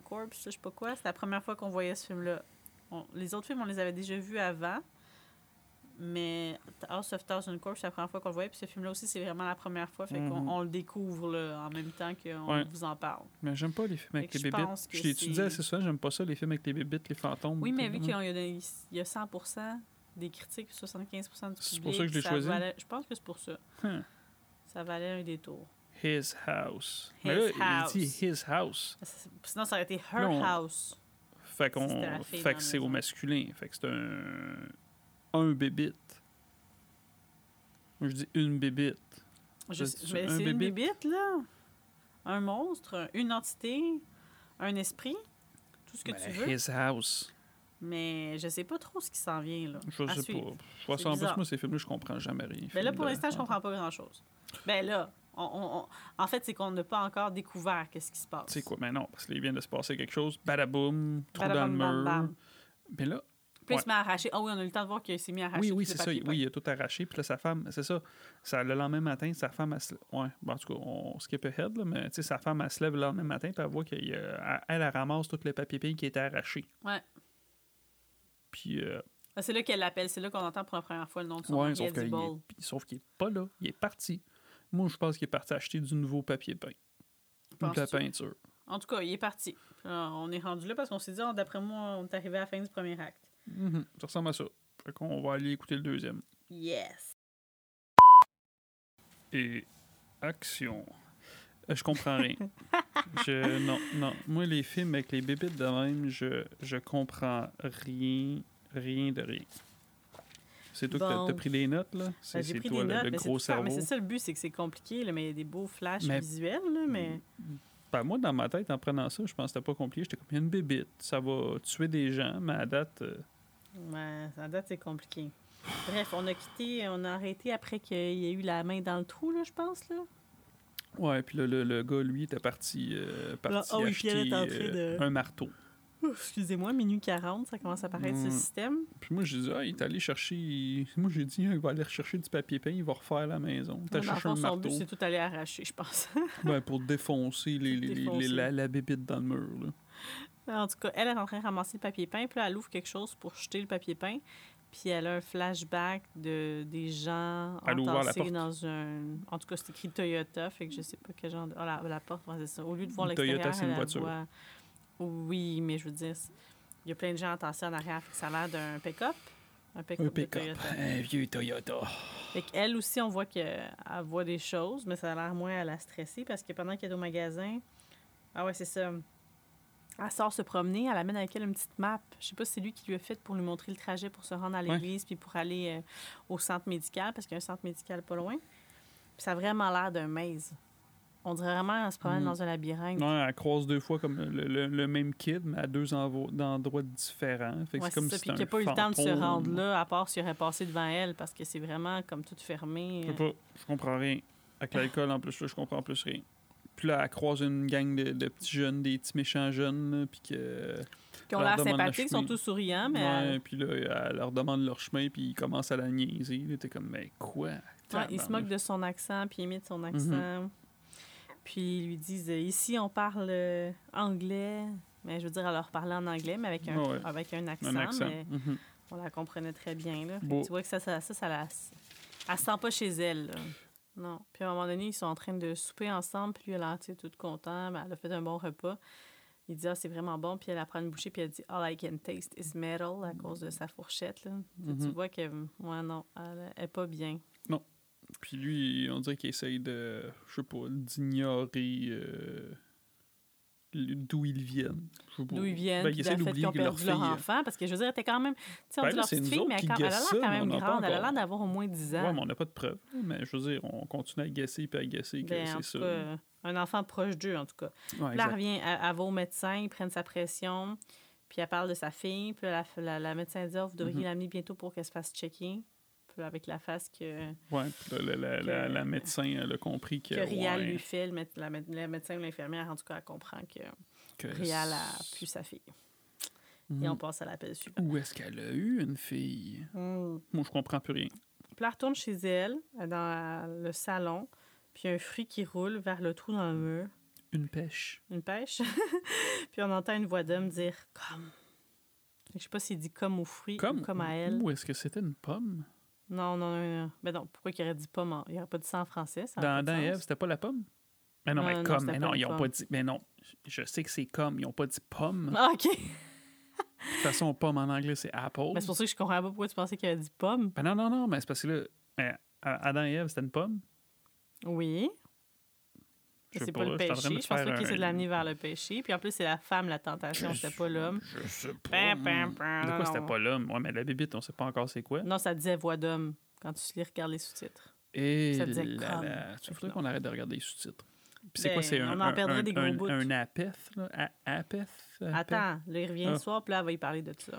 [SPEAKER 2] Corps, je sais pas quoi. C'est la première fois qu'on voyait ce film-là. On- Les autres films, on les avait déjà vus avant. Mais House of Thousand Corps, c'est la première fois qu'on le voyait. Puis ce film-là aussi, c'est vraiment la première fois. Fait
[SPEAKER 1] Mhm.
[SPEAKER 2] qu'on on le découvre là, en même temps qu'on
[SPEAKER 1] Ouais.
[SPEAKER 2] vous en parle.
[SPEAKER 1] Mais j'aime pas les films avec
[SPEAKER 2] Fait
[SPEAKER 1] les
[SPEAKER 2] que je pense
[SPEAKER 1] bébites.
[SPEAKER 2] que
[SPEAKER 1] Je l'ai étudié
[SPEAKER 2] c'est-
[SPEAKER 1] assez souvent, j'aime pas ça, les films avec les bébites, les fantômes.
[SPEAKER 2] Oui, mais
[SPEAKER 1] tout
[SPEAKER 2] vu
[SPEAKER 1] le
[SPEAKER 2] qu'il y
[SPEAKER 1] monde.
[SPEAKER 2] a, il y a 100% des critiques, 75% du public.
[SPEAKER 1] C'est pour ça que je l'ai choisi.
[SPEAKER 2] valait- je pense que c'est pour ça.
[SPEAKER 1] Huh.
[SPEAKER 2] Ça valait un détour.
[SPEAKER 1] Hein. His house.
[SPEAKER 2] His
[SPEAKER 1] mais là, il
[SPEAKER 2] house.
[SPEAKER 1] dit his house.
[SPEAKER 2] Sinon, ça aurait été Her
[SPEAKER 1] Non.
[SPEAKER 2] House.
[SPEAKER 1] Fait, qu'on...
[SPEAKER 2] C'était la fille
[SPEAKER 1] fait
[SPEAKER 2] dans
[SPEAKER 1] que
[SPEAKER 2] la
[SPEAKER 1] c'est au
[SPEAKER 2] maison.
[SPEAKER 1] masculin. Fait que c'est un. Un bébite. Moi, je dis une bébite.
[SPEAKER 2] Je
[SPEAKER 1] Ça,
[SPEAKER 2] sais-
[SPEAKER 1] c'est
[SPEAKER 2] mais
[SPEAKER 1] un
[SPEAKER 2] c'est une
[SPEAKER 1] bébé.
[SPEAKER 2] bébite, là. Un monstre, une entité, un esprit, tout ce que tu
[SPEAKER 1] Ben,
[SPEAKER 2] veux.
[SPEAKER 1] His house.
[SPEAKER 2] Mais je sais pas trop ce qui s'en vient, là.
[SPEAKER 1] Je
[SPEAKER 2] à
[SPEAKER 1] sais
[SPEAKER 2] suivre.
[SPEAKER 1] pas. Je vois
[SPEAKER 2] C'est
[SPEAKER 1] ça en plus,
[SPEAKER 2] bizarre.
[SPEAKER 1] moi, ces films-là, je comprends jamais rien.
[SPEAKER 2] Mais là, pour
[SPEAKER 1] Films de
[SPEAKER 2] l'instant, je
[SPEAKER 1] fantômes.
[SPEAKER 2] comprends pas grand-chose. Ben là, on- on- on- en fait, c'est qu'on n'a pas encore découvert qu'est-ce qui se passe.
[SPEAKER 1] Tu sais quoi, mais non, parce qu'il vient de se passer quelque chose, badaboum, trou dans le
[SPEAKER 2] Badaboum, bam,
[SPEAKER 1] mur.
[SPEAKER 2] bam.
[SPEAKER 1] Mais là,
[SPEAKER 2] Puis
[SPEAKER 1] Ouais.
[SPEAKER 2] il se met à arracher. Ah oui, on a eu le temps de voir qu'il s'est mis à
[SPEAKER 1] oui,
[SPEAKER 2] arracher.
[SPEAKER 1] oui,
[SPEAKER 2] tout le
[SPEAKER 1] c'est ça,
[SPEAKER 2] papier
[SPEAKER 1] oui, il a tout arraché, puis là, sa femme, c'est ça, ça, le lendemain matin, sa femme, elle se... ouais, bon, en tout cas, on skip ahead, là, mais tu sais, sa femme, elle se lève le lendemain matin, puis elle voit qu'elle, euh, elle, elle ramasse tout le papier peint qui était arraché.
[SPEAKER 2] Ouais.
[SPEAKER 1] Puis, euh,
[SPEAKER 2] Ah, C'est là qu'elle l'appelle. C'est là qu'on entend pour la première fois le nom de son
[SPEAKER 1] ouais,
[SPEAKER 2] mari,
[SPEAKER 1] sauf
[SPEAKER 2] Eddie
[SPEAKER 1] qu'il
[SPEAKER 2] Ball.
[SPEAKER 1] est... sauf qu'il est pas là, il est parti. Moi, je pense qu'il est parti acheter du nouveau papier peint, ou de la
[SPEAKER 2] Penses-tu?
[SPEAKER 1] peinture.
[SPEAKER 2] En tout cas, il est parti. Puis là, on est rendu là parce qu'on s'est dit, Ah, d'après moi, on est arrivé à la fin du premier acte.
[SPEAKER 1] Mhm, Ça ressemble à ça. Fait qu'on va aller écouter le deuxième.
[SPEAKER 2] Yes.
[SPEAKER 1] et action. Euh, Je comprends rien. je, non, non. Moi, les films avec les bébites de même, je, je comprends rien, rien de rien. C'est toi
[SPEAKER 2] Bon.
[SPEAKER 1] qui as pris des notes, là?
[SPEAKER 2] Ben,
[SPEAKER 1] C'est
[SPEAKER 2] J'ai
[SPEAKER 1] c'est
[SPEAKER 2] pris
[SPEAKER 1] toi
[SPEAKER 2] des
[SPEAKER 1] le-
[SPEAKER 2] notes,
[SPEAKER 1] le,
[SPEAKER 2] mais c'est
[SPEAKER 1] gros
[SPEAKER 2] tout ça. Mais
[SPEAKER 1] cerveau.
[SPEAKER 2] c'est ça le but, c'est que c'est compliqué. là, mais il y a des beaux flashs
[SPEAKER 1] Mais-
[SPEAKER 2] visuels. là, mais...
[SPEAKER 1] Ben, moi, dans ma tête, en prenant ça, je pense que c'était pas compliqué. J'étais comme, il y a une bébite, ça va tuer des gens, mais à date, euh,
[SPEAKER 2] Ouais, à date, c'est compliqué. Bref, on a quitté, on a arrêté après qu'il y ait eu la main dans le trou, là, je pense. Là.
[SPEAKER 1] Ouais, puis là, le, le gars, lui, était parti, euh, parti
[SPEAKER 2] ah oui,
[SPEAKER 1] acheter
[SPEAKER 2] puis elle est en train
[SPEAKER 1] euh,
[SPEAKER 2] de-
[SPEAKER 1] un marteau.
[SPEAKER 2] Ouf, Excusez-moi, minuit 40, ça commence à apparaître
[SPEAKER 1] Ouais.
[SPEAKER 2] ce système.
[SPEAKER 1] Puis moi, j'ai dit, ah, il est allé chercher. Moi, j'ai dit, ah, il va aller rechercher du papier peint, il va refaire la maison. T'as
[SPEAKER 2] Ouais, dans le
[SPEAKER 1] cherché
[SPEAKER 2] fond,
[SPEAKER 1] un
[SPEAKER 2] son but,
[SPEAKER 1] marteau
[SPEAKER 2] c'est tout aller arracher, je pense.
[SPEAKER 1] ben, pour défoncer, les, les- les-
[SPEAKER 2] Défoncer.
[SPEAKER 1] la, la bébite dans le mur. Là.
[SPEAKER 2] Ben, en tout cas, elle elle est en train de ramasser le papier peint, puis là, elle ouvre quelque chose pour jeter le papier peint. Puis elle a un flashback de des gens
[SPEAKER 1] Elle a ouvert la
[SPEAKER 2] entassés
[SPEAKER 1] porte.
[SPEAKER 2] dans un. En tout cas, c'est écrit Toyota, fait que je sais pas quel genre de. Oh, la, la porte, ouais, c'est ça. Au lieu de voir
[SPEAKER 1] Une
[SPEAKER 2] l'extérieur,
[SPEAKER 1] Toyota, c'est une
[SPEAKER 2] elle la
[SPEAKER 1] voiture.
[SPEAKER 2] voit- Oui, mais je veux dire, c'est- il y a plein de gens entassés en arrière, fait que ça a l'air d'un pick-up. Un pick-up. de Toyota.
[SPEAKER 1] Un vieux Toyota.
[SPEAKER 2] Fait qu'elle aussi, on voit qu'elle voit des choses, mais ça a l'air moins à la stresser parce que pendant qu'elle est au magasin, ah ouais, c'est ça. Elle sort se promener, elle amène avec elle une petite map. Je sais pas si c'est lui qui lui a fait pour lui montrer le trajet pour se rendre à
[SPEAKER 1] Ouais.
[SPEAKER 2] l'église puis pour aller euh, au centre médical parce qu'il y a un centre médical pas loin. Puis ça a vraiment l'air d'un maze. On dirait vraiment qu'elle se promène
[SPEAKER 1] Mm.
[SPEAKER 2] dans un labyrinthe.
[SPEAKER 1] Non, elle croise deux fois comme le, le- le même kid, mais à deux envo- endroits différents. Fait que
[SPEAKER 2] Ouais,
[SPEAKER 1] c'est comme
[SPEAKER 2] ça,
[SPEAKER 1] si
[SPEAKER 2] puis
[SPEAKER 1] c'était
[SPEAKER 2] qu'il
[SPEAKER 1] un
[SPEAKER 2] a pas eu le temps de se
[SPEAKER 1] fantôme.
[SPEAKER 2] rendre là, à part s'il aurait passé devant elle, parce que c'est vraiment comme tout fermé. euh,
[SPEAKER 1] Je sais pas, je comprends rien. Avec l'alcool, en plus, là, je comprends plus rien. Puis là, elle croise une gang de, de petits jeunes, des petits méchants jeunes, là, puis que...
[SPEAKER 2] Qui ont
[SPEAKER 1] leur
[SPEAKER 2] l'air
[SPEAKER 1] demande la
[SPEAKER 2] sympathiques, sont
[SPEAKER 1] chemise.
[SPEAKER 2] tous souriants, Ah, mais elle-
[SPEAKER 1] Ouais, puis là, elle leur demande leur chemin, puis ils commencent à la niaiser. Là, t'es comme, mais quoi?
[SPEAKER 2] Ouais, il se moque de son accent, puis il imite
[SPEAKER 1] Mhm.
[SPEAKER 2] son accent. Puis ils lui disent euh, Ici, on parle euh, anglais. Mais je veux dire, elle leur parlait en anglais, mais avec un,
[SPEAKER 1] Ouais.
[SPEAKER 2] avec un, accent,
[SPEAKER 1] Un accent.
[SPEAKER 2] Mais
[SPEAKER 1] Mhm.
[SPEAKER 2] on la comprenait très bien. Là. Fait que
[SPEAKER 1] Beau.
[SPEAKER 2] Tu vois que ça, ça, ça, ça la. Elle se sent pas chez elle. là. Non. Puis à un moment donné, ils sont en train de souper ensemble, puis lui, elle a l'air tu sais, toute contente. ben, elle a fait un bon repas. Il dit Ah, c'est vraiment bon. Puis elle apprend une bouchée, puis elle dit All I can taste is metal à cause de sa fourchette. Là. Fait que Tu
[SPEAKER 1] Mhm.
[SPEAKER 2] vois que, ouais, non, elle elle est pas bien.
[SPEAKER 1] Puis lui, on dirait qu'il essaye de, je sais pas, d'ignorer euh, le- d'où ils viennent. Je sais pas.
[SPEAKER 2] d'où ils viennent,
[SPEAKER 1] Ben, il
[SPEAKER 2] puis
[SPEAKER 1] essaie
[SPEAKER 2] de la fait qu'ils
[SPEAKER 1] d'oublier
[SPEAKER 2] ont
[SPEAKER 1] que leur
[SPEAKER 2] perdu leur
[SPEAKER 1] fille-
[SPEAKER 2] enfant. Parce que je veux dire, elle était quand même. Tu sais, on
[SPEAKER 1] Ben
[SPEAKER 2] dit
[SPEAKER 1] là,
[SPEAKER 2] leur
[SPEAKER 1] c'est nous
[SPEAKER 2] petite fille,
[SPEAKER 1] autres
[SPEAKER 2] mais elle,
[SPEAKER 1] qui
[SPEAKER 2] elle a l'air
[SPEAKER 1] guessons,
[SPEAKER 2] quand
[SPEAKER 1] mais
[SPEAKER 2] même
[SPEAKER 1] on n'a pas
[SPEAKER 2] grande. Elle a l'air
[SPEAKER 1] encore-
[SPEAKER 2] d'avoir au moins 10
[SPEAKER 1] Ouais,
[SPEAKER 2] ans.
[SPEAKER 1] mais on n'a pas de preuves. Mais je veux dire, on continue à gasser puis à gasser que
[SPEAKER 2] Ben, en
[SPEAKER 1] c'est
[SPEAKER 2] tout
[SPEAKER 1] ça.
[SPEAKER 2] cas, euh, un enfant proche d'eux, en tout cas.
[SPEAKER 1] Ouais,
[SPEAKER 2] Puis là,
[SPEAKER 1] exact.
[SPEAKER 2] elle revient, elle, elle va au médecin, ils prennent sa pression, puis elle parle de sa fille, puis la, la, la médecin dit Ah, Vous devriez
[SPEAKER 1] Mhm.
[SPEAKER 2] l'amener bientôt pour qu'elle se fasse checker. Puis là, avec la face que,
[SPEAKER 1] Ouais, puis là, la, la-
[SPEAKER 2] que-
[SPEAKER 1] la- la médecin, elle a compris que.
[SPEAKER 2] que Rial
[SPEAKER 1] ouais,
[SPEAKER 2] lui fait, le, mé- la, mé- la médecin ou l'infirmière, en tout cas, elle comprend que
[SPEAKER 1] que
[SPEAKER 2] Rial a
[SPEAKER 1] c'est-
[SPEAKER 2] pu sa fille. Et
[SPEAKER 1] Mhm.
[SPEAKER 2] on passe à l'appel suivant.
[SPEAKER 1] Où est-ce qu'elle a eu une fille? Moi, je comprends plus rien.
[SPEAKER 2] Puis là, elle retourne chez elle, euh, dans la- le salon, puis il y a un fruit qui roule vers le trou dans le mur,
[SPEAKER 1] Une pêche.
[SPEAKER 2] une pêche. puis on entend une voix d'homme dire comme. Fait que Je sais pas s'il dit comme au fruit
[SPEAKER 1] Comme,
[SPEAKER 2] ou comme à elle.
[SPEAKER 1] Ou est-ce que c'était une pomme?
[SPEAKER 2] Non, non, non, non. Mais non, pourquoi il aurait dit pomme en- Il aurait pas dit ça en français, ça aurait
[SPEAKER 1] Dans,
[SPEAKER 2] pas
[SPEAKER 1] dans
[SPEAKER 2] de
[SPEAKER 1] Ève,
[SPEAKER 2] sens. Euh,
[SPEAKER 1] c'était pas la pomme? Mais non,
[SPEAKER 2] Non,
[SPEAKER 1] mais
[SPEAKER 2] non,
[SPEAKER 1] comme,
[SPEAKER 2] c'était
[SPEAKER 1] mais
[SPEAKER 2] pas
[SPEAKER 1] non,
[SPEAKER 2] une
[SPEAKER 1] ils ont
[SPEAKER 2] pomme.
[SPEAKER 1] pas dit. Mais non, je sais que c'est comme, ils ont pas dit pomme.
[SPEAKER 2] Ah, OK.
[SPEAKER 1] De toute façon, pomme en anglais, c'est apple.
[SPEAKER 2] Mais c'est pour ça que je comprends pas pourquoi tu pensais qu'il avait dit pomme.
[SPEAKER 1] Ben non, non, non, mais c'est parce que là, euh, Adam et Ève, c'était une pomme.
[SPEAKER 2] Oui.
[SPEAKER 1] Je sais
[SPEAKER 2] C'est
[SPEAKER 1] pas,
[SPEAKER 2] pas,
[SPEAKER 1] là,
[SPEAKER 2] le
[SPEAKER 1] je suis en train de te
[SPEAKER 2] péché. Je pense pas
[SPEAKER 1] faire
[SPEAKER 2] qu'il essaie de
[SPEAKER 1] un-
[SPEAKER 2] l'amener vers le péché. Puis en plus, c'est la femme, la tentation,
[SPEAKER 1] Je
[SPEAKER 2] Ah, c'était pas l'homme.
[SPEAKER 1] Je sais pas.
[SPEAKER 2] Pam,
[SPEAKER 1] moi.
[SPEAKER 2] pam, pam,
[SPEAKER 1] De
[SPEAKER 2] non,
[SPEAKER 1] quoi c'était
[SPEAKER 2] non.
[SPEAKER 1] pas l'homme? Ouais, mais la bibite, on sait pas encore c'est quoi.
[SPEAKER 2] Non, ça disait voix d'homme quand tu lis regardes les sous-titres.
[SPEAKER 1] Et
[SPEAKER 2] Ça disait
[SPEAKER 1] là,
[SPEAKER 2] comme.
[SPEAKER 1] là, tu
[SPEAKER 2] Fait que
[SPEAKER 1] voudrais
[SPEAKER 2] non.
[SPEAKER 1] qu'on arrête de regarder les sous-titres. Puis c'est quoi,
[SPEAKER 2] Ben,
[SPEAKER 1] c'est un,
[SPEAKER 2] on en
[SPEAKER 1] un,
[SPEAKER 2] perdrait
[SPEAKER 1] un,
[SPEAKER 2] des gros
[SPEAKER 1] un-
[SPEAKER 2] bouts.
[SPEAKER 1] un apeth, là? A- apeth? apeth?
[SPEAKER 2] Attends, là, il revient le
[SPEAKER 1] Ah.
[SPEAKER 2] soir, puis là, elle va y parler de ça.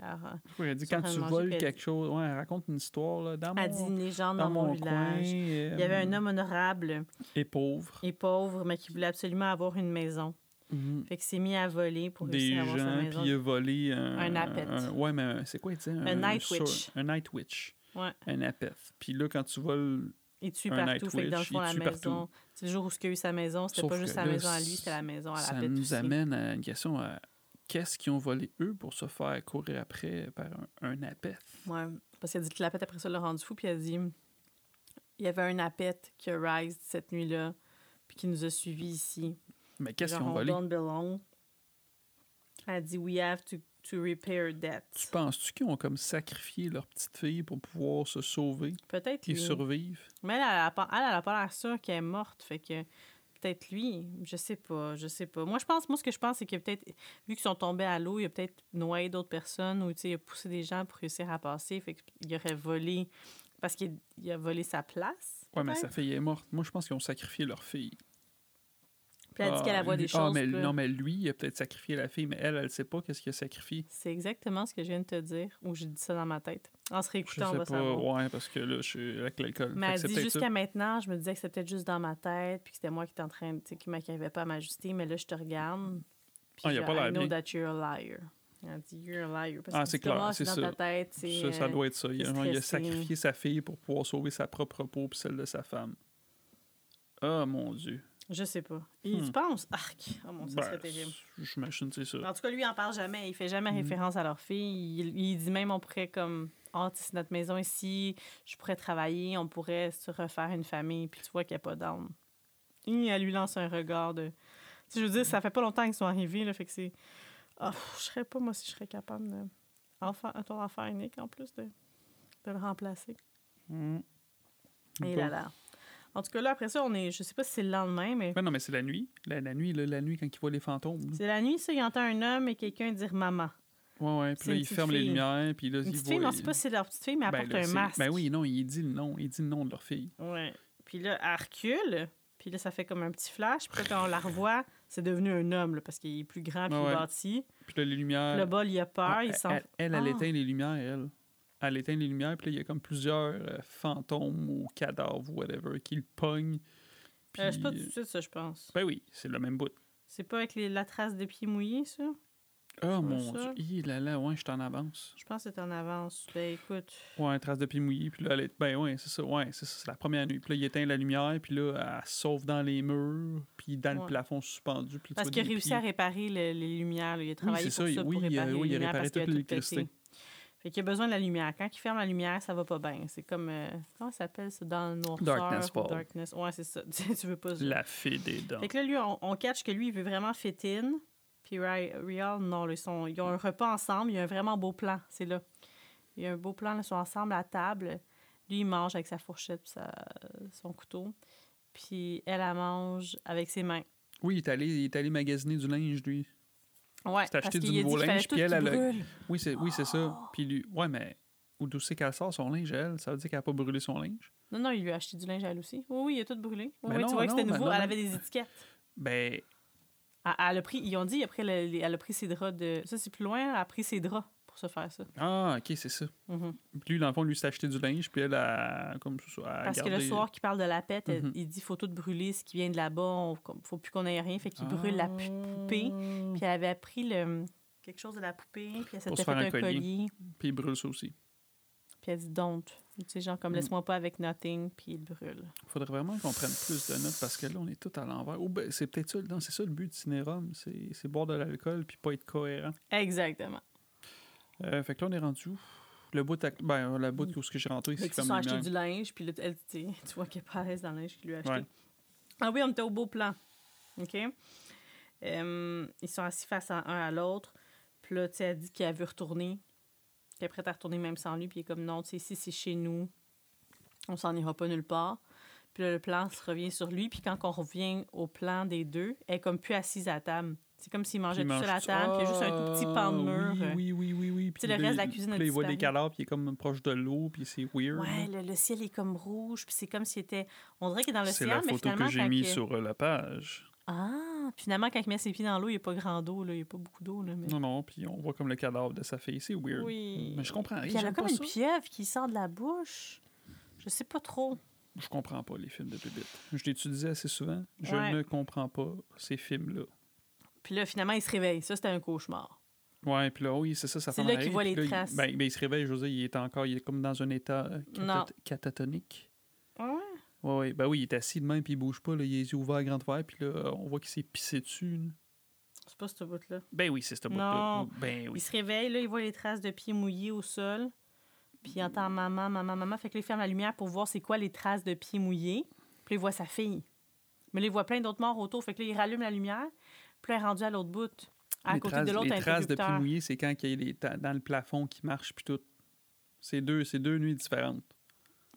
[SPEAKER 2] Alors, euh,
[SPEAKER 1] Ouais, elle dit,
[SPEAKER 2] Ils sont en
[SPEAKER 1] quand
[SPEAKER 2] train
[SPEAKER 1] tu
[SPEAKER 2] de manger,
[SPEAKER 1] voles
[SPEAKER 2] puis elle
[SPEAKER 1] quelque chose, ouais, elle raconte une histoire, là, dans
[SPEAKER 2] elle dit
[SPEAKER 1] mon,
[SPEAKER 2] une légende
[SPEAKER 1] dans
[SPEAKER 2] dans, mon,
[SPEAKER 1] coin. euh,
[SPEAKER 2] village. Il y avait un homme honorable
[SPEAKER 1] Et pauvre.
[SPEAKER 2] et pauvre, mais qui voulait absolument avoir une maison.
[SPEAKER 1] Mhm.
[SPEAKER 2] Fait qu'il s'est mis à voler pour
[SPEAKER 1] Des
[SPEAKER 2] réussir à avoir sa
[SPEAKER 1] gens, puis
[SPEAKER 2] maison.
[SPEAKER 1] il a volé un...
[SPEAKER 2] Un apeth.
[SPEAKER 1] un- ouais, mais un- c'est quoi, il dit? Un,
[SPEAKER 2] night
[SPEAKER 1] sur-
[SPEAKER 2] witch.
[SPEAKER 1] Un night witch.
[SPEAKER 2] Ouais.
[SPEAKER 1] Un apeth. Puis là, quand tu voles...
[SPEAKER 2] Il tue
[SPEAKER 1] un
[SPEAKER 2] partout.
[SPEAKER 1] night
[SPEAKER 2] Fait que dans le
[SPEAKER 1] witch,
[SPEAKER 2] fond,
[SPEAKER 1] il
[SPEAKER 2] la
[SPEAKER 1] tue
[SPEAKER 2] maison.
[SPEAKER 1] partout.
[SPEAKER 2] C'est le jour où ce qu'il a eu sa maison, c'était
[SPEAKER 1] Sauf
[SPEAKER 2] pas juste
[SPEAKER 1] que
[SPEAKER 2] sa
[SPEAKER 1] là,
[SPEAKER 2] maison à lui, c'était la maison à la
[SPEAKER 1] ça
[SPEAKER 2] pète
[SPEAKER 1] nous
[SPEAKER 2] aussi.
[SPEAKER 1] amène à une question à... Qu'est-ce qu'ils ont volé, eux, pour se faire courir après par un, un apeth?
[SPEAKER 2] Ouais. Parce qu'elle dit que la pète après ça l'a rendu fou, puis elle dit il y avait un appète qui a rise cette nuit-là, puis qui nous a suivis ici.
[SPEAKER 1] Mais qu'est-ce
[SPEAKER 2] Genre,
[SPEAKER 1] qu'ils ont
[SPEAKER 2] on
[SPEAKER 1] volé?
[SPEAKER 2] don't belong. Elle dit We have to, to repair that.
[SPEAKER 1] Tu penses-tu qu'ils ont comme sacrifié leur petite fille pour pouvoir se sauver
[SPEAKER 2] Peut-être
[SPEAKER 1] et
[SPEAKER 2] lui.
[SPEAKER 1] survivre?
[SPEAKER 2] Mais elle, elle, a pas- elle, elle a pas l'air sûre qu'elle est morte. Fait que peut-être lui, je sais pas, je sais pas. Moi, je pense, moi, ce que je pense, c'est que peut-être, vu qu'ils sont tombés à l'eau, il a peut-être noyé d'autres personnes ou tu sais, il a poussé des gens pour réussir à passer. Fait qu'il aurait volé. Parce qu'il il a volé sa place.
[SPEAKER 1] Ouais, mais sa
[SPEAKER 2] peut-être.
[SPEAKER 1] fille est morte. Moi, je pense qu'ils ont sacrifié leur fille.
[SPEAKER 2] Puis elle dit qu'elle
[SPEAKER 1] Ah,
[SPEAKER 2] la voit des
[SPEAKER 1] lui-
[SPEAKER 2] choses.
[SPEAKER 1] Ah, mais,
[SPEAKER 2] puis là-
[SPEAKER 1] non, mais lui, il a peut-être sacrifié la fille, mais elle, elle sait pas qu'est-ce qu'il a sacrifié.
[SPEAKER 2] C'est exactement ce que je viens de te dire, ou j'ai dit ça dans ma tête. En se
[SPEAKER 1] Je sais
[SPEAKER 2] réécoutant, on
[SPEAKER 1] pas.
[SPEAKER 2] va savoir.
[SPEAKER 1] Ouais, parce que là, je suis avec l'alcool.
[SPEAKER 2] Mais
[SPEAKER 1] Fait
[SPEAKER 2] elle
[SPEAKER 1] que c'est
[SPEAKER 2] dit
[SPEAKER 1] peut-être ça.
[SPEAKER 2] jusqu'à maintenant, je me disais que c'était peut-être juste dans ma tête, puis que c'était moi qui étais en train, de- tu sais, qui m'arrivait pas à m'ajuster, mais là, je te regarde. Puis
[SPEAKER 1] Ah, il a
[SPEAKER 2] je-
[SPEAKER 1] pas l'air
[SPEAKER 2] I know
[SPEAKER 1] bien.
[SPEAKER 2] that you're a liar. Elle dit, you're a liar. Parce
[SPEAKER 1] Ah,
[SPEAKER 2] que
[SPEAKER 1] c'est
[SPEAKER 2] justement,
[SPEAKER 1] clair, c'est
[SPEAKER 2] dans
[SPEAKER 1] ça.
[SPEAKER 2] ta tête. c'est,
[SPEAKER 1] Ça, ça
[SPEAKER 2] euh,
[SPEAKER 1] doit être ça. Il, a- il a
[SPEAKER 2] stressé.
[SPEAKER 1] sacrifié sa fille pour pouvoir sauver sa propre peau et celle de sa femme. Ah, mon Dieu.
[SPEAKER 2] Je sais pas. Il
[SPEAKER 1] Hmm.
[SPEAKER 2] tu pense Arc. Oh mon dieu, ça serait
[SPEAKER 1] Ben,
[SPEAKER 2] terrible. Ah.
[SPEAKER 1] J'imagine, c'est ça.
[SPEAKER 2] En tout cas, lui, il en parle jamais. Il fait jamais
[SPEAKER 1] Hmm.
[SPEAKER 2] référence à leur fille. Il, il dit même on pourrait, comme, ah, tu sais, c'est notre maison ici, je pourrais travailler, on pourrait se refaire une famille, puis tu vois qu'il n'y a pas d'âme. Et elle lui lance un regard de. Tu sais, je veux dire, ça fait pas longtemps qu'ils sont arrivés, là, fait que c'est. Ah, pff, je serais pas, moi, si je serais capable de. Enfant, ton enfant unique, en plus, de, de le remplacer.
[SPEAKER 1] Mm.
[SPEAKER 2] Et
[SPEAKER 1] Bon.
[SPEAKER 2] là, là. En tout cas, là, après ça, on est. Je sais pas si c'est le lendemain, mais.
[SPEAKER 1] Ouais, non, mais c'est la nuit. La, la nuit, là, la nuit, quand il voit les fantômes. là.
[SPEAKER 2] C'est la nuit, ça, il entend un homme et quelqu'un dire maman.
[SPEAKER 1] Ouais, ouais.
[SPEAKER 2] C'est
[SPEAKER 1] Puis là,
[SPEAKER 2] une
[SPEAKER 1] il
[SPEAKER 2] petite
[SPEAKER 1] ferme les
[SPEAKER 2] fille.
[SPEAKER 1] lumières. Puis là,
[SPEAKER 2] Une
[SPEAKER 1] il
[SPEAKER 2] petite
[SPEAKER 1] voit.
[SPEAKER 2] fille, mais on sait pas si c'est leur petite fille, mais elle
[SPEAKER 1] Ben,
[SPEAKER 2] porte
[SPEAKER 1] là,
[SPEAKER 2] un
[SPEAKER 1] c'est-
[SPEAKER 2] masque.
[SPEAKER 1] Ben oui, non, il dit le nom. Il dit le nom de leur fille.
[SPEAKER 2] Ouais. Puis là, elle recule. Puis là, ça fait comme un petit flash. Puis là, quand on la revoit, c'est devenu un homme, là, parce qu'il est plus grand, plus
[SPEAKER 1] Ouais, ouais.
[SPEAKER 2] bâti.
[SPEAKER 1] Puis là, les lumières.
[SPEAKER 2] Le bol, il a peur.
[SPEAKER 1] Ah,
[SPEAKER 2] il
[SPEAKER 1] elle-
[SPEAKER 2] s'en...
[SPEAKER 1] elle, elle, elle
[SPEAKER 2] Ah.
[SPEAKER 1] éteint les lumières, elle. Elle éteint les lumières, puis là, il y a comme plusieurs euh, fantômes ou cadavres ou whatever qui le pognent. Puis,
[SPEAKER 2] Euh, c'est pas tout de suite, ça, je pense.
[SPEAKER 1] Ben oui, c'est le même bout.
[SPEAKER 2] C'est pas avec les- la trace de pieds mouillés, ça?
[SPEAKER 1] Oh
[SPEAKER 2] Ouais,
[SPEAKER 1] mon
[SPEAKER 2] ça.
[SPEAKER 1] dieu, Hi, là là, ouais, je t'en avance.
[SPEAKER 2] Je pense que c'est en avance. Ben, écoute...
[SPEAKER 1] Ouais, trace de pied mouillé, puis là, elle est... ben ouais, c'est ça, ouais, c'est ça, c'est la première nuit. Puis là, il éteint la lumière, puis là, elle sauve dans les murs, puis dans
[SPEAKER 2] Ouais.
[SPEAKER 1] le plafond suspendu. Puis là, tu
[SPEAKER 2] Parce
[SPEAKER 1] vois
[SPEAKER 2] qu'il a
[SPEAKER 1] des
[SPEAKER 2] réussi
[SPEAKER 1] pieds.
[SPEAKER 2] à réparer le- les lumières. là. Il a travaillé
[SPEAKER 1] c'est
[SPEAKER 2] pour ça,
[SPEAKER 1] ça, il-
[SPEAKER 2] pour
[SPEAKER 1] oui, il a-
[SPEAKER 2] réparer les
[SPEAKER 1] oui, il a
[SPEAKER 2] lumières
[SPEAKER 1] réparé
[SPEAKER 2] parce qu'il a
[SPEAKER 1] toute
[SPEAKER 2] tout
[SPEAKER 1] l'électricité.
[SPEAKER 2] pété. Fait qu'il a besoin de la lumière. Quand il ferme la lumière, ça va pas bien. C'est comme... euh, comment ça s'appelle, ça? Dans le noirceur?
[SPEAKER 1] Darkness
[SPEAKER 2] ou
[SPEAKER 1] Fall.
[SPEAKER 2] Darkness. Ouais, c'est ça. Tu tu veux pas...
[SPEAKER 1] La fée des dents.
[SPEAKER 2] Fait que là, lui, on, on catch que lui, il veut vraiment fit in. Puis Ry- Rial, non, là, ils, sont- ils ont un repas ensemble. Il y a un vraiment beau plan, c'est là. Il y a un beau plan, là, ils sont ensemble à table. Lui, il mange avec sa fourchette puis sa- son couteau. Puis elle, elle mange avec ses mains.
[SPEAKER 1] Oui, il est, allé, il est allé magasiner du linge, lui.
[SPEAKER 2] Ouais,
[SPEAKER 1] C'est acheté
[SPEAKER 2] parce
[SPEAKER 1] du
[SPEAKER 2] qu'il a
[SPEAKER 1] nouveau
[SPEAKER 2] dit qu'il fallait
[SPEAKER 1] linge,
[SPEAKER 2] tout
[SPEAKER 1] puis elle, elle
[SPEAKER 2] qu'il
[SPEAKER 1] a-
[SPEAKER 2] brûle.
[SPEAKER 1] Oui, c'est oui, c'est ça. Puis lui, ouais, mais où d'où c'est qu'elle sort son linge, elle? Ça veut dire qu'elle n'a pas brûlé son linge?
[SPEAKER 2] Non, non, il lui a acheté du linge à elle aussi. Oui, oui, il a tout brûlé. Oui,
[SPEAKER 1] Mais
[SPEAKER 2] oui,
[SPEAKER 1] non,
[SPEAKER 2] tu vois que
[SPEAKER 1] non,
[SPEAKER 2] c'était
[SPEAKER 1] mais
[SPEAKER 2] nouveau.
[SPEAKER 1] non,
[SPEAKER 2] elle
[SPEAKER 1] mais-
[SPEAKER 2] avait des étiquettes.
[SPEAKER 1] Ben,
[SPEAKER 2] Elle, elle a pris, ils ont dit, après, elle a pris ses draps de. Ça, c'est plus loin, elle a pris ses draps pour se faire ça.
[SPEAKER 1] ah, ok, c'est ça.
[SPEAKER 2] Mhm.
[SPEAKER 1] Puis lui, dans le fond, lui, s'est acheté du linge, puis elle a, comme ça, a
[SPEAKER 2] Parce que
[SPEAKER 1] gardé...
[SPEAKER 2] le soir qui parle de la pète, elle-
[SPEAKER 1] Mhm.
[SPEAKER 2] il dit faut tout brûler ce qui vient de là-bas, on- comme- faut plus qu'on ait rien, fait
[SPEAKER 1] Ah.
[SPEAKER 2] qu'il brûle la pu- poupée. Puis elle avait pris le, quelque chose de la poupée, puis elle
[SPEAKER 1] Pour
[SPEAKER 2] s'était
[SPEAKER 1] se
[SPEAKER 2] fait
[SPEAKER 1] faire
[SPEAKER 2] un
[SPEAKER 1] un
[SPEAKER 2] collier.
[SPEAKER 1] collier. Puis il brûle ça aussi.
[SPEAKER 2] Puis elle dit don't. Tu sais, genre comme
[SPEAKER 1] Mm.
[SPEAKER 2] laisse-moi pas avec nothing, puis il brûle.
[SPEAKER 1] Faudrait vraiment qu'on prenne plus de notes, parce que là, on est tout à l'envers. Ou ben, c'est peut-être ça, non, c'est ça le but du cinérum, c'est c'est boire de l'alcool, puis pas être cohérent.
[SPEAKER 2] Exactement.
[SPEAKER 1] Euh, fait que là, on est rendu où? Le bout, à- ben, la bout où ce que j'ai rentré,
[SPEAKER 2] Fait
[SPEAKER 1] c'est
[SPEAKER 2] qu'ils se
[SPEAKER 1] comme
[SPEAKER 2] sont
[SPEAKER 1] une
[SPEAKER 2] acheté
[SPEAKER 1] lumière.
[SPEAKER 2] du linge, puis là, elle, tu sais, tu vois qu'elle est pas à l'aise dans le linge qu'il lui a acheté.
[SPEAKER 1] Ouais.
[SPEAKER 2] Ah oui, on était au beau plan. OK? Euh, ils sont assis face à un à l'autre. Puis là, tu sais, elle dit qu'elle veut retourner. Puis après, t'as retourné même sans lui. Puis il est comme, non, tu sais, ici, c'est chez nous. On s'en ira pas nulle part. Puis là, le plan se revient sur lui. Puis quand on revient au plan des deux, elle est comme plus assise à table. C'est comme s'il mangeait
[SPEAKER 1] Puis
[SPEAKER 2] tout
[SPEAKER 1] il
[SPEAKER 2] seul à la
[SPEAKER 1] mange
[SPEAKER 2] table. Puis il y a juste un tout petit pan de
[SPEAKER 1] Ah,
[SPEAKER 2] mur. euh,
[SPEAKER 1] Oui, oui, oui, oui. oui.
[SPEAKER 2] sais,
[SPEAKER 1] Puis
[SPEAKER 2] le
[SPEAKER 1] là,
[SPEAKER 2] reste de la
[SPEAKER 1] il-
[SPEAKER 2] cuisine a
[SPEAKER 1] Puis là, il voit des
[SPEAKER 2] disparu.
[SPEAKER 1] cadavres, puis il est comme proche de l'eau, puis c'est weird.
[SPEAKER 2] Ouais, le, le ciel est comme rouge. Puis c'est comme s'il était. On dirait qu'il est dans le
[SPEAKER 1] C'est
[SPEAKER 2] ciel,
[SPEAKER 1] la
[SPEAKER 2] mais
[SPEAKER 1] photo
[SPEAKER 2] finalement,
[SPEAKER 1] que j'ai
[SPEAKER 2] quand
[SPEAKER 1] mise
[SPEAKER 2] que-
[SPEAKER 1] sur euh, la page.
[SPEAKER 2] Ah, puis finalement, quand il met ses pieds dans l'eau, il n'y a pas grand d'eau, là. Il n'y a pas beaucoup d'eau, là. Mais...
[SPEAKER 1] Non, non, puis on voit comme le cadavre de sa fille. C'est weird.
[SPEAKER 2] Oui.
[SPEAKER 1] Mais je comprends.
[SPEAKER 2] Puis
[SPEAKER 1] j'aime
[SPEAKER 2] elle a comme
[SPEAKER 1] pas
[SPEAKER 2] une
[SPEAKER 1] ça.
[SPEAKER 2] pieuvre qui sort de la bouche. Je sais pas trop.
[SPEAKER 1] Je comprends pas les films de Bébite. Je l'ai utilisé assez souvent. Je
[SPEAKER 2] Ouais.
[SPEAKER 1] ne comprends pas ces films-là.
[SPEAKER 2] Puis là, finalement, il se réveille. Ça, c'était un cauchemar.
[SPEAKER 1] Ouais, puis là, oui, c'est ça, ça
[SPEAKER 2] C'est
[SPEAKER 1] fait
[SPEAKER 2] là
[SPEAKER 1] mal.
[SPEAKER 2] qu'il voit
[SPEAKER 1] Puis
[SPEAKER 2] les
[SPEAKER 1] là, il-
[SPEAKER 2] traces.
[SPEAKER 1] Ben, ben, il se réveille, José, il est encore, il est comme dans un état euh, catat-
[SPEAKER 2] Non.
[SPEAKER 1] catatonique.
[SPEAKER 2] Ouais.
[SPEAKER 1] Ah Ouais, ouais, ben oui, il est assis de même, puis il bouge pas, là, il a les yeux ouverts à grande ouvert, puis là, on voit qu'il s'est pissé dessus. là.
[SPEAKER 2] C'est pas ce bout-là.
[SPEAKER 1] Ben oui, c'est ce bout-là.
[SPEAKER 2] Non.
[SPEAKER 1] Ben
[SPEAKER 2] Il
[SPEAKER 1] oui.
[SPEAKER 2] se réveille, là, il voit les traces de pieds mouillés au sol. Puis il entend maman, maman, maman. Fait que là, il ferme la lumière pour voir c'est quoi les traces de pieds mouillés. Puis là, il voit sa fille. Mais là, il voit plein d'autres morts autour. Fait que là, il rallume la lumière. Puis là, il est rendu à l'autre bout. À
[SPEAKER 1] les
[SPEAKER 2] côté
[SPEAKER 1] traces,
[SPEAKER 2] de l'autre
[SPEAKER 1] les traces de pieds
[SPEAKER 2] interrupteur.
[SPEAKER 1] mouillés, c'est quand il y a les ta- dans le plafond qui marche puis tout. C'est deux, c'est deux nuits différentes.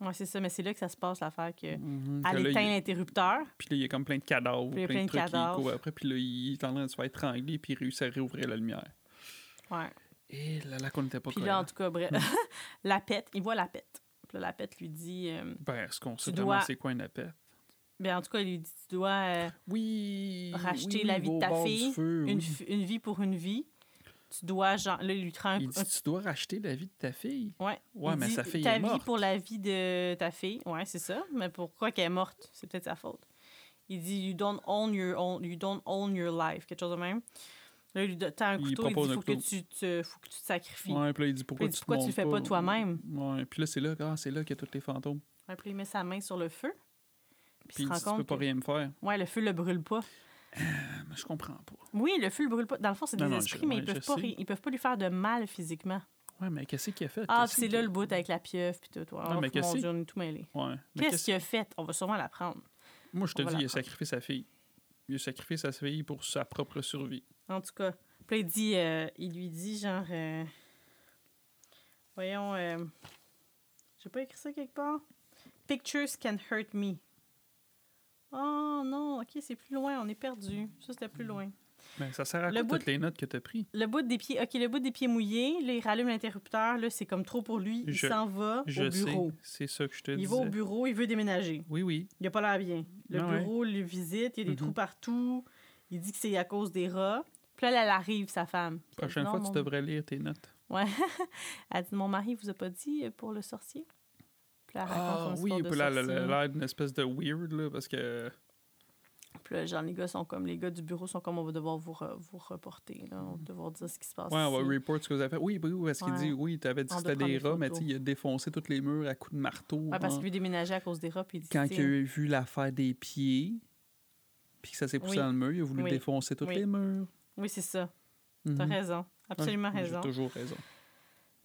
[SPEAKER 2] Ouais, c'est ça. Mais c'est là que ça se passe, l'affaire que...
[SPEAKER 1] Mhm. Que
[SPEAKER 2] Elle
[SPEAKER 1] là,
[SPEAKER 2] éteint
[SPEAKER 1] il-
[SPEAKER 2] l'interrupteur.
[SPEAKER 1] Puis là, il y a comme plein de cadavres,
[SPEAKER 2] Puis il y
[SPEAKER 1] plein,
[SPEAKER 2] a
[SPEAKER 1] de
[SPEAKER 2] plein
[SPEAKER 1] trucs qui
[SPEAKER 2] de
[SPEAKER 1] le courent
[SPEAKER 2] cadavres.
[SPEAKER 1] après. Puis là, il est en train de se faire étrangler, puis il réussit à réouvrir la lumière.
[SPEAKER 2] Ouais.
[SPEAKER 1] Et Eh là, là qu'on n'était pas
[SPEAKER 2] Puis là,
[SPEAKER 1] cohérent.
[SPEAKER 2] en tout cas, bref, la pète, il voit la pète. Puis là, la pète lui dit. euh,
[SPEAKER 1] Ben, est-ce qu'on sait
[SPEAKER 2] Tu
[SPEAKER 1] vraiment
[SPEAKER 2] dois-
[SPEAKER 1] c'est quoi un appel?
[SPEAKER 2] ben, en tout cas, il lui dit Tu dois euh,
[SPEAKER 1] Oui!
[SPEAKER 2] Racheter
[SPEAKER 1] oui,
[SPEAKER 2] la vie de
[SPEAKER 1] au
[SPEAKER 2] ta
[SPEAKER 1] bord du
[SPEAKER 2] fille,
[SPEAKER 1] feu, oui.
[SPEAKER 2] une, f- une vie pour une vie. Tu dois, genre. Là, il lui prend un.
[SPEAKER 1] Il
[SPEAKER 2] un-
[SPEAKER 1] dit, tu dois racheter la vie de ta fille.
[SPEAKER 2] ouais.
[SPEAKER 1] Ouais,
[SPEAKER 2] Il
[SPEAKER 1] mais
[SPEAKER 2] dit,
[SPEAKER 1] sa fille
[SPEAKER 2] Ta
[SPEAKER 1] est
[SPEAKER 2] vie
[SPEAKER 1] morte.
[SPEAKER 2] pour la vie de ta fille. Ouais, c'est ça. Mais pourquoi qu'elle est morte C'est peut-être sa faute. Il dit You don't own your, own, you don't own your life. Quelque chose de même. Là, il lui donne- tend un
[SPEAKER 1] Il
[SPEAKER 2] couteau. Il,
[SPEAKER 1] propose
[SPEAKER 2] dit
[SPEAKER 1] un
[SPEAKER 2] faut que,
[SPEAKER 1] couteau.
[SPEAKER 2] tu te, faut que tu te sacrifies.
[SPEAKER 1] Ouais, puis là, il dit pourquoi
[SPEAKER 2] il dit,
[SPEAKER 1] tu te
[SPEAKER 2] pourquoi tu le
[SPEAKER 1] montres
[SPEAKER 2] fais pas toi-même?
[SPEAKER 1] Ouais, puis là, c'est là, ah, c'est là qu'il y a tous les fantômes.
[SPEAKER 2] Ouais, puis il met sa main sur le feu.
[SPEAKER 1] Puis
[SPEAKER 2] il se
[SPEAKER 1] il dit,
[SPEAKER 2] rend
[SPEAKER 1] tu peux
[SPEAKER 2] compte.
[SPEAKER 1] pas
[SPEAKER 2] que-
[SPEAKER 1] rien me faire.
[SPEAKER 2] Ouais, le feu le brûle pas.
[SPEAKER 1] Ah, mais je comprends pas.
[SPEAKER 2] Oui, le feu le brûle pas. Dans le fond, c'est des
[SPEAKER 1] Non, non, je-
[SPEAKER 2] esprits, mais
[SPEAKER 1] ouais,
[SPEAKER 2] ils peuvent
[SPEAKER 1] je
[SPEAKER 2] pas,
[SPEAKER 1] sais.
[SPEAKER 2] ri- ils peuvent pas lui faire de mal physiquement.
[SPEAKER 1] Ouais, mais qu'est-ce qu'il a fait?
[SPEAKER 2] Ah,
[SPEAKER 1] Qu'est-ce
[SPEAKER 2] puis c'est
[SPEAKER 1] qu'il-
[SPEAKER 2] là le bout avec la pieuvre puis tout. Oh,
[SPEAKER 1] mais
[SPEAKER 2] mon
[SPEAKER 1] qu'est-ce-
[SPEAKER 2] Dieu, on est tout mêlé.
[SPEAKER 1] Ouais. Mais
[SPEAKER 2] Qu'est-ce
[SPEAKER 1] qu'est-ce-
[SPEAKER 2] qu'il a fait On va sûrement l'apprendre.
[SPEAKER 1] Moi, je te
[SPEAKER 2] On va
[SPEAKER 1] dis, il a
[SPEAKER 2] l'apprendre.
[SPEAKER 1] sacrifié sa fille. Il a sacrifié sa fille pour sa propre survie.
[SPEAKER 2] En tout cas, puis là, il dit, euh, il lui dit genre, euh, voyons, euh, j'ai pas écrit ça quelque part. Pictures can hurt me. Oh non, ok, c'est plus loin, on est perdu. Ça c'était plus loin.
[SPEAKER 1] Mais ça sert à
[SPEAKER 2] Le
[SPEAKER 1] quoi
[SPEAKER 2] bout-
[SPEAKER 1] toutes les notes que t'as prises?
[SPEAKER 2] Le bout des pieds, ok, le bout des pieds mouillés. Là, il rallume l'interrupteur. Là, c'est comme trop pour lui. Il
[SPEAKER 1] Je-
[SPEAKER 2] s'en va
[SPEAKER 1] Je
[SPEAKER 2] au bureau.
[SPEAKER 1] sais, c'est ça que je te
[SPEAKER 2] Il
[SPEAKER 1] disais.
[SPEAKER 2] va au bureau, il veut déménager.
[SPEAKER 1] Oui, oui.
[SPEAKER 2] Il a pas l'air bien. Le
[SPEAKER 1] Ah ouais.
[SPEAKER 2] bureau le visite, il y a des
[SPEAKER 1] Mhm.
[SPEAKER 2] trous partout. Il dit que c'est à cause des rats. Puis là, elle arrive, sa femme. Puis elle dit,
[SPEAKER 1] Prochaine
[SPEAKER 2] Non,
[SPEAKER 1] fois, tu
[SPEAKER 2] mon-
[SPEAKER 1] devrais lire tes notes.
[SPEAKER 2] Elle dit Mon mari vous a pas dit euh, pour le sorcier Puis là, elle raconte
[SPEAKER 1] Ah
[SPEAKER 2] son
[SPEAKER 1] oui,
[SPEAKER 2] histoire
[SPEAKER 1] puis
[SPEAKER 2] de
[SPEAKER 1] là, elle a
[SPEAKER 2] sorcier.
[SPEAKER 1] l'air d'une espèce de weird, là, parce que...
[SPEAKER 2] Puis là, genre, les gars sont comme, les gars du bureau sont comme, on va devoir vous, re- vous reporter, là. on va devoir dire ce qui se passe.
[SPEAKER 1] Mm. Ouais, on va
[SPEAKER 2] ici.
[SPEAKER 1] report ce que vous avez fait. Oui, oui, oui, parce qu'il
[SPEAKER 2] Ah, Ouais.
[SPEAKER 1] dit, oui, t'avais dit
[SPEAKER 2] On
[SPEAKER 1] que
[SPEAKER 2] doit
[SPEAKER 1] c'était des
[SPEAKER 2] prendre
[SPEAKER 1] rats,
[SPEAKER 2] des
[SPEAKER 1] mais tu
[SPEAKER 2] photos.
[SPEAKER 1] sais, il a défoncé tous les murs à coups de marteau.
[SPEAKER 2] Ouais, parce
[SPEAKER 1] hein,
[SPEAKER 2] qu'il veut déménager à cause des rats, puis il dit
[SPEAKER 1] Quand il
[SPEAKER 2] tu
[SPEAKER 1] a
[SPEAKER 2] sais,
[SPEAKER 1] eu vu l'affaire des pieds, puis que ça s'est poussé
[SPEAKER 2] Oui.
[SPEAKER 1] dans le mur, il a voulu
[SPEAKER 2] Oui.
[SPEAKER 1] défoncer tous
[SPEAKER 2] Oui.
[SPEAKER 1] les murs.
[SPEAKER 2] Oui, c'est ça.
[SPEAKER 1] Mhm.
[SPEAKER 2] T'as raison. Absolument
[SPEAKER 1] Ouais, j'ai
[SPEAKER 2] raison.
[SPEAKER 1] toujours raison.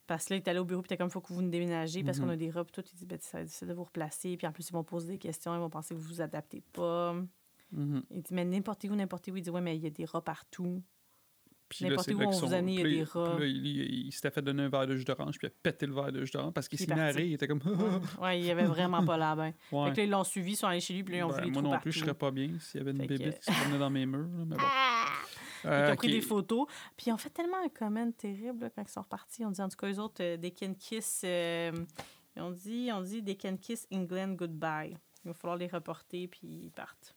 [SPEAKER 2] Parce que là, il est allé au bureau, puis t'es comme, faut que vous nous déménagez, parce
[SPEAKER 1] Mhm.
[SPEAKER 2] qu'on a des rats, puis tout. Il dit, ben, ça va être difficile de vous replacer. Puis en plus, ils vont poser des questions, ils vont penser que vous vous adaptez pas.
[SPEAKER 1] Mhm.
[SPEAKER 2] Il dit, mais n'importe où, n'importe où. Il dit, ouais, mais il y a des rats partout.
[SPEAKER 1] Puis là,
[SPEAKER 2] N'importe
[SPEAKER 1] c'est
[SPEAKER 2] où
[SPEAKER 1] là
[SPEAKER 2] on
[SPEAKER 1] qu'ils
[SPEAKER 2] vous
[SPEAKER 1] sont-
[SPEAKER 2] amène, il y a
[SPEAKER 1] puis
[SPEAKER 2] des
[SPEAKER 1] là,
[SPEAKER 2] rats.
[SPEAKER 1] puis là, il, il- il s'était fait donner un verre de jus d'orange, puis il a pété le verre de jus d'orange parce qu'il
[SPEAKER 2] Il est
[SPEAKER 1] s'est mis à
[SPEAKER 2] parti.
[SPEAKER 1] rire. Il était comme.
[SPEAKER 2] Ouais, il y avait vraiment pas l'air bien.
[SPEAKER 1] Ouais.
[SPEAKER 2] Fait que là, ils l'ont suivi, ils sont allés chez lui, puis là, ils ont
[SPEAKER 1] Ben,
[SPEAKER 2] vu les
[SPEAKER 1] moi
[SPEAKER 2] trous
[SPEAKER 1] non
[SPEAKER 2] partout.
[SPEAKER 1] plus, je serais pas bien s'il y avait une
[SPEAKER 2] Fait que- Ah!
[SPEAKER 1] bébite qui se promenait dans mes murs. là, mais bon.
[SPEAKER 2] Ils
[SPEAKER 1] Euh,
[SPEAKER 2] ont pris
[SPEAKER 1] ok.
[SPEAKER 2] des photos. Puis ils ont fait tellement un comment terrible là, quand ils sont repartis. On dit, en tout cas, eux autres, euh, they can kiss. euh, ils ont dit, on dit, they can kiss England goodbye. Il va falloir les reporter, puis ils partent.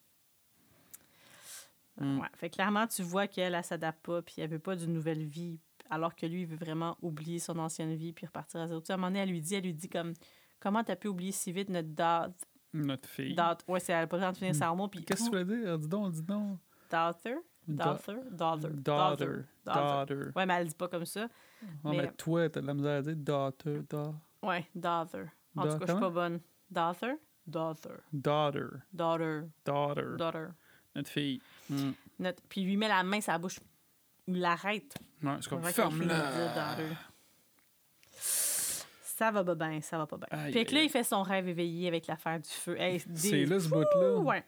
[SPEAKER 1] Mm.
[SPEAKER 2] Ouais. Fait que clairement, tu vois qu'elle, elle s'adapte pas, puis elle veut pas d'une nouvelle vie, alors que lui, il veut vraiment oublier son ancienne vie, puis repartir à zéro. Tu sais, à un moment donné, elle lui dit, elle lui dit comme, comment t'as pu oublier si vite notre date?
[SPEAKER 1] Notre fille.
[SPEAKER 2] date- Ouais, c'est, elle a pas le temps de finir
[SPEAKER 1] Mm.
[SPEAKER 2] sa mot, puis.
[SPEAKER 1] Qu'est-ce que tu voulais dire? Dis donc, dis donc.
[SPEAKER 2] Daughter?
[SPEAKER 1] Da-
[SPEAKER 2] Daughter? Daughter.
[SPEAKER 1] Daughter.
[SPEAKER 2] Daughter.
[SPEAKER 1] Daughter.
[SPEAKER 2] Ouais, mais elle dit pas comme ça.
[SPEAKER 1] Ah, mais
[SPEAKER 2] Mais-
[SPEAKER 1] toi, t'as de la misère à dire daughter. da-
[SPEAKER 2] Ouais, daughter. En
[SPEAKER 1] Da-
[SPEAKER 2] tout cas, je suis
[SPEAKER 1] comment?
[SPEAKER 2] pas bonne. Daughter? Daughter.
[SPEAKER 1] Daughter.
[SPEAKER 2] Daughter.
[SPEAKER 1] Daughter.
[SPEAKER 2] Daughter.
[SPEAKER 1] Notre fille. Mm.
[SPEAKER 2] Notre- Puis il lui met la main sur la bouche. Il l'arrête.
[SPEAKER 1] Ouais, c'est comme
[SPEAKER 2] Avant qu'il finisse de dire
[SPEAKER 1] ferme-la.
[SPEAKER 2] daughter. Ça va pas bien, ça va pas bien.
[SPEAKER 1] Aïe,
[SPEAKER 2] Fait que là,
[SPEAKER 1] aïe,
[SPEAKER 2] il fait son rêve éveillé avec l'affaire du feu. Hey,
[SPEAKER 1] C'est
[SPEAKER 2] des-
[SPEAKER 1] là ce bout-là.
[SPEAKER 2] Ouais.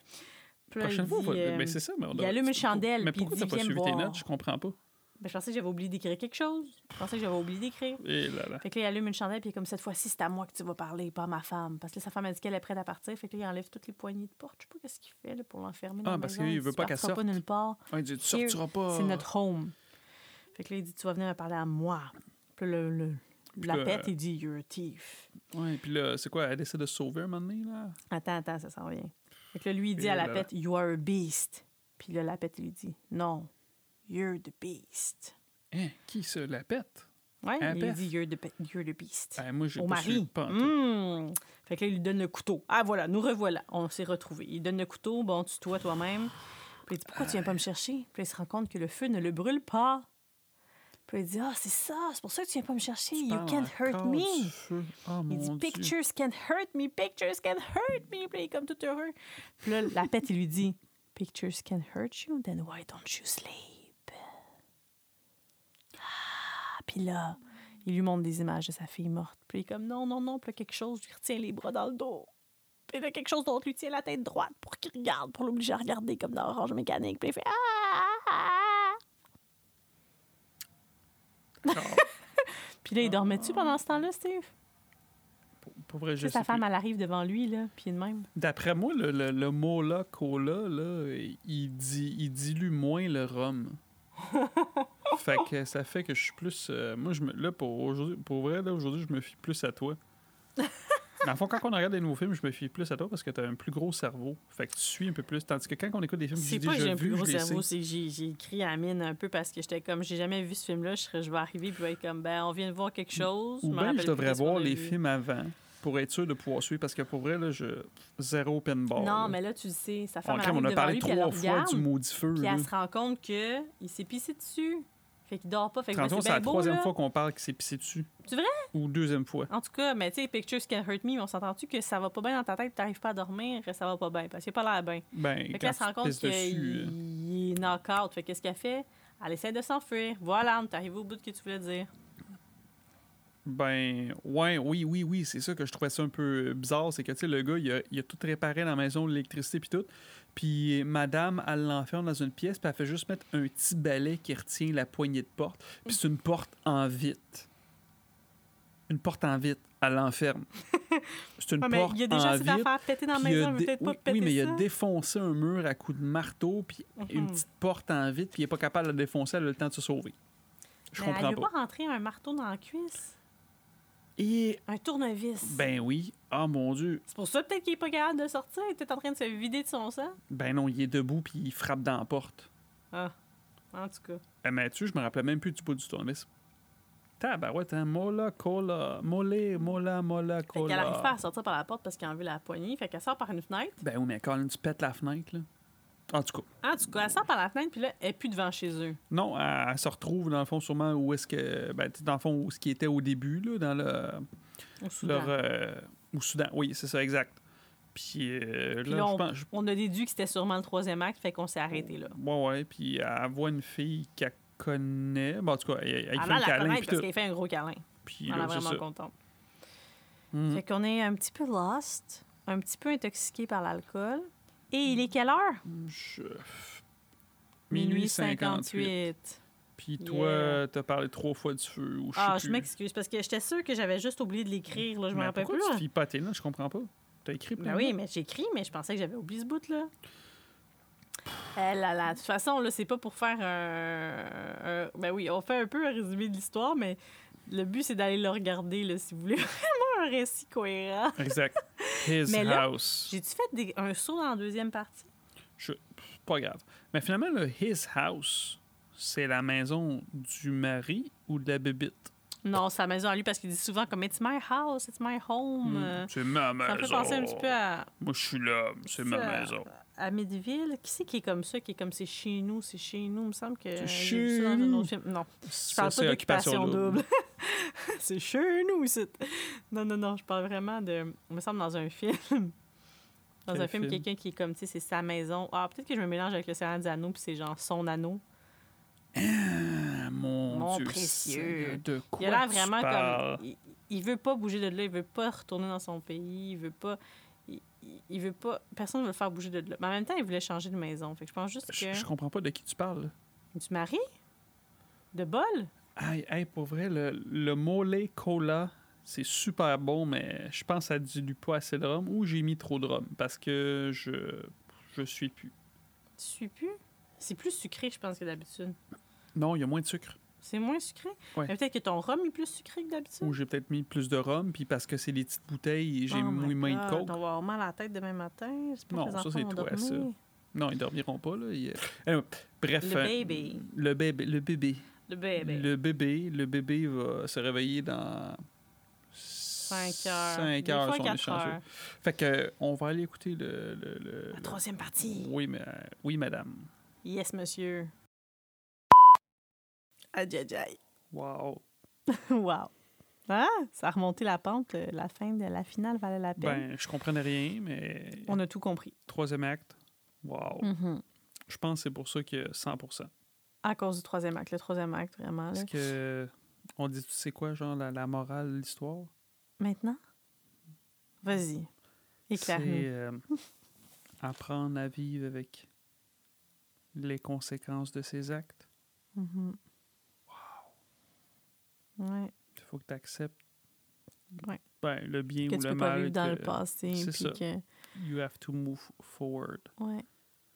[SPEAKER 2] Puis là, il
[SPEAKER 1] Prochaine fois, on va-
[SPEAKER 2] dit, euh,
[SPEAKER 1] Mais c'est ça, mais on
[SPEAKER 2] il
[SPEAKER 1] a-
[SPEAKER 2] allume une chandelle,
[SPEAKER 1] Mais
[SPEAKER 2] puis il
[SPEAKER 1] pourquoi
[SPEAKER 2] dit,
[SPEAKER 1] t'as pas
[SPEAKER 2] viens me
[SPEAKER 1] suivi tes
[SPEAKER 2] voir.
[SPEAKER 1] notes? Je comprends pas.
[SPEAKER 2] ben, je pensais que j'avais oublié d'écrire quelque chose. Je pensais que j'avais oublié d'écrire.
[SPEAKER 1] Et Eh là, là.
[SPEAKER 2] Fait que là, il allume une chandelle, puis il est comme cette fois-ci, c'est à moi que tu vas parler, pas à ma femme. Parce que là, sa femme a dit qu'elle est prête à partir. Fait que là, il enlève toutes les poignées de porte. Je sais pas qu'est-ce qu'il fait là, pour l'enfermer. dans
[SPEAKER 1] Ah,
[SPEAKER 2] la
[SPEAKER 1] parce
[SPEAKER 2] maison.
[SPEAKER 1] qu'il
[SPEAKER 2] Il
[SPEAKER 1] veut
[SPEAKER 2] dit,
[SPEAKER 1] pas
[SPEAKER 2] Tu
[SPEAKER 1] qu'elle
[SPEAKER 2] partiras
[SPEAKER 1] sorte.
[SPEAKER 2] pas nulle part.
[SPEAKER 1] Ah, il dit, tu
[SPEAKER 2] Here,
[SPEAKER 1] sortiras pas.
[SPEAKER 2] C'est notre home. Fait que là, il dit, tu vas venir me parler à moi. Puis là, le, le- la
[SPEAKER 1] là, euh,
[SPEAKER 2] tête, il dit, you're a thief.
[SPEAKER 1] Ouais, puis là, c'est quoi? Elle décide de se sauver un moment donné, là?
[SPEAKER 2] Attends, attends, ça s'en vient. Fait que là, lui, il dit
[SPEAKER 1] Et
[SPEAKER 2] à la
[SPEAKER 1] là.
[SPEAKER 2] pète, you are a beast. Puis là, la pète, il lui dit, non, you're the beast.
[SPEAKER 1] Hein, qui se la pète?
[SPEAKER 2] Ouais,
[SPEAKER 1] Hein,
[SPEAKER 2] il
[SPEAKER 1] Pef?
[SPEAKER 2] dit, you're the, be- you're the beast.
[SPEAKER 1] Ben, moi, j'ai
[SPEAKER 2] au
[SPEAKER 1] pas
[SPEAKER 2] mari.
[SPEAKER 1] suivi pas en tout.
[SPEAKER 2] Hmm. Fait que là, il lui donne le couteau. Ah, voilà, nous revoilà. On s'est retrouvés. Il donne le couteau, bon, tu toi toi-même. Puis il dit, pourquoi tu viens pas me chercher? Puis il se rend compte que le feu ne le brûle pas. Puis il dit, ah, c'est ça, c'est pour ça que tu viens pas me chercher. You
[SPEAKER 1] Parle
[SPEAKER 2] can't hurt
[SPEAKER 1] encore
[SPEAKER 2] me.
[SPEAKER 1] du feu. Ah,
[SPEAKER 2] Il dit,
[SPEAKER 1] mon Dieu.
[SPEAKER 2] pictures can hurt me, pictures can hurt me. Puis il est comme tout heureux. Puis là, la pète, il lui dit, pictures can hurt you, then why don't you sleep? Ah, puis là, il lui montre des images de sa fille morte. Puis il est comme, non, non, non. Puis là, quelque chose lui retient les bras dans le dos. Puis là, quelque chose d'autre lui tient la tête droite pour qu'il regarde, pour l'obliger à regarder comme dans Orange Mécanique. Puis il fait, ah! ah, ah. Puis là, il dormait-tu pendant ce temps-là, Steve?
[SPEAKER 1] Pour, pour vrai,
[SPEAKER 2] Tu
[SPEAKER 1] je
[SPEAKER 2] sais, sa
[SPEAKER 1] sais
[SPEAKER 2] femme,
[SPEAKER 1] plus.
[SPEAKER 2] elle arrive devant lui, là, puis il est de même.
[SPEAKER 1] D'après moi, le, le, le mot là, cola, là, il, dit, il dilue moins le rhum. fait que ça fait que je suis plus. euh, moi, je me, là, pour, aujourd'hui, pour vrai, là, aujourd'hui, je me fie plus à toi. Dans le fond, quand on regarde des nouveaux films, je me fie plus à toi parce que t'as un plus gros cerveau. Fait que tu suis un peu plus. Tandis que quand on écoute des films, je
[SPEAKER 2] C'est
[SPEAKER 1] dis,
[SPEAKER 2] pas que j'ai
[SPEAKER 1] j'ai
[SPEAKER 2] un plus
[SPEAKER 1] vu,
[SPEAKER 2] gros
[SPEAKER 1] je les
[SPEAKER 2] cerveau,
[SPEAKER 1] sais.
[SPEAKER 2] c'est que j'ai j'ai écrit à la mine un peu parce que j'étais comme, j'ai jamais vu ce film-là, je, serais- je vais arriver puis je vais être comme, ben, on vient de voir quelque chose.
[SPEAKER 1] Ou
[SPEAKER 2] me
[SPEAKER 1] bien,
[SPEAKER 2] rappelle
[SPEAKER 1] je
[SPEAKER 2] plus
[SPEAKER 1] devrais
[SPEAKER 2] qu'est-ce qu'on
[SPEAKER 1] voir
[SPEAKER 2] a
[SPEAKER 1] les
[SPEAKER 2] vu.
[SPEAKER 1] films avant pour être sûr de pouvoir suivre parce que pour vrai, là, je. Zéro open bar.
[SPEAKER 2] Non,
[SPEAKER 1] Oh, là.
[SPEAKER 2] mais là, tu le sais, sa
[SPEAKER 1] on,
[SPEAKER 2] femme arrive
[SPEAKER 1] on a
[SPEAKER 2] devant
[SPEAKER 1] parlé
[SPEAKER 2] lui, puis elle le
[SPEAKER 1] trois fois
[SPEAKER 2] regarde,
[SPEAKER 1] du maudit feu.
[SPEAKER 2] puis
[SPEAKER 1] là.
[SPEAKER 2] elle se rend compte que il s'est pissé dessus. Fait qu'il dort pas. Fait que ben,
[SPEAKER 1] Tantôt,
[SPEAKER 2] c'est
[SPEAKER 1] c'est la
[SPEAKER 2] bien beau,
[SPEAKER 1] troisième
[SPEAKER 2] là.
[SPEAKER 1] fois qu'on parle qu'il s'est pissé dessus.
[SPEAKER 2] C'est vrai?
[SPEAKER 1] Ou deuxième fois.
[SPEAKER 2] En tout cas, mais tu sais, Pictures Can Hurt Me, on s'entend-tu que ça va pas bien dans ta tête, t'arrives pas à dormir, ça va pas bien, parce qu'il a pas l'air bien.
[SPEAKER 1] Ben,
[SPEAKER 2] Fait que
[SPEAKER 1] quand
[SPEAKER 2] là, elle se rend
[SPEAKER 1] tu te
[SPEAKER 2] compte
[SPEAKER 1] pisses
[SPEAKER 2] qu'il
[SPEAKER 1] dessus. euh,
[SPEAKER 2] il est knock-out. Fait qu'est-ce qu'elle fait? Elle essaie de s'enfuir. Voilà, on est arrivé au bout de ce que tu voulais dire.
[SPEAKER 1] Ben, ouais, oui, oui, oui, c'est ça que je trouvais ça un peu bizarre. C'est que, tu sais, le gars, il a, il a tout réparé dans la maison, l'électricité, puis tout. Puis, madame, elle l'enferme dans une pièce, puis elle fait juste mettre un petit balai qui retient la poignée de porte. Puis, c'est une porte en vitre. Une porte en vitre, elle l'enferme. C'est une
[SPEAKER 2] Ouais, mais
[SPEAKER 1] porte
[SPEAKER 2] il y a
[SPEAKER 1] en
[SPEAKER 2] déjà assez
[SPEAKER 1] vitre.
[SPEAKER 2] d'affaires pétées dans la
[SPEAKER 1] Puis il a
[SPEAKER 2] maison, elle veut
[SPEAKER 1] dé-
[SPEAKER 2] peut-être pas
[SPEAKER 1] oui,
[SPEAKER 2] péter
[SPEAKER 1] oui, mais il a
[SPEAKER 2] ça.
[SPEAKER 1] défoncé un mur à coups de marteau, puis une
[SPEAKER 2] Mhm.
[SPEAKER 1] petite porte en vide, puis il est pas capable de la défoncer, elle a le temps de se sauver. Je
[SPEAKER 2] Mais
[SPEAKER 1] comprends
[SPEAKER 2] Elle veut
[SPEAKER 1] pas.
[SPEAKER 2] pas rentrer un marteau dans la cuisse,
[SPEAKER 1] Et
[SPEAKER 2] un tournevis.
[SPEAKER 1] ben oui, ah mon dieu,
[SPEAKER 2] C'est pour ça peut-être qu'il est pas capable de sortir. Il était en train de se vider de son sang.
[SPEAKER 1] ben non, il est debout puis il frappe dans la porte.
[SPEAKER 2] Ah, en tout cas.
[SPEAKER 1] Eh, Mathieu, je me rappelais même plus du bout du tournevis. Tabarouette, hein? Mola, cola, molé, mola, mola,
[SPEAKER 2] Fait qu'elle arrive pas
[SPEAKER 1] cola.
[SPEAKER 2] à sortir par la porte parce qu'il a enlevé la poignée. Fait qu'elle sort par une fenêtre.
[SPEAKER 1] Ben oui, mais Colin, tu pètes la fenêtre, là. En tout cas,
[SPEAKER 2] En tout cas, elle sort par la fenêtre, puis là, elle est plus devant chez eux.
[SPEAKER 1] non, elle, elle se retrouve dans le fond sûrement où est-ce que, ben, dans le fond où ce qui était au début, là, dans le,
[SPEAKER 2] Au Soudan.
[SPEAKER 1] leur, euh, au Soudan. Oui, c'est ça, exact. Puis, euh,
[SPEAKER 2] Puis
[SPEAKER 1] là,
[SPEAKER 2] là,
[SPEAKER 1] je pense. je-
[SPEAKER 2] On a déduit que c'était sûrement le troisième acte, fait qu'on s'est arrêté là.
[SPEAKER 1] Ouais, ouais. Puis elle voit une fille qu'elle connaît. Bon, en tout cas, elle, elle
[SPEAKER 2] Elle
[SPEAKER 1] lui
[SPEAKER 2] a
[SPEAKER 1] fait un
[SPEAKER 2] la
[SPEAKER 1] câlin.
[SPEAKER 2] connaître
[SPEAKER 1] Puis
[SPEAKER 2] parce
[SPEAKER 1] tout.
[SPEAKER 2] qu'elle fait un gros câlin.
[SPEAKER 1] Puis
[SPEAKER 2] On est
[SPEAKER 1] là, c'est
[SPEAKER 2] vraiment
[SPEAKER 1] ça.
[SPEAKER 2] contente.
[SPEAKER 1] Mhm.
[SPEAKER 2] Fait qu'on est un petit peu lost, un petit peu intoxiqué par l'alcool. Et il est
[SPEAKER 1] Hmm.
[SPEAKER 2] quelle heure?
[SPEAKER 1] Je- Minuit 58. Puis toi,
[SPEAKER 2] Yeah.
[SPEAKER 1] t'as parlé trois fois du feu. Ou je sais
[SPEAKER 2] Ah, je
[SPEAKER 1] plus.
[SPEAKER 2] m'excuse parce que j'étais sûre que j'avais juste oublié de l'écrire. Là, je me
[SPEAKER 1] Mais
[SPEAKER 2] rappelle
[SPEAKER 1] pourquoi
[SPEAKER 2] plus.
[SPEAKER 1] tu
[SPEAKER 2] là.
[SPEAKER 1] te fies pas à tes notes? Je comprends pas. T'as écrit plein
[SPEAKER 2] Ben
[SPEAKER 1] de
[SPEAKER 2] oui,
[SPEAKER 1] notes.
[SPEAKER 2] mais j'écris, mais je pensais que j'avais oublié ce bout là. là, là, de toute façon, là, c'est pas pour faire un, un- Ben oui, on fait un peu un résumé de l'histoire, mais le but, c'est d'aller le regarder, là, si vous voulez vraiment un récit cohérent.
[SPEAKER 1] Exact. His
[SPEAKER 2] Mais là,
[SPEAKER 1] house.
[SPEAKER 2] J'ai-tu fait des- un saut dans la deuxième partie?
[SPEAKER 1] Pas grave. Mais finalement, le his house, c'est la maison du mari ou de la bébite?
[SPEAKER 2] Non, c'est la maison à lui parce qu'il dit souvent comme It's my house, it's my home. Euh,
[SPEAKER 1] Hum, C'est ma maison.
[SPEAKER 2] Ça me fait penser un petit peu à,
[SPEAKER 1] Moi, je suis là, c'est ma
[SPEAKER 2] Ça,
[SPEAKER 1] maison.
[SPEAKER 2] à Midville. Qui c'est qui est comme ça, qui est comme c'est chez nous, c'est chez nous, il me semble que.
[SPEAKER 1] C'est
[SPEAKER 2] j'ai
[SPEAKER 1] chez
[SPEAKER 2] vu ça dans un
[SPEAKER 1] nous.
[SPEAKER 2] autre film. Non, je
[SPEAKER 1] Ça,
[SPEAKER 2] parle
[SPEAKER 1] c'est
[SPEAKER 2] pas
[SPEAKER 1] Occupation
[SPEAKER 2] d'occupation double. c'est chez nous, ici. Non, non, non, je parle vraiment de. Il me semble dans un film. Dans
[SPEAKER 1] Quel
[SPEAKER 2] un film,
[SPEAKER 1] film?
[SPEAKER 2] quelqu'un qui est comme, tu sais, c'est sa maison. Ah, peut-être que je me mélange avec le Seigneur des Anneaux, puis c'est genre son anneau.
[SPEAKER 1] Ah, mon,
[SPEAKER 2] Mon
[SPEAKER 1] Dieu,
[SPEAKER 2] précieux.
[SPEAKER 1] Seigneur, De quoi
[SPEAKER 2] Il a l'air
[SPEAKER 1] tu
[SPEAKER 2] vraiment
[SPEAKER 1] parles?
[SPEAKER 2] comme. Il, il veut pas bouger de là, il veut pas retourner dans son pays, il veut pas. Il, il- il veut pas. Personne ne veut le faire bouger de là. Mais en même temps, il voulait changer de maison. Fait que je pense juste que.
[SPEAKER 1] Je, je comprends pas de qui tu parles.
[SPEAKER 2] Du mari? De bol?
[SPEAKER 1] Aïe, aïe, pour vrai, le, le mollet cola, c'est super bon, mais je pense à du pas assez de rhum ou j'ai mis trop de rhum parce que je je suis plus.
[SPEAKER 2] Tu suis plus? C'est plus sucré, je pense, que d'habitude.
[SPEAKER 1] Non, il y a moins de sucre.
[SPEAKER 2] C'est moins sucré?
[SPEAKER 1] Ouais.
[SPEAKER 2] Mais peut-être que ton rhum est plus sucré que d'habitude.
[SPEAKER 1] Ou j'ai peut-être mis plus de rhum, puis parce que c'est les petites bouteilles, j'ai
[SPEAKER 2] Oh
[SPEAKER 1] mis
[SPEAKER 2] my
[SPEAKER 1] moins de
[SPEAKER 2] God,
[SPEAKER 1] coke.
[SPEAKER 2] On va avoir mal à la tête demain matin. J'espère
[SPEAKER 1] Non,
[SPEAKER 2] que les
[SPEAKER 1] ça,
[SPEAKER 2] enfants
[SPEAKER 1] c'est
[SPEAKER 2] vont
[SPEAKER 1] toi,
[SPEAKER 2] dormir.
[SPEAKER 1] ça. Non, ils dormiront pas, là. ils- Anyway, bref.
[SPEAKER 2] Le
[SPEAKER 1] euh,
[SPEAKER 2] baby.
[SPEAKER 1] Le bébé. Le bébé.
[SPEAKER 2] Le bébé.
[SPEAKER 1] Le bébé, le bébé va se réveiller dans
[SPEAKER 2] 5 heures.
[SPEAKER 1] 5
[SPEAKER 2] Des
[SPEAKER 1] heures,
[SPEAKER 2] fois,
[SPEAKER 1] si on est
[SPEAKER 2] quatre
[SPEAKER 1] chanceux.
[SPEAKER 2] heures.
[SPEAKER 1] Fait que euh, on va aller écouter le, le- le-
[SPEAKER 2] La
[SPEAKER 1] le-
[SPEAKER 2] troisième partie.
[SPEAKER 1] Oui, mais euh, oui, madame.
[SPEAKER 2] Yes, monsieur. Aïe, aïe, aïe.
[SPEAKER 1] Wow.
[SPEAKER 2] Wow. Hein? Ça a remonté la pente. euh, La fin de la finale valait la peine.
[SPEAKER 1] Ben, je comprenais rien, mais
[SPEAKER 2] On a tout compris.
[SPEAKER 1] troisième acte. Wow.
[SPEAKER 2] Mhm.
[SPEAKER 1] Je pense que c'est pour ça que 100%.
[SPEAKER 2] À cause du troisième acte. Le troisième acte, vraiment. là.
[SPEAKER 1] Parce que on dit tu sais quoi genre la, la morale de l'histoire
[SPEAKER 2] Maintenant? Vas-y.
[SPEAKER 1] C'est
[SPEAKER 2] Éclaire-nous.
[SPEAKER 1] euh, apprendre à vivre avec les conséquences de ses actes.
[SPEAKER 2] Mhm. Ouais.
[SPEAKER 1] Il faut que tu acceptes
[SPEAKER 2] Ouais.
[SPEAKER 1] ben, le bien
[SPEAKER 2] Que
[SPEAKER 1] ou
[SPEAKER 2] tu
[SPEAKER 1] le
[SPEAKER 2] peux pas
[SPEAKER 1] mal.
[SPEAKER 2] vivre dans le
[SPEAKER 1] que
[SPEAKER 2] passé.
[SPEAKER 1] c'est
[SPEAKER 2] Puis
[SPEAKER 1] ça.
[SPEAKER 2] que.
[SPEAKER 1] You have to move forward.
[SPEAKER 2] Ouais.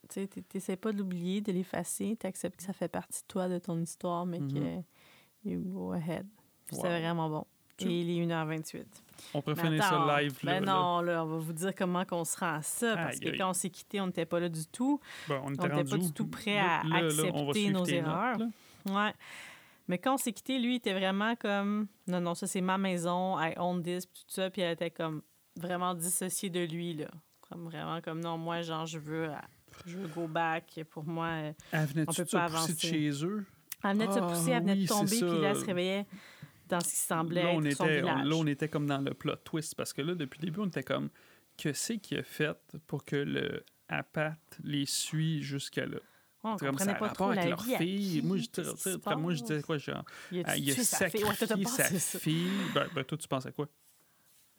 [SPEAKER 2] Tu sais, t'es- t'essaies pas de l'oublier, de l'effacer. T'acceptes que ça fait partie de toi, de ton histoire, mais
[SPEAKER 1] Mhm.
[SPEAKER 2] que. You go ahead. Puis
[SPEAKER 1] Wow.
[SPEAKER 2] C'est vraiment bon.
[SPEAKER 1] Tu-
[SPEAKER 2] Et il est 1h28.
[SPEAKER 1] On pourrait
[SPEAKER 2] Mais
[SPEAKER 1] finir ça
[SPEAKER 2] attends,
[SPEAKER 1] live. là,
[SPEAKER 2] Ben
[SPEAKER 1] là.
[SPEAKER 2] non, là, on va vous dire comment qu'on se rend à ça. Parce
[SPEAKER 1] Aïe,
[SPEAKER 2] que
[SPEAKER 1] aïe.
[SPEAKER 2] quand on s'est quitté, on n'était pas là du tout.
[SPEAKER 1] Ben, on
[SPEAKER 2] on
[SPEAKER 1] était
[SPEAKER 2] était
[SPEAKER 1] rendu
[SPEAKER 2] pas du
[SPEAKER 1] où?
[SPEAKER 2] tout prêt
[SPEAKER 1] Là,
[SPEAKER 2] à
[SPEAKER 1] là, là, on va
[SPEAKER 2] accepter
[SPEAKER 1] suivre
[SPEAKER 2] nos
[SPEAKER 1] tes notes,
[SPEAKER 2] erreurs.
[SPEAKER 1] là.
[SPEAKER 2] Ouais. Mais quand on s'est quitté, lui, il était vraiment comme non, non, ça c'est ma maison, I own this, puis tout ça. Puis elle était comme vraiment dissociée de lui, là. Comme vraiment comme non, moi, genre, je veux, euh, je veux go back. Pour moi, euh,
[SPEAKER 1] Elle
[SPEAKER 2] On
[SPEAKER 1] venait-tu
[SPEAKER 2] peut
[SPEAKER 1] de
[SPEAKER 2] pas
[SPEAKER 1] se pousser de
[SPEAKER 2] avancer.
[SPEAKER 1] chez eux?
[SPEAKER 2] Elle venait de se
[SPEAKER 1] Ah,
[SPEAKER 2] pousser, elle venait
[SPEAKER 1] oui,
[SPEAKER 2] de
[SPEAKER 1] c'est
[SPEAKER 2] tomber,
[SPEAKER 1] ça.
[SPEAKER 2] puis là, elle se réveillait dans ce qui semblait
[SPEAKER 1] Là on,
[SPEAKER 2] être son
[SPEAKER 1] était, on-
[SPEAKER 2] village.
[SPEAKER 1] là, on était comme dans le plot twist parce que là, depuis le début, on était comme que c'est qu'il a fait pour que le Apat les suit jusqu'à là.
[SPEAKER 2] Ouais, on
[SPEAKER 1] C'est comme
[SPEAKER 2] comprenait
[SPEAKER 1] a
[SPEAKER 2] pas
[SPEAKER 1] rapport
[SPEAKER 2] trop la
[SPEAKER 1] avec
[SPEAKER 2] vie.
[SPEAKER 1] leur
[SPEAKER 2] à
[SPEAKER 1] fille.
[SPEAKER 2] qui,
[SPEAKER 1] Moi, je,
[SPEAKER 2] qu'est-ce qui se
[SPEAKER 1] comme moi, je disais
[SPEAKER 2] passe?
[SPEAKER 1] quoi, genre,
[SPEAKER 2] Il a,
[SPEAKER 1] ah, il a
[SPEAKER 2] tué sa fille. Ouais, toi, t'as
[SPEAKER 1] sacrifié
[SPEAKER 2] pensé
[SPEAKER 1] sa
[SPEAKER 2] ça.
[SPEAKER 1] fille. Ben, ben, toi, tu penses à quoi?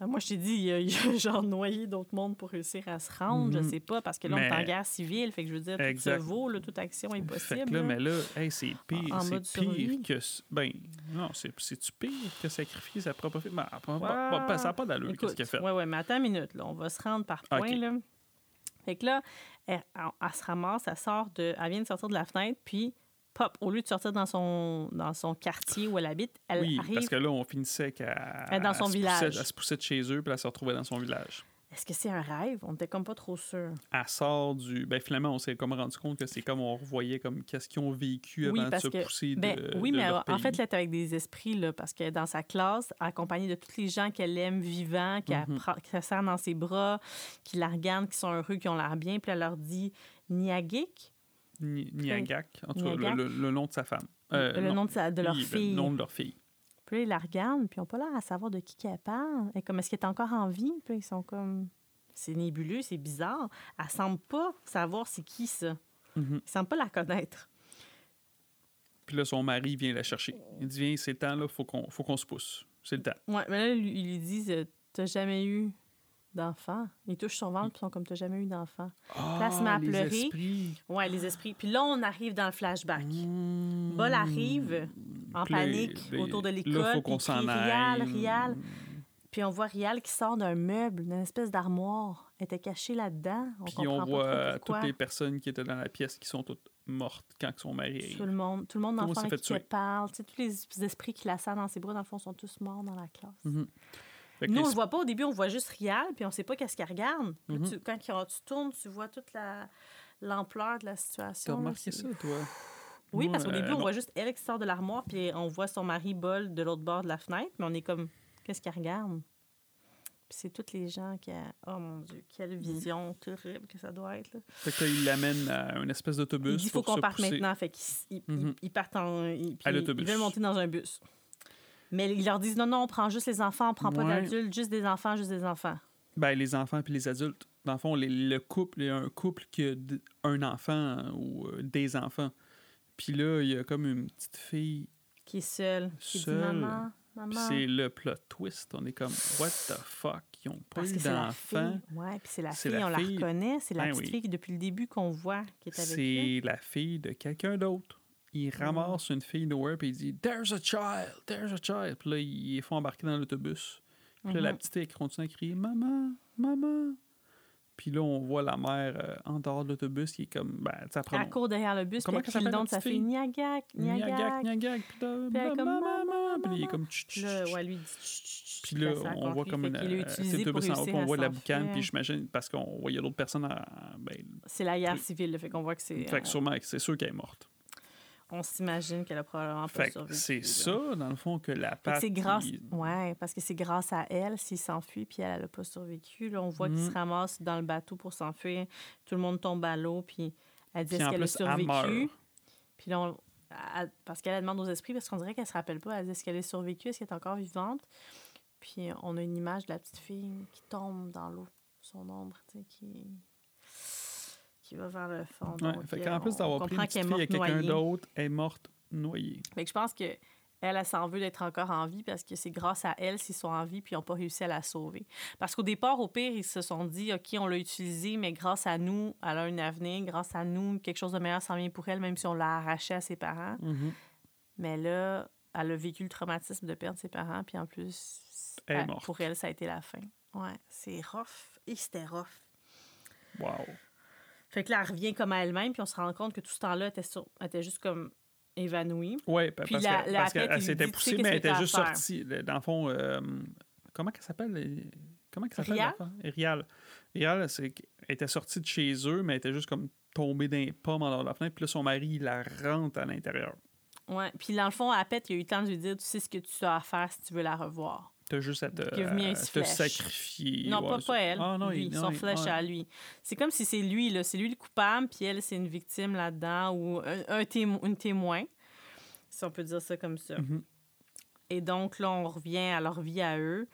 [SPEAKER 2] Ah, Moi, je t'ai dit, il a, il a genre noyé d'autres mondes pour réussir à se rendre, je
[SPEAKER 1] Mhm.
[SPEAKER 2] sais pas, parce que là, on est en
[SPEAKER 1] Mais-
[SPEAKER 2] guerre civile, fait que je veux dire, tout
[SPEAKER 1] Exact.
[SPEAKER 2] se vaut, là, toute action est
[SPEAKER 1] Fait
[SPEAKER 2] possible.
[SPEAKER 1] que là,
[SPEAKER 2] là.
[SPEAKER 1] mais là, hey, c'est pire.
[SPEAKER 2] hein. en
[SPEAKER 1] C'est
[SPEAKER 2] mode
[SPEAKER 1] pire
[SPEAKER 2] survie.
[SPEAKER 1] que. s- Ben, non, c'est- c'est-tu pire que sacrifier sa propre fille? Ben, pas- pas-
[SPEAKER 2] Ouais.
[SPEAKER 1] pas- ça n'a pas d'allure,
[SPEAKER 2] Écoute,
[SPEAKER 1] qu'est-ce qu'il a fait.
[SPEAKER 2] Ouais, ouais, mais attends une minute, là, on va se rendre par
[SPEAKER 1] Ok.
[SPEAKER 2] point, là. Fait que là, elle, elle- elle se ramasse, elle sort de, elle vient de sortir de la fenêtre, puis pop, au lieu de sortir dans son, dans son quartier où elle habite, elle
[SPEAKER 1] oui, parce
[SPEAKER 2] arrive.
[SPEAKER 1] que là, on finissait qu'à.
[SPEAKER 2] Elle est dans
[SPEAKER 1] elle
[SPEAKER 2] son
[SPEAKER 1] se poussait-
[SPEAKER 2] village.
[SPEAKER 1] elle se poussait de chez eux, puis elle se retrouvait dans son village.
[SPEAKER 2] Est-ce que c'est un rêve On était comme pas trop sûr.
[SPEAKER 1] Elle sort du. Ben, finalement, on s'est comme rendu compte que c'est comme on revoyait comme qu'est-ce qu'ils ont vécu
[SPEAKER 2] Oui,
[SPEAKER 1] avant de
[SPEAKER 2] parce
[SPEAKER 1] se
[SPEAKER 2] que-
[SPEAKER 1] pousser de-
[SPEAKER 2] Ben, oui,
[SPEAKER 1] de
[SPEAKER 2] mais
[SPEAKER 1] leur
[SPEAKER 2] en fait,
[SPEAKER 1] pays.
[SPEAKER 2] elle est avec des esprits, là, parce que dans sa classe, accompagnée de tous les gens qu'elle aime vivants, qu'elle
[SPEAKER 1] Mhm.
[SPEAKER 2] prend- qu'elle serre dans ses bras, qui la regardent, qui sont heureux, qui ont l'air bien, puis elle leur dit Niagik,
[SPEAKER 1] Ni- Niagak, en tout cas, le,
[SPEAKER 2] Niagak.
[SPEAKER 1] le- le nom de sa femme. Euh,
[SPEAKER 2] le
[SPEAKER 1] non,
[SPEAKER 2] nom de, sa- de leur
[SPEAKER 1] oui,
[SPEAKER 2] fille.
[SPEAKER 1] Le nom de leur fille.
[SPEAKER 2] Puis là, ils la regardent, puis ils n'ont pas l'air à savoir de qui qu'elle parle. Et comme, est-ce qu'elle est encore en vie? Puis là, ils sont comme... C'est nébuleux, c'est bizarre. Elle semble pas savoir c'est qui, ça.
[SPEAKER 1] Mhm.
[SPEAKER 2] Ils semblent pas la connaître.
[SPEAKER 1] Puis là, son mari vient la chercher. Il dit Viens, c'est le temps, là, faut qu'on faut qu'on se pousse. C'est le temps.
[SPEAKER 2] Ouais, mais là, ils lui- ils lui disent, euh, t'as jamais eu d'enfant. Ils touchent son
[SPEAKER 1] Mm.
[SPEAKER 2] ventre, puis ils sont comme, t'as jamais eu d'enfant. Là, elle se met à
[SPEAKER 1] Ah, les
[SPEAKER 2] pleurer.
[SPEAKER 1] esprits.
[SPEAKER 2] Ouais, les esprits. Puis là, on arrive dans le flashback.
[SPEAKER 1] Mmh.
[SPEAKER 2] Bol arrive en
[SPEAKER 1] Puis là,
[SPEAKER 2] panique
[SPEAKER 1] là,
[SPEAKER 2] autour de
[SPEAKER 1] là,
[SPEAKER 2] l'école.
[SPEAKER 1] faut qu'on
[SPEAKER 2] puis
[SPEAKER 1] s'en
[SPEAKER 2] crie,
[SPEAKER 1] aille.
[SPEAKER 2] Rial, Rial. Puis on voit Rial qui sort d'un meuble, d'une espèce d'armoire. Elle était cachée là-dedans. On
[SPEAKER 1] Puis
[SPEAKER 2] comprend
[SPEAKER 1] on voit euh,
[SPEAKER 2] pas trop pourquoi.
[SPEAKER 1] toutes les personnes qui étaient dans la pièce qui sont toutes mortes quand son mari
[SPEAKER 2] Tout
[SPEAKER 1] arrive.
[SPEAKER 2] le monde, tout le monde dans
[SPEAKER 1] Tout le monde
[SPEAKER 2] le fond
[SPEAKER 1] s'est
[SPEAKER 2] avec
[SPEAKER 1] fait
[SPEAKER 2] qui
[SPEAKER 1] tuer.
[SPEAKER 2] elle parle. Tu sais, tous les esprits qui la serrent dans ses bras, dans le fond, sont tous morts dans la classe.
[SPEAKER 1] Mhm. Fait que
[SPEAKER 2] Nous, on
[SPEAKER 1] les-
[SPEAKER 2] le voit pas au début, on voit juste Rial, puis on sait pas qu'est-ce qu'elle regarde. Puis
[SPEAKER 1] Mhm.
[SPEAKER 2] tu- quand il- tu tournes, tu vois toute la l'ampleur de la
[SPEAKER 1] T'as
[SPEAKER 2] situation. là,
[SPEAKER 1] remarqué
[SPEAKER 2] c'est-
[SPEAKER 1] ça, toi
[SPEAKER 2] Oui,
[SPEAKER 1] Moi,
[SPEAKER 2] parce qu'au
[SPEAKER 1] euh,
[SPEAKER 2] début, on
[SPEAKER 1] non.
[SPEAKER 2] voit juste elle qui sort de l'armoire, puis on voit son mari bol de l'autre bord de la fenêtre, mais on est comme, qu'est-ce qu'elle regarde? Puis c'est toutes les gens qui. a- Oh mon Dieu,
[SPEAKER 1] Mhm.
[SPEAKER 2] quelle vision terrible que ça doit être. là.
[SPEAKER 1] Fait que là, il l'amène à une espèce d'autobus.
[SPEAKER 2] Il dit faut
[SPEAKER 1] pour
[SPEAKER 2] qu'on
[SPEAKER 1] se
[SPEAKER 2] parte
[SPEAKER 1] pousser.
[SPEAKER 2] maintenant. Fait qu'ils ils-
[SPEAKER 1] Mhm.
[SPEAKER 2] ils partent en. Ils,
[SPEAKER 1] À
[SPEAKER 2] puis
[SPEAKER 1] l'autobus.
[SPEAKER 2] ils veulent monter dans un bus. Mais ils leur disent non, non, on prend juste les enfants, on prend pas
[SPEAKER 1] Ouais.
[SPEAKER 2] d'adultes, juste des enfants, juste des enfants.
[SPEAKER 1] Ben, les enfants puis les adultes. Dans le fond, les- le couple, il y a un couple qui a d- un enfant euh, ou euh, des enfants. Puis là, il y a comme une petite fille.
[SPEAKER 2] Qui est seule. Qui dit
[SPEAKER 1] Seule.
[SPEAKER 2] maman,
[SPEAKER 1] Puis
[SPEAKER 2] maman.
[SPEAKER 1] c'est le plot twist. On est comme, what the fuck? Ils ont pas
[SPEAKER 2] Parce
[SPEAKER 1] eu
[SPEAKER 2] que c'est la
[SPEAKER 1] d'enfant.
[SPEAKER 2] fille. Ouais, puis c'est la
[SPEAKER 1] C'est
[SPEAKER 2] fille,
[SPEAKER 1] la
[SPEAKER 2] on
[SPEAKER 1] fille.
[SPEAKER 2] la reconnaît. C'est la
[SPEAKER 1] Ben
[SPEAKER 2] petite
[SPEAKER 1] oui.
[SPEAKER 2] fille qui, depuis le début qu'on voit qui est avec Mm. lui.
[SPEAKER 1] C'est la fille de quelqu'un d'autre. Il ramasse une fille nowhere puis il dit There's a child, there's a child. Puis là, ils les font embarquer dans l'autobus. Puis là, la
[SPEAKER 2] Mhm.
[SPEAKER 1] petite fille qui continue à crier Maman, maman. Puis là, on voit la mère euh, en dehors de l'autobus qui est comme Ben, tu sais, après,
[SPEAKER 2] Elle
[SPEAKER 1] on-
[SPEAKER 2] court derrière le bus,
[SPEAKER 1] Comment
[SPEAKER 2] puis
[SPEAKER 1] qu'elle
[SPEAKER 2] elle
[SPEAKER 1] s'appelle,
[SPEAKER 2] crie le nom
[SPEAKER 1] la
[SPEAKER 2] de sa
[SPEAKER 1] petite fille?
[SPEAKER 2] fille. Niagak,
[SPEAKER 1] Niagak,
[SPEAKER 2] Niagak.
[SPEAKER 1] niagak. Puis là,
[SPEAKER 2] Puis elle
[SPEAKER 1] maman,
[SPEAKER 2] est comme,
[SPEAKER 1] maman,
[SPEAKER 2] Maman,
[SPEAKER 1] Puis là, il est comme
[SPEAKER 2] Puis là, ouais, lui dit. Chut, chut, chut,
[SPEAKER 1] Puis là,
[SPEAKER 2] ça
[SPEAKER 1] on voit
[SPEAKER 2] conclut.
[SPEAKER 1] comme
[SPEAKER 2] Fait
[SPEAKER 1] une.
[SPEAKER 2] qu'il l'a
[SPEAKER 1] euh,
[SPEAKER 2] utilisé
[SPEAKER 1] cet
[SPEAKER 2] pour
[SPEAKER 1] autobus en haut,
[SPEAKER 2] réussir
[SPEAKER 1] puis on
[SPEAKER 2] à
[SPEAKER 1] voit la
[SPEAKER 2] s'en
[SPEAKER 1] boucane, puis
[SPEAKER 2] faire.
[SPEAKER 1] j'imagine, parce qu'on voyait d'autres personnes. en- ben,
[SPEAKER 2] C'est la guerre civile, là, fait qu'on voit que c'est. euh,
[SPEAKER 1] fait que sûrement, c'est sûr qu'elle est morte.
[SPEAKER 2] on s'imagine qu'elle a probablement pas
[SPEAKER 1] Fait que
[SPEAKER 2] survécu.
[SPEAKER 1] c'est
[SPEAKER 2] là.
[SPEAKER 1] ça, dans le fond, que la
[SPEAKER 2] Fait que
[SPEAKER 1] patte.
[SPEAKER 2] c'est grâce,
[SPEAKER 1] il-
[SPEAKER 2] ouais, parce que c'est grâce à elle s'il s'enfuit puis elle n'a pas survécu. Là, on voit qu'il
[SPEAKER 1] Mhm.
[SPEAKER 2] se ramasse dans le bateau pour s'enfuir. Tout le monde tombe à l'eau puis elle dit
[SPEAKER 1] Puis
[SPEAKER 2] est-ce
[SPEAKER 1] en
[SPEAKER 2] qu'elle a
[SPEAKER 1] plus, elle meurt.
[SPEAKER 2] survécu Puis là, on- elle- parce qu'elle elle demande aux esprits parce qu'on dirait qu'elle se rappelle pas. Elle dit est-ce qu'elle a survécu Est-ce qu'elle est encore vivante Puis on a une image de la petite fille qui tombe dans l'eau, son ombre, tu sais, qui qui va vers le fond.
[SPEAKER 1] Ouais,
[SPEAKER 2] Donc,
[SPEAKER 1] fait
[SPEAKER 2] euh,
[SPEAKER 1] qu'en plus
[SPEAKER 2] on
[SPEAKER 1] d'avoir pris
[SPEAKER 2] comprend
[SPEAKER 1] une petite
[SPEAKER 2] qu'elle est
[SPEAKER 1] fille à
[SPEAKER 2] morte
[SPEAKER 1] quelqu'un
[SPEAKER 2] noyée.
[SPEAKER 1] d'autre, elle est morte noyée.
[SPEAKER 2] Fait que je pense que elle, elle s'en veut d'être encore en vie parce que c'est grâce à elle s'ils sont en vie puis ils n'ont pas réussi à la sauver. Parce qu'au départ, au pire, ils se sont dit, OK, on l'a utilisée, mais grâce à nous, elle a un avenir. Grâce à nous, quelque chose de meilleur s'en vient pour elle, même si on l'a arrachée à ses parents. Mais là, elle a vécu le traumatisme de perdre ses parents, puis en plus,
[SPEAKER 1] Elle est
[SPEAKER 2] elle-
[SPEAKER 1] morte.
[SPEAKER 2] pour elle, ça a été la fin. Ouais, c'est rough. Et c'était rough.
[SPEAKER 1] Wow.
[SPEAKER 2] Fait que là, elle revient comme à elle-même, puis on se rend compte que tout ce temps-là, elle était, sur- elle était juste comme évanouie.
[SPEAKER 1] Ouais, pa-
[SPEAKER 2] Puis
[SPEAKER 1] parce
[SPEAKER 2] la-
[SPEAKER 1] que-
[SPEAKER 2] la
[SPEAKER 1] parce
[SPEAKER 2] tête,
[SPEAKER 1] qu'elle
[SPEAKER 2] il lui
[SPEAKER 1] s'était
[SPEAKER 2] dit, tu sais
[SPEAKER 1] poussée,
[SPEAKER 2] qu'est-ce
[SPEAKER 1] mais elle
[SPEAKER 2] que t'as
[SPEAKER 1] était
[SPEAKER 2] à
[SPEAKER 1] juste
[SPEAKER 2] faire.
[SPEAKER 1] sortie. Le- Dans le fond, euh, comment qu'elle s'appelle euh, Comment qu'elle s'appelle
[SPEAKER 2] Rial?
[SPEAKER 1] la femme? Rial. Rial, c'est qu'elle était sortie de chez eux, mais elle était juste comme tombée d'un pomme en dehors de la fenêtre. Puis là, son mari, il la rentre à l'intérieur.
[SPEAKER 2] Ouais. Puis dans le fond, à pète, il y a eu le temps de lui dire tu sais ce que tu as à faire si tu veux la revoir.
[SPEAKER 1] T'as juste à te,
[SPEAKER 2] Il a mis un
[SPEAKER 1] à te
[SPEAKER 2] flèche.
[SPEAKER 1] sacrifier.
[SPEAKER 2] non,
[SPEAKER 1] ouais,
[SPEAKER 2] pas,
[SPEAKER 1] ça.
[SPEAKER 2] pas elle.
[SPEAKER 1] Ah, non,
[SPEAKER 2] lui,
[SPEAKER 1] il- non,
[SPEAKER 2] son
[SPEAKER 1] il-
[SPEAKER 2] flèche
[SPEAKER 1] ouais.
[SPEAKER 2] à lui. C'est comme si c'est lui, là. C'est lui le coupable, puis elle, c'est une victime là-dedans ou un, un témo- une témoin. si on peut dire ça comme ça.
[SPEAKER 1] Mhm.
[SPEAKER 2] Et donc, là, on revient à leur vie à eux.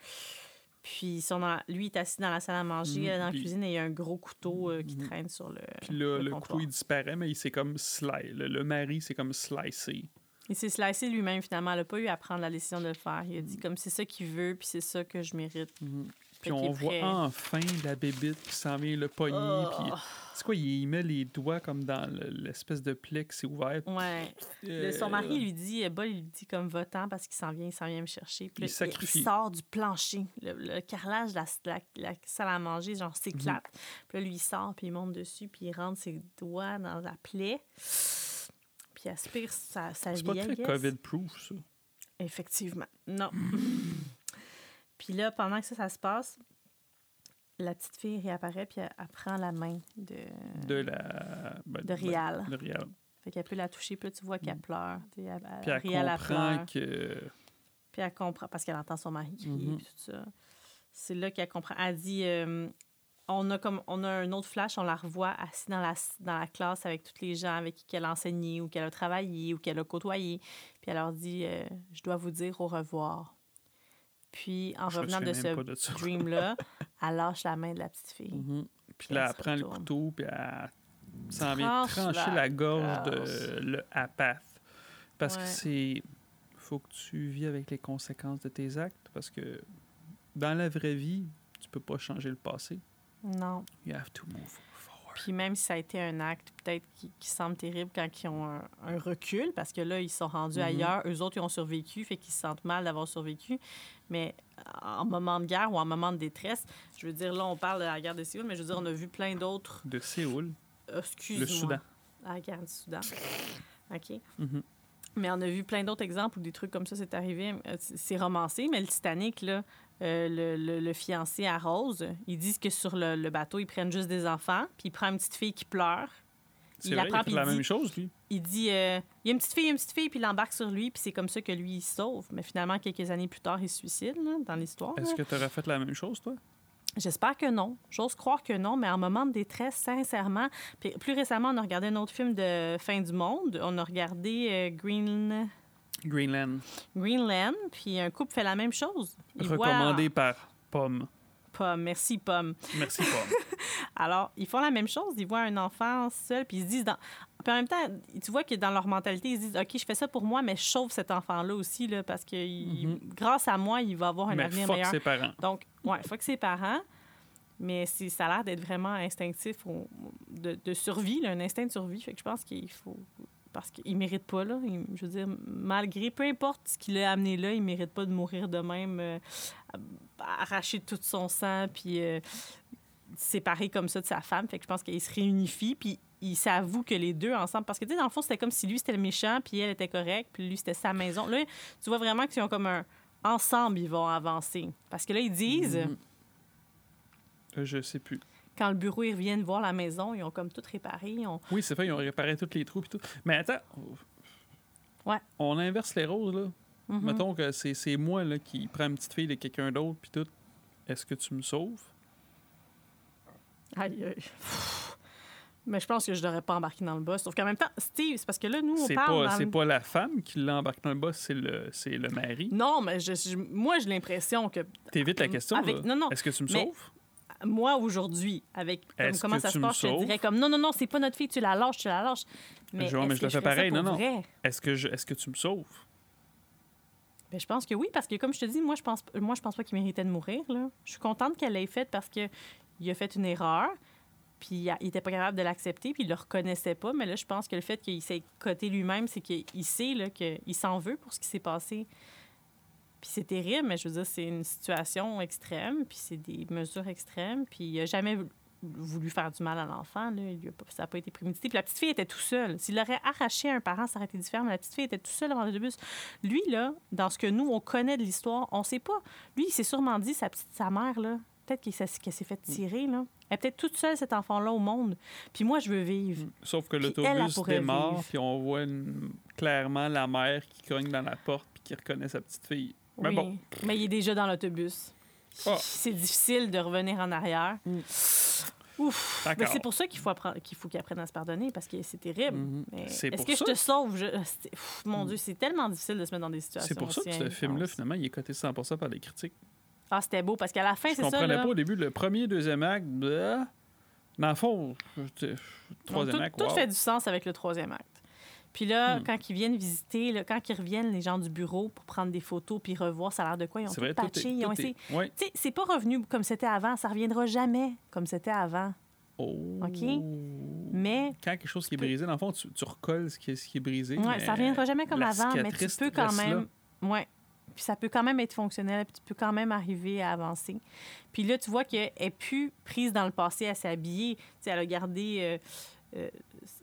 [SPEAKER 2] Puis, ils sont dans la- lui, il est assis dans la salle à manger,
[SPEAKER 1] Mhm,
[SPEAKER 2] euh, dans la
[SPEAKER 1] puis-
[SPEAKER 2] cuisine, et il y a un gros couteau euh, qui
[SPEAKER 1] Mhm.
[SPEAKER 2] traîne sur le.
[SPEAKER 1] Puis là,
[SPEAKER 2] le
[SPEAKER 1] le,
[SPEAKER 2] comptoir.
[SPEAKER 1] couteau, il disparaît, mais il s'est comme slice. Le, le mari, c'est comme slicé.
[SPEAKER 2] Il s'est slicé lui-même, finalement. Il n'a pas eu à prendre la décision de le faire. Il a
[SPEAKER 1] Mm.
[SPEAKER 2] dit, comme c'est ça qu'il veut, puis c'est ça que je mérite.
[SPEAKER 1] Puis
[SPEAKER 2] Mhm. Fait qu'il
[SPEAKER 1] on
[SPEAKER 2] est
[SPEAKER 1] voit
[SPEAKER 2] prêt. Oh.
[SPEAKER 1] enfin la bébite qui s'en vient le poignet. Puis c'est quoi, il met les doigts comme dans le- l'espèce de plaie qui s'est ouverte.
[SPEAKER 2] Oh, ouais. Le-
[SPEAKER 1] Euh,
[SPEAKER 2] son mari lui dit, euh, Bol, il lui dit comme votant parce qu'il s'en vient, il s'en vient me chercher. Puis
[SPEAKER 1] Il
[SPEAKER 2] là, il,
[SPEAKER 1] sacrifie.
[SPEAKER 2] il sort du plancher. Le, le carrelage de la, la- la salle à manger,
[SPEAKER 1] Mhm.
[SPEAKER 2] genre, s'éclate. Puis là, lui, il sort, puis il monte dessus, puis il rentre ses doigts dans la plaie. Puis il aspire sa, sa
[SPEAKER 1] C'est pas très
[SPEAKER 2] vieillesse.
[SPEAKER 1] COVID-proof, ça.
[SPEAKER 2] Effectivement. Non. puis là, pendant que ça, ça se passe, la petite fille réapparaît, puis elle, elle prend la main de,
[SPEAKER 1] De la. ben,
[SPEAKER 2] Hmm. de
[SPEAKER 1] ben,
[SPEAKER 2] Rial.
[SPEAKER 1] De Rial.
[SPEAKER 2] Fait qu'elle peut la toucher, puis là, tu vois qu'elle pleure. Tu sais, elle- elle-
[SPEAKER 1] Mm. Puis elle
[SPEAKER 2] Rial, elle
[SPEAKER 1] comprend
[SPEAKER 2] pleure.
[SPEAKER 1] que.
[SPEAKER 2] Puis elle comprend, parce qu'elle entend son mari crier,
[SPEAKER 1] Mhm.
[SPEAKER 2] puis tout ça. C'est là qu'elle comprend. Elle dit euh, on, a comme, on a un autre flash, on la revoit assise dans la, dans la classe avec tous les gens avec qui elle a enseigné, ou qu'elle a travaillé, ou qu'elle a côtoyé. Puis elle leur dit euh, Je dois vous dire au revoir. Puis en
[SPEAKER 1] Je me
[SPEAKER 2] revenant de
[SPEAKER 1] souviens même
[SPEAKER 2] ce
[SPEAKER 1] pas de ça.
[SPEAKER 2] dream-là, elle lâche la main de la petite fille.
[SPEAKER 1] Mhm. Puis
[SPEAKER 2] Puis
[SPEAKER 1] là,
[SPEAKER 2] elle
[SPEAKER 1] elle
[SPEAKER 2] se
[SPEAKER 1] prend le
[SPEAKER 2] retourne.
[SPEAKER 1] couteau, puis elle s'en vient
[SPEAKER 2] Tranche
[SPEAKER 1] trancher
[SPEAKER 2] la
[SPEAKER 1] la gorge
[SPEAKER 2] gorge.
[SPEAKER 1] de le apath. Parce que
[SPEAKER 2] Ouais.
[SPEAKER 1] c'est. Faut que tu vis avec les conséquences de tes actes, parce que dans la vraie vie, tu peux pas changer le passé.
[SPEAKER 2] Non.
[SPEAKER 1] You have to move forward.
[SPEAKER 2] Puis même si ça a été un acte peut-être qui, qui semble terrible quand ils ont un, un recul, parce que là, ils sont rendus
[SPEAKER 1] Mhm.
[SPEAKER 2] ailleurs, eux autres, ils ont survécu, fait qu'ils se sentent mal d'avoir survécu. Mais en moment de guerre ou en moment de détresse, je veux dire, là, on parle de la guerre de Séoul, mais je veux dire, on a vu plein d'autres...
[SPEAKER 1] De Séoul,
[SPEAKER 2] euh, Excuse-moi.
[SPEAKER 1] le Soudan.
[SPEAKER 2] La guerre du Soudan. OK.
[SPEAKER 1] Mhm.
[SPEAKER 2] Mais on a vu plein d'autres exemples où des trucs comme ça c'est arrivé. Euh, c- C'est romancé, mais le Titanic, là, euh, le, le- le fiancé à Rose, ils disent que sur le, le bateau, ils prennent juste des enfants, puis ils prennent une petite fille qui pleure.
[SPEAKER 1] C'est
[SPEAKER 2] Il
[SPEAKER 1] vrai, il
[SPEAKER 2] apprend,
[SPEAKER 1] a fait
[SPEAKER 2] puis
[SPEAKER 1] la
[SPEAKER 2] il
[SPEAKER 1] même
[SPEAKER 2] dit-
[SPEAKER 1] chose, lui.
[SPEAKER 2] Il dit euh, il y a une petite fille, il y a une petite fille, puis il embarque sur lui, puis c'est comme ça que lui, il se sauve. Mais finalement, quelques années plus tard, il se suicide là, dans l'histoire. là.
[SPEAKER 1] Est-ce que tu aurais fait la même chose, toi?
[SPEAKER 2] J'espère que non. J'ose croire que non, mais en moment de détresse, sincèrement. Puis plus récemment, on a regardé un autre film de fin du monde. On a regardé euh, Green...
[SPEAKER 1] Greenland,
[SPEAKER 2] Greenland, puis un couple fait la même chose. Il voit-
[SPEAKER 1] recommandé par Pomme.
[SPEAKER 2] Pomme, merci Pomme.
[SPEAKER 1] Merci, Pomme.
[SPEAKER 2] Alors, ils font la même chose. Ils voient un enfant seul, puis ils se disent... Dans... Puis en même temps, tu vois que dans leur mentalité, ils se disent, OK, je fais ça pour moi, mais je sauve cet enfant-là aussi, là, parce que il-
[SPEAKER 1] Mhm.
[SPEAKER 2] grâce à moi, il va avoir un
[SPEAKER 1] Mais
[SPEAKER 2] avenir
[SPEAKER 1] fuck
[SPEAKER 2] meilleur.
[SPEAKER 1] ses parents.
[SPEAKER 2] Donc, ouais, faut que ses parents, mais c'est- ça a l'air d'être vraiment instinctif au- de, de survie, là, un instinct de survie. Fait que je pense qu'il faut. Parce qu'il mérite pas, là. Il- je veux dire, malgré, peu importe ce qu'il a amené là, il mérite pas de mourir de même, euh, arracher tout son sang, puis euh, séparé comme ça de sa femme. Fait que je pense qu'il se réunifie, puis il s'avoue que les deux ensemble. Parce que, tu sais, dans le fond, c'était comme si lui, c'était le méchant, puis elle était correcte, puis lui, c'était sa maison. Là, tu vois vraiment qu'ils ont comme un. Ensemble, ils vont avancer. Parce que là, ils disent,
[SPEAKER 1] Mhm. Euh, Je sais plus.
[SPEAKER 2] quand le bureau, ils reviennent voir la maison, ils ont comme tout réparé. ils ont-
[SPEAKER 1] Oui, c'est vrai, ils ont réparé tous les trous et tout. Mais attends.
[SPEAKER 2] Ouais.
[SPEAKER 1] On inverse les roses, là.
[SPEAKER 2] Mhm.
[SPEAKER 1] Mettons que c'est c'est moi là, qui prends une petite fille de quelqu'un d'autre puis tout. Est-ce que tu me sauves?
[SPEAKER 2] Aïe, aïe. Pff. Mais je pense que je devrais pas embarquer dans le bus. Sauf qu'en même temps, Steve, c'est parce que là, nous, on
[SPEAKER 1] C'est
[SPEAKER 2] parle.
[SPEAKER 1] pas,
[SPEAKER 2] dans
[SPEAKER 1] c'est
[SPEAKER 2] le-
[SPEAKER 1] pas la femme qui l'embarque dans le boss, c'est le, c'est le mari.
[SPEAKER 2] Non, mais je- je- moi, j'ai l'impression que
[SPEAKER 1] T'évites la question,
[SPEAKER 2] Mm. Avec-
[SPEAKER 1] là.
[SPEAKER 2] non, non,
[SPEAKER 1] Est-ce que tu me
[SPEAKER 2] mais-
[SPEAKER 1] sauves?
[SPEAKER 2] moi, aujourd'hui, avec comme-
[SPEAKER 1] Est-ce
[SPEAKER 2] comment
[SPEAKER 1] que
[SPEAKER 2] ça
[SPEAKER 1] tu
[SPEAKER 2] se
[SPEAKER 1] me
[SPEAKER 2] passe, je te
[SPEAKER 1] sauves?
[SPEAKER 2] dirais comme non, non, non, c'est pas notre fille, tu la lâches, tu la lâches. Mais,
[SPEAKER 1] Je vois, mais
[SPEAKER 2] est-ce
[SPEAKER 1] je le
[SPEAKER 2] que
[SPEAKER 1] fais
[SPEAKER 2] ferais ça
[SPEAKER 1] pareil,
[SPEAKER 2] pour
[SPEAKER 1] non, non.
[SPEAKER 2] vrai?
[SPEAKER 1] Est-ce que, je- est-ce que tu me sauves?
[SPEAKER 2] Ben, je pense que oui, parce que comme je te dis, moi, je pense, moi, je pense pas qu'il méritait de mourir. Là. Je suis contente qu'elle l'ait faite parce que il a fait une erreur, puis il a- il était pas capable de l'accepter, puis il le reconnaissait pas. Mais là, je pense que le fait qu'il s'est coté lui-même, c'est qu'il sait là, qu'il s'en veut pour ce qui s'est passé. Puis c'est terrible, mais je veux dire, c'est une situation extrême, puis c'est des mesures extrêmes, puis il a jamais vou- voulu faire du mal à l'enfant. là. Il lui a pas- Ça n'a pas été prémédité. Puis la petite fille était tout seule. S'il aurait arraché à un parent, ça aurait été différent, mais la petite fille était tout seule avant l'autobus. Lui, là, dans ce que nous, on connaît de l'histoire, on sait pas. Lui, il s'est sûrement dit, sa petite, sa mère, là, peut-être qu'il s'est- qu'elle s'est
[SPEAKER 1] Mm.
[SPEAKER 2] fait tirer, là. Elle est peut-être toute seule, cet enfant-là, au monde. Puis moi, je veux vivre.
[SPEAKER 1] Sauf que
[SPEAKER 2] Puis elle, elle
[SPEAKER 1] l'autobus
[SPEAKER 2] pourrait
[SPEAKER 1] démarre,
[SPEAKER 2] vivre.
[SPEAKER 1] puis on voit une- clairement la mère qui cogne dans la porte puis qui reconnaît sa petite fille. Mais
[SPEAKER 2] Oui.
[SPEAKER 1] bon.
[SPEAKER 2] Mais il est déjà dans l'autobus.
[SPEAKER 1] Ah.
[SPEAKER 2] C'est difficile de revenir en arrière. Ouf!
[SPEAKER 1] D'accord.
[SPEAKER 2] Mais c'est pour ça qu'il faut apprendre- qu'il faut qu'ils apprennent à se pardonner, parce que c'est terrible.
[SPEAKER 1] Mhm.
[SPEAKER 2] Mais
[SPEAKER 1] C'est
[SPEAKER 2] Est-ce
[SPEAKER 1] pour
[SPEAKER 2] que
[SPEAKER 1] ça. Mm.
[SPEAKER 2] je te sauve? Je- ah, c'est- Ouf, mon Dieu, c'est tellement difficile de se mettre dans des situations
[SPEAKER 1] C'est pour ça que
[SPEAKER 2] aussi
[SPEAKER 1] ce film-là,
[SPEAKER 2] intenses.
[SPEAKER 1] finalement, il est coté 100% par les critiques.
[SPEAKER 2] Ah, c'était beau, parce qu'à la fin,
[SPEAKER 1] je
[SPEAKER 2] c'est ça,
[SPEAKER 1] comprenais
[SPEAKER 2] là.
[SPEAKER 1] pas au début. Le premier, deuxième acte, bleu. dans le fond, je- je- troisième
[SPEAKER 2] Donc,
[SPEAKER 1] acte,
[SPEAKER 2] tout, tout
[SPEAKER 1] wow.
[SPEAKER 2] fait du sens avec le troisième acte. Puis là,
[SPEAKER 1] Hmm.
[SPEAKER 2] quand ils viennent visiter, là, quand ils reviennent, les gens du bureau, pour prendre des photos puis revoir, ça a l'air de quoi? Ils ont
[SPEAKER 1] C'est
[SPEAKER 2] tout
[SPEAKER 1] vrai, tout
[SPEAKER 2] patché,
[SPEAKER 1] est,
[SPEAKER 2] ils ont
[SPEAKER 1] tout
[SPEAKER 2] essayé.
[SPEAKER 1] est- ouais.
[SPEAKER 2] Tu sais, c'est pas revenu comme c'était avant, ça reviendra jamais comme c'était avant.
[SPEAKER 1] Oh.
[SPEAKER 2] Mais
[SPEAKER 1] Quand quelque chose qui est
[SPEAKER 2] peux-
[SPEAKER 1] brisé, dans le fond, tu, tu recolles ce qui est, ce qui est brisé.
[SPEAKER 2] ouais,
[SPEAKER 1] mais
[SPEAKER 2] ça reviendra jamais comme
[SPEAKER 1] la
[SPEAKER 2] avant, mais tu
[SPEAKER 1] cicatrice
[SPEAKER 2] peux quand
[SPEAKER 1] reste là.
[SPEAKER 2] même. Ouais. Puis ça peut quand même être fonctionnel, puis tu peux quand même arriver à avancer. Puis là, tu vois qu'elle est plus prise dans le passé à s'habiller. Tu sais, elle a gardé euh, euh,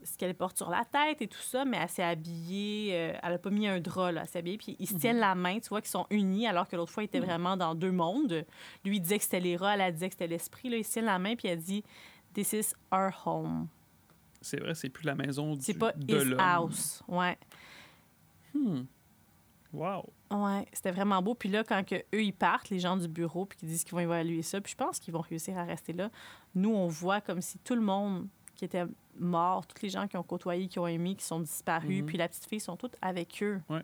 [SPEAKER 2] ce qu'elle porte sur la tête et tout ça, mais elle s'est habillée, euh, elle a pas mis un drap, là, elle s'est habillée, puis ils se
[SPEAKER 1] Mhm.
[SPEAKER 2] tiennent la main, tu vois qu'ils sont unis, alors que l'autre fois, ils étaient vraiment dans deux mondes. Lui, il disait que c'était les rats, elle, elle disait que c'était l'esprit, là, ils se tiennent la main, puis elle dit « This is our home
[SPEAKER 1] C'est vrai, c'est plus la maison ». du,
[SPEAKER 2] C'est pas «
[SPEAKER 1] de
[SPEAKER 2] his
[SPEAKER 1] l'homme.
[SPEAKER 2] house », ouais.
[SPEAKER 1] Hmm. Wow.
[SPEAKER 2] Ouais, c'était vraiment beau. Puis là, quand que eux ils partent, les gens du bureau, puis qu'ils disent qu'ils vont évaluer ça, puis je pense qu'ils vont réussir à rester là. Nous, on voit comme si tout le monde qui était mort, tous les gens qui ont côtoyé, qui ont aimé, qui sont disparus,
[SPEAKER 1] Mhm.
[SPEAKER 2] puis la petite fille sont toutes avec eux.
[SPEAKER 1] Ouais.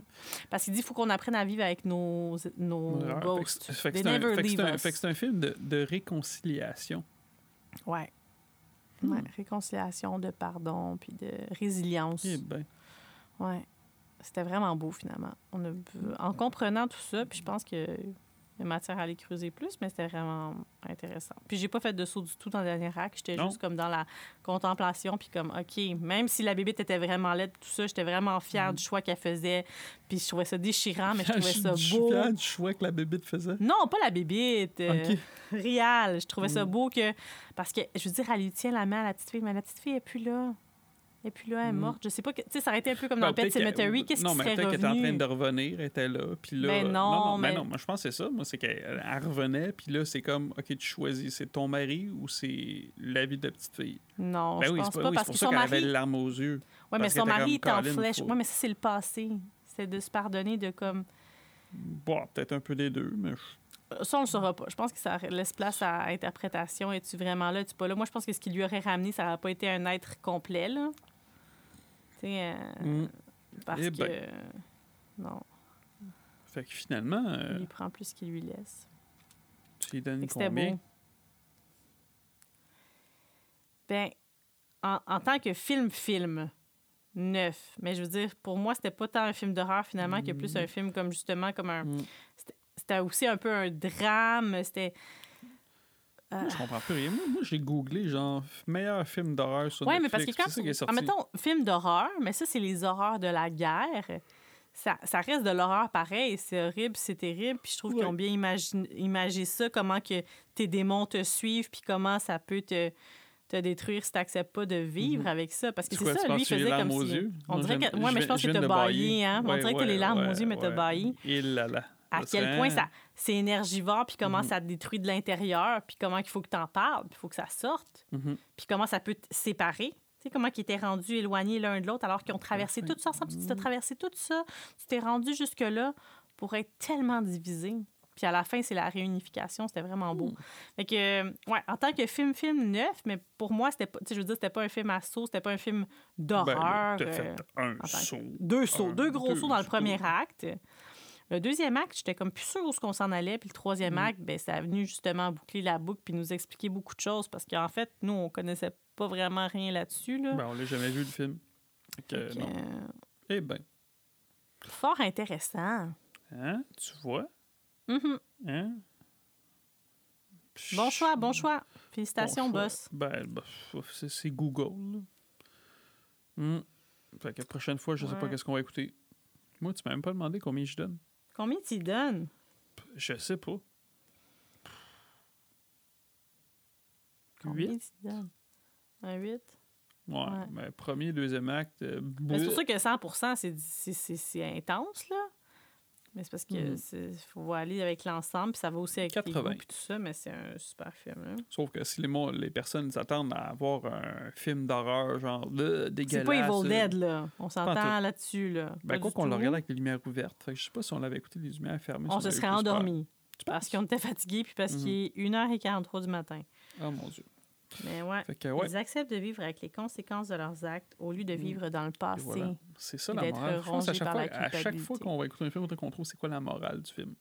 [SPEAKER 2] Parce qu'il dit faut qu'on apprenne à vivre avec nos nos
[SPEAKER 1] Erreur. Fait que
[SPEAKER 2] ghosts.
[SPEAKER 1] c'est- fait que
[SPEAKER 2] They
[SPEAKER 1] c'est un-
[SPEAKER 2] never
[SPEAKER 1] fait que c'est
[SPEAKER 2] leave
[SPEAKER 1] un-
[SPEAKER 2] us. Ah,
[SPEAKER 1] fait que c'est un film de, de réconciliation.
[SPEAKER 2] Ouais.
[SPEAKER 1] Hmm.
[SPEAKER 2] Ouais, réconciliation, de pardon, puis de résilience.
[SPEAKER 1] Eh ben,
[SPEAKER 2] Ouais. C'était vraiment beau, finalement. On a... En comprenant tout ça, puis je pense que il y a matière à aller creuser plus, mais c'était vraiment intéressant. Puis j'ai pas fait de saut du tout dans le dernier acte. J'étais
[SPEAKER 1] Non.
[SPEAKER 2] juste comme dans la contemplation, puis comme, OK, même si la bébête était vraiment laide, tout ça, j'étais vraiment fière du choix qu'elle faisait. Puis je trouvais ça déchirant, mais je trouvais ça
[SPEAKER 1] suis
[SPEAKER 2] beau. Euh,
[SPEAKER 1] fier Mm. du choix que la bébite faisait.
[SPEAKER 2] Non, pas la bébite. euh,
[SPEAKER 1] Ok.
[SPEAKER 2] Réal. Je trouvais ça
[SPEAKER 1] Mm.
[SPEAKER 2] beau que. Parce que, je veux dire, elle lui tient la main à la petite fille, mais la petite fille n'est plus là. Elle n'est plus là, elle est
[SPEAKER 1] Mm.
[SPEAKER 2] morte. Je sais pas. que- Tu sais, ça aurait été un peu comme
[SPEAKER 1] Ben,
[SPEAKER 2] dans Pet
[SPEAKER 1] peut-être qu'elle-
[SPEAKER 2] Cemetery. Qu'est-ce qui
[SPEAKER 1] Non, mais
[SPEAKER 2] serait
[SPEAKER 1] peut-être qu'elle était en train
[SPEAKER 2] revenu?
[SPEAKER 1] de revenir, elle était là, puis là...
[SPEAKER 2] Mais
[SPEAKER 1] euh,
[SPEAKER 2] non,
[SPEAKER 1] non, mais...
[SPEAKER 2] mais-
[SPEAKER 1] non, moi, je pense que c'est ça, moi, c'est qu'elle elle revenait, puis là, c'est comme, OK, tu choisis, c'est ton mari ou c'est la vie de la petite fille?
[SPEAKER 2] Non,
[SPEAKER 1] ben
[SPEAKER 2] je
[SPEAKER 1] oui,
[SPEAKER 2] pense
[SPEAKER 1] c'est
[SPEAKER 2] pas,
[SPEAKER 1] oui,
[SPEAKER 2] parce
[SPEAKER 1] c'est
[SPEAKER 2] que
[SPEAKER 1] pour ça
[SPEAKER 2] son
[SPEAKER 1] qu'elle avait
[SPEAKER 2] mari.
[SPEAKER 1] les larmes aux yeux.
[SPEAKER 2] Oui, mais
[SPEAKER 1] parce
[SPEAKER 2] son
[SPEAKER 1] qu'elle était
[SPEAKER 2] mari était
[SPEAKER 1] comme
[SPEAKER 2] en
[SPEAKER 1] Colin,
[SPEAKER 2] flèche.
[SPEAKER 1] faut-
[SPEAKER 2] Oui, mais ça, c'est le passé. C'est de se pardonner de comme.
[SPEAKER 1] Bon, peut-être un peu des deux, mais... je-
[SPEAKER 2] Ça, on le saura pas. Je pense que ça laisse place à interprétation. Es-tu vraiment là? Es-tu pas là? Moi, je pense que ce qui lui aurait ramené, ça n'aurait pas été un être complet, là. Tu sais, euh,
[SPEAKER 1] Mm.
[SPEAKER 2] parce
[SPEAKER 1] Eh
[SPEAKER 2] que.
[SPEAKER 1] ben.
[SPEAKER 2] Non.
[SPEAKER 1] Fait que finalement, euh,
[SPEAKER 2] Il lui prend plus qu'il lui laisse.
[SPEAKER 1] tu lui donnes
[SPEAKER 2] Fait que c'était
[SPEAKER 1] combien?
[SPEAKER 2] beau. Ben, en, en tant que film-film, neuf. Mais je veux dire, pour moi, c'était pas tant un film d'horreur finalement que plus un film comme justement comme un.
[SPEAKER 1] Mm.
[SPEAKER 2] c'était- C'était aussi un peu un drame. C'était. Ah. euh,
[SPEAKER 1] Moi, je comprends plus rien. Moi, moi, j'ai googlé, genre, meilleur film d'horreur sur
[SPEAKER 2] Oui, mais
[SPEAKER 1] Netflix.
[SPEAKER 2] parce que quand.
[SPEAKER 1] puis c'est ça qui est
[SPEAKER 2] tu-
[SPEAKER 1] sorti.
[SPEAKER 2] mettons, film d'horreur, mais ça, c'est les horreurs de la guerre. Ça, ça reste de l'horreur pareil. C'est horrible, c'est terrible. Puis je trouve qu'ils
[SPEAKER 1] Ouais.
[SPEAKER 2] ont bien imagin- imagé ça, comment que tes démons te suivent, puis comment ça peut te, te détruire si tu n'acceptes pas de vivre
[SPEAKER 1] Mhm.
[SPEAKER 2] avec ça. Parce que
[SPEAKER 1] Tu
[SPEAKER 2] c'est
[SPEAKER 1] crois- tu
[SPEAKER 2] ça,
[SPEAKER 1] penses
[SPEAKER 2] lui, il
[SPEAKER 1] que j'ai les
[SPEAKER 2] faisait
[SPEAKER 1] larmes
[SPEAKER 2] comme
[SPEAKER 1] aux
[SPEAKER 2] si. hein.
[SPEAKER 1] yeux?
[SPEAKER 2] On
[SPEAKER 1] Non,
[SPEAKER 2] dirait
[SPEAKER 1] viens-
[SPEAKER 2] que. Moi, mais je pense que
[SPEAKER 1] viens
[SPEAKER 2] t'as
[SPEAKER 1] de
[SPEAKER 2] baillé, hein. On
[SPEAKER 1] Ouais,
[SPEAKER 2] dirait que t'as
[SPEAKER 1] ouais,
[SPEAKER 2] les larmes aux
[SPEAKER 1] ouais,
[SPEAKER 2] yeux, mais t'as
[SPEAKER 1] ouais.
[SPEAKER 2] baillé.
[SPEAKER 1] Et là là.
[SPEAKER 2] À
[SPEAKER 1] Ça
[SPEAKER 2] quel
[SPEAKER 1] serait- Mm-hmm.
[SPEAKER 2] point ça, c'est énergivore, puis comment ça te détruit de l'intérieur, puis comment il faut que t'en parles, puis il faut que ça sorte
[SPEAKER 1] Mhm.
[SPEAKER 2] puis comment ça peut te séparer. Tu sais, comment ils étaient rendus éloignés l'un de l'autre alors qu'ils ont traversé tout ça ensemble. Puis
[SPEAKER 1] Mm.
[SPEAKER 2] Tu t'es traversé tout ça, tu t'es rendu jusque-là pour être tellement divisé. Puis à la fin, c'est la réunification, c'était vraiment
[SPEAKER 1] Mm.
[SPEAKER 2] beau. Fait que, euh, ouais, en tant que film, film neuf, mais pour moi, c'était pas, tu sais, je veux dire, c'était pas un film à saut, c'était pas un film
[SPEAKER 1] Ben là,
[SPEAKER 2] d'horreur.
[SPEAKER 1] t'as
[SPEAKER 2] euh,
[SPEAKER 1] fait un
[SPEAKER 2] tant que-
[SPEAKER 1] saut.
[SPEAKER 2] deux sauts,
[SPEAKER 1] Un,
[SPEAKER 2] deux gros
[SPEAKER 1] deux
[SPEAKER 2] sauts dans le
[SPEAKER 1] sauts.
[SPEAKER 2] premier acte. Le deuxième acte, j'étais comme plus sûre où ce qu'on s'en allait. Puis le
[SPEAKER 1] Mm.
[SPEAKER 2] troisième acte, ben, ça a venu justement boucler la boucle puis nous expliquer beaucoup de choses parce qu'en fait, nous, on connaissait pas vraiment rien là-dessus. Là.
[SPEAKER 1] Ben, on l'a jamais vu, le film. Fait que,
[SPEAKER 2] Fait que,
[SPEAKER 1] non.
[SPEAKER 2] euh,
[SPEAKER 1] Eh ben,
[SPEAKER 2] fort intéressant.
[SPEAKER 1] hein, tu vois,
[SPEAKER 2] Mhm.
[SPEAKER 1] hein? Psh,
[SPEAKER 2] Bon choix, bon choix.
[SPEAKER 1] bon
[SPEAKER 2] Félicitations,
[SPEAKER 1] choix.
[SPEAKER 2] boss.
[SPEAKER 1] Ben, bah, pff, c'est c'est Google, là. Hmm. Fait que la prochaine fois, je sais pas
[SPEAKER 2] Ouais.
[SPEAKER 1] qu'est-ce qu'on va écouter. Moi, tu m'as même pas demandé combien je donne.
[SPEAKER 2] Combien tu donnes?
[SPEAKER 1] Je sais pas.
[SPEAKER 2] Combien tu donnes? Un 8?
[SPEAKER 1] Ouais,
[SPEAKER 2] Ouais.
[SPEAKER 1] mais premier, deuxième acte. euh,
[SPEAKER 2] Ben, c'est
[SPEAKER 1] bleu.
[SPEAKER 2] pour ça que 100 c'est- c'est- c'est c'est intense, là. Mais c'est parce que
[SPEAKER 1] Mhm.
[SPEAKER 2] c'est- faut aller avec l'ensemble, puis ça va aussi avec les
[SPEAKER 1] 80.
[SPEAKER 2] goûts, puis tout ça, mais c'est un super film, hein. là.
[SPEAKER 1] Sauf que si les, mo- les personnes s'attendent à avoir un film d'horreur, genre de,
[SPEAKER 2] C'est
[SPEAKER 1] dégueulasse.
[SPEAKER 2] pas Evil
[SPEAKER 1] euh,
[SPEAKER 2] Dead, là. On s'entend
[SPEAKER 1] tout.
[SPEAKER 2] là-dessus, là.
[SPEAKER 1] Ben,
[SPEAKER 2] Pas
[SPEAKER 1] quoi
[SPEAKER 2] du
[SPEAKER 1] qu'on le
[SPEAKER 2] tout.
[SPEAKER 1] regarde avec les lumières ouvertes. Fait que je sais pas si on l'avait écouté les lumières fermées. si
[SPEAKER 2] On se
[SPEAKER 1] avait
[SPEAKER 2] serait
[SPEAKER 1] eu plus peur. Mm.
[SPEAKER 2] endormi.
[SPEAKER 1] Tu
[SPEAKER 2] Parce
[SPEAKER 1] penses?
[SPEAKER 2] qu'on était fatigué, puis parce
[SPEAKER 1] Mhm.
[SPEAKER 2] qu'il est 1h43 du matin.
[SPEAKER 1] Oh mon Dieu.
[SPEAKER 2] Mais ouais.
[SPEAKER 1] Fait que, ouais, Mm.
[SPEAKER 2] Ils acceptent de vivre avec Ah, les conséquences de leurs actes au lieu de vivre dans le
[SPEAKER 1] et
[SPEAKER 2] passé.
[SPEAKER 1] voilà. C'est ça la
[SPEAKER 2] d'être
[SPEAKER 1] morale. Je pense à
[SPEAKER 2] rongé
[SPEAKER 1] chaque
[SPEAKER 2] par
[SPEAKER 1] fois,
[SPEAKER 2] la
[SPEAKER 1] à chaque fois
[SPEAKER 2] culpabilité.
[SPEAKER 1] qu'on va écouter un film, on contrôle c'est quoi la morale du film.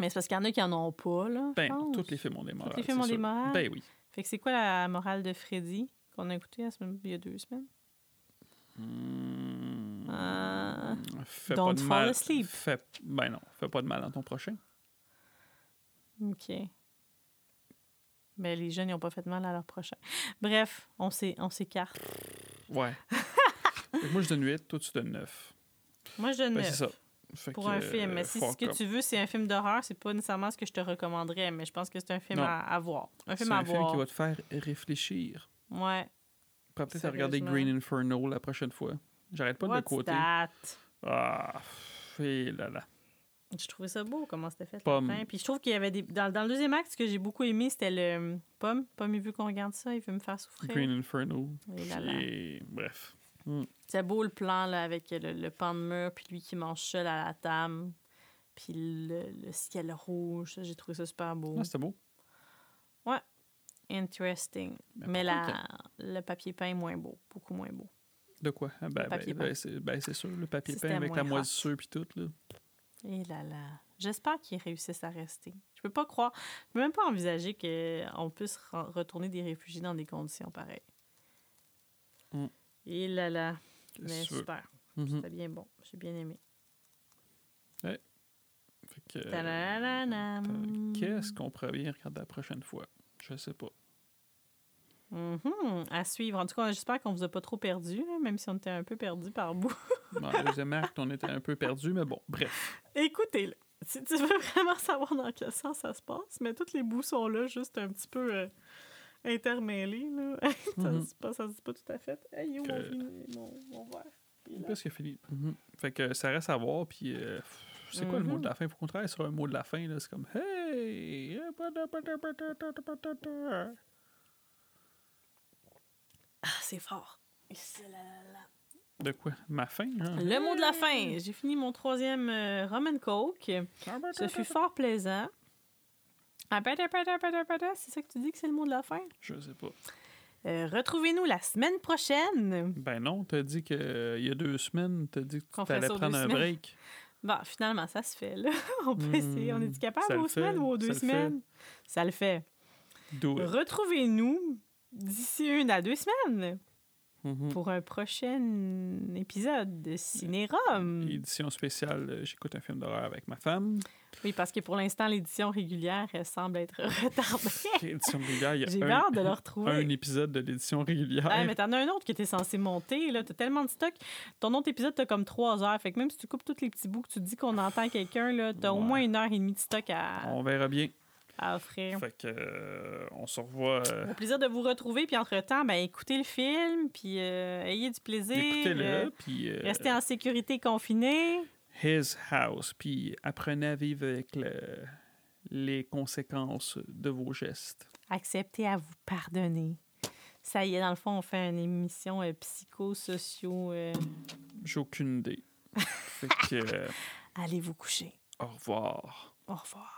[SPEAKER 2] Mais c'est parce qu'il y en a qui en ont pas, là. je
[SPEAKER 1] Ben,
[SPEAKER 2] pense.
[SPEAKER 1] tous les films ont des morales.
[SPEAKER 2] films
[SPEAKER 1] c'est
[SPEAKER 2] ont des
[SPEAKER 1] sûr.
[SPEAKER 2] morales.
[SPEAKER 1] Ben oui.
[SPEAKER 2] Fait que c'est quoi la morale de Freddy qu'on a écouté la semaine- il y a deux semaines?
[SPEAKER 1] Hmm.
[SPEAKER 2] Euh,
[SPEAKER 1] Fais
[SPEAKER 2] Don't
[SPEAKER 1] pas de
[SPEAKER 2] fall
[SPEAKER 1] mal.
[SPEAKER 2] asleep.
[SPEAKER 1] Fais... Ben non, fais pas de mal à ton prochain.
[SPEAKER 2] OK. Mais les jeunes, ils n'ont pas fait de mal à leur prochain. Bref, on s'é- on s'écarte.
[SPEAKER 1] Ouais. Fait que moi, je donne 8, toi, tu donnes 9.
[SPEAKER 2] Moi, je donne
[SPEAKER 1] Ben,
[SPEAKER 2] neuf
[SPEAKER 1] c'est ça. Fait
[SPEAKER 2] pour
[SPEAKER 1] que,
[SPEAKER 2] un film.
[SPEAKER 1] euh,
[SPEAKER 2] Mais si
[SPEAKER 1] fuck
[SPEAKER 2] ce que
[SPEAKER 1] up.
[SPEAKER 2] tu veux, c'est un film d'horreur, c'est pas nécessairement ce que je te recommanderais, mais je pense que c'est un film
[SPEAKER 1] Non.
[SPEAKER 2] à, à voir. Un
[SPEAKER 1] C'est
[SPEAKER 2] film à
[SPEAKER 1] un film
[SPEAKER 2] voir.
[SPEAKER 1] qui va te faire réfléchir.
[SPEAKER 2] Ouais.
[SPEAKER 1] Prends peut-être à regarder
[SPEAKER 2] Sérieusement.
[SPEAKER 1] Green Inferno la prochaine fois. J'arrête pas de le
[SPEAKER 2] What's
[SPEAKER 1] côté.
[SPEAKER 2] that?
[SPEAKER 1] Ah, et là là.
[SPEAKER 2] Je trouvais ça beau comment c'était fait.
[SPEAKER 1] Pomme.
[SPEAKER 2] la fin. Puis je trouve qu'il y avait des. Dans, dans le deuxième acte, ce que j'ai beaucoup aimé, c'était le. Pomme. Pomme, il veut qu'on regarde ça, il veut me faire souffrir.
[SPEAKER 1] Green Inferno.
[SPEAKER 2] Et là là.
[SPEAKER 1] Et bref.
[SPEAKER 2] C'est beau le plan là, avec le, le pan de mur, puis lui qui mange seul à la table, puis le, le ciel rouge. ça, J'ai trouvé ça super beau.
[SPEAKER 1] Ah, c'était beau.
[SPEAKER 2] Interesting.
[SPEAKER 1] Mais
[SPEAKER 2] Mais
[SPEAKER 1] par
[SPEAKER 2] la, le papier peint est moins beau, beaucoup moins beau.
[SPEAKER 1] De quoi? Ah, ben,
[SPEAKER 2] papier
[SPEAKER 1] ben,
[SPEAKER 2] peint.
[SPEAKER 1] ben, c'est ben, c'est sûr, le papier
[SPEAKER 2] Si
[SPEAKER 1] peint
[SPEAKER 2] c'était
[SPEAKER 1] avec la
[SPEAKER 2] moins hot.
[SPEAKER 1] moisissure puis tout. Là.
[SPEAKER 2] Et là là. J'espère qu'ils réussissent à rester. Je peux pas croire. Je peux même pas envisager qu'on puisse re- retourner des réfugiés dans des conditions pareilles.
[SPEAKER 1] Mm.
[SPEAKER 2] Et là là. Mais
[SPEAKER 1] Qu'est-ce que tu veux?
[SPEAKER 2] super.
[SPEAKER 1] Mhm.
[SPEAKER 2] C'était bien bon. J'ai bien aimé.
[SPEAKER 1] Fait que, euh,
[SPEAKER 2] Ta-da-da-dam.
[SPEAKER 1] Qu'est-ce qu'on pourrait bien regarder la prochaine fois? Je sais pas.
[SPEAKER 2] Mhm. À suivre. En tout cas, j'espère qu'on vous a pas trop perdu, là, même si on était un peu perdu par bout.
[SPEAKER 1] Dans le deuxième acte, on était un peu perdu, mais bon, bref.
[SPEAKER 2] Écoutez-le. Si tu veux vraiment savoir dans quel sens ça se passe, mais tous les bouts sont là, juste un petit peu euh, intermêlés. Là. ça,
[SPEAKER 1] Mhm.
[SPEAKER 2] se passe- ça se dit pas tout à fait. Hey, yo, mon,
[SPEAKER 1] Que-
[SPEAKER 2] vin- mon, mon verre. Il est là.
[SPEAKER 1] Parce que fini. Mhm. Fait que ça reste à voir, puis euh, pff, c'est quoi le mot
[SPEAKER 2] Mhm.
[SPEAKER 1] de la fin? Faut qu'on travaille sur un mot de la fin, là. C'est comme Hey!
[SPEAKER 2] Ah, c'est fort. Ici, là, là, là.
[SPEAKER 1] De quoi? Ma fin, hein?
[SPEAKER 2] Le mot de la fin. J'ai fini mon troisième euh, rum and coke. Ce fut fort plaisant. Ah, pata, pata, pata, pata, C'est ça que tu dis que c'est le mot de la fin?
[SPEAKER 1] Je sais pas.
[SPEAKER 2] Euh, Retrouvez-nous la semaine prochaine.
[SPEAKER 1] Ben non, t'as dit que euh, il y a deux semaines, t'as dit que
[SPEAKER 2] Qu'on
[SPEAKER 1] tu
[SPEAKER 2] ferait
[SPEAKER 1] t'allais
[SPEAKER 2] ça aux deux
[SPEAKER 1] prendre un
[SPEAKER 2] semaines.
[SPEAKER 1] break.
[SPEAKER 2] Bon, Bah, finalement, ça se fait, là. On peut
[SPEAKER 1] Hmm,
[SPEAKER 2] essayer. On est
[SPEAKER 1] ça
[SPEAKER 2] capable
[SPEAKER 1] le
[SPEAKER 2] aux
[SPEAKER 1] fait,
[SPEAKER 2] semaines ou aux deux
[SPEAKER 1] ça le fait.
[SPEAKER 2] semaines? Ça le fait.
[SPEAKER 1] Do it.
[SPEAKER 2] Retrouvez-nous d'ici une à deux semaines
[SPEAKER 1] Mhm.
[SPEAKER 2] pour un prochain épisode de Cinérum.
[SPEAKER 1] Édition spéciale, euh, j'écoute un film d'horreur avec ma femme.
[SPEAKER 2] Oui, parce que pour l'instant, l'édition régulière elle semble être retardée.
[SPEAKER 1] Édition régulière, il
[SPEAKER 2] J'ai
[SPEAKER 1] y a un,
[SPEAKER 2] peur de la
[SPEAKER 1] un
[SPEAKER 2] retrouver.
[SPEAKER 1] épisode de l'édition régulière.
[SPEAKER 2] Ah, mais t'en as un autre que t'es censé monter, là. T'as tellement de stock. Ton autre épisode, t'as comme trois heures. Fait que même si tu coupes tous les petits bouts que tu dis qu'on entend quelqu'un, là, t'as au
[SPEAKER 1] Ouais.
[SPEAKER 2] moins une heure et demie de stock à,
[SPEAKER 1] On verra bien.
[SPEAKER 2] à offrir.
[SPEAKER 1] Fait que euh, on se revoit. euh,
[SPEAKER 2] Au plaisir de vous retrouver. Puis entre-temps, ben, écoutez le film, puis euh, ayez du plaisir. euh,
[SPEAKER 1] Écoutez-le, puis euh,
[SPEAKER 2] Restez en sécurité confinée.
[SPEAKER 1] His House, puis apprenez à vivre avec le- les conséquences de vos gestes.
[SPEAKER 2] Acceptez à vous pardonner. Ça y est, dans le fond, on fait une émission euh, psycho-socio. euh,
[SPEAKER 1] J'ai aucune idée. fait que euh,
[SPEAKER 2] allez vous coucher.
[SPEAKER 1] au revoir.
[SPEAKER 2] Au revoir.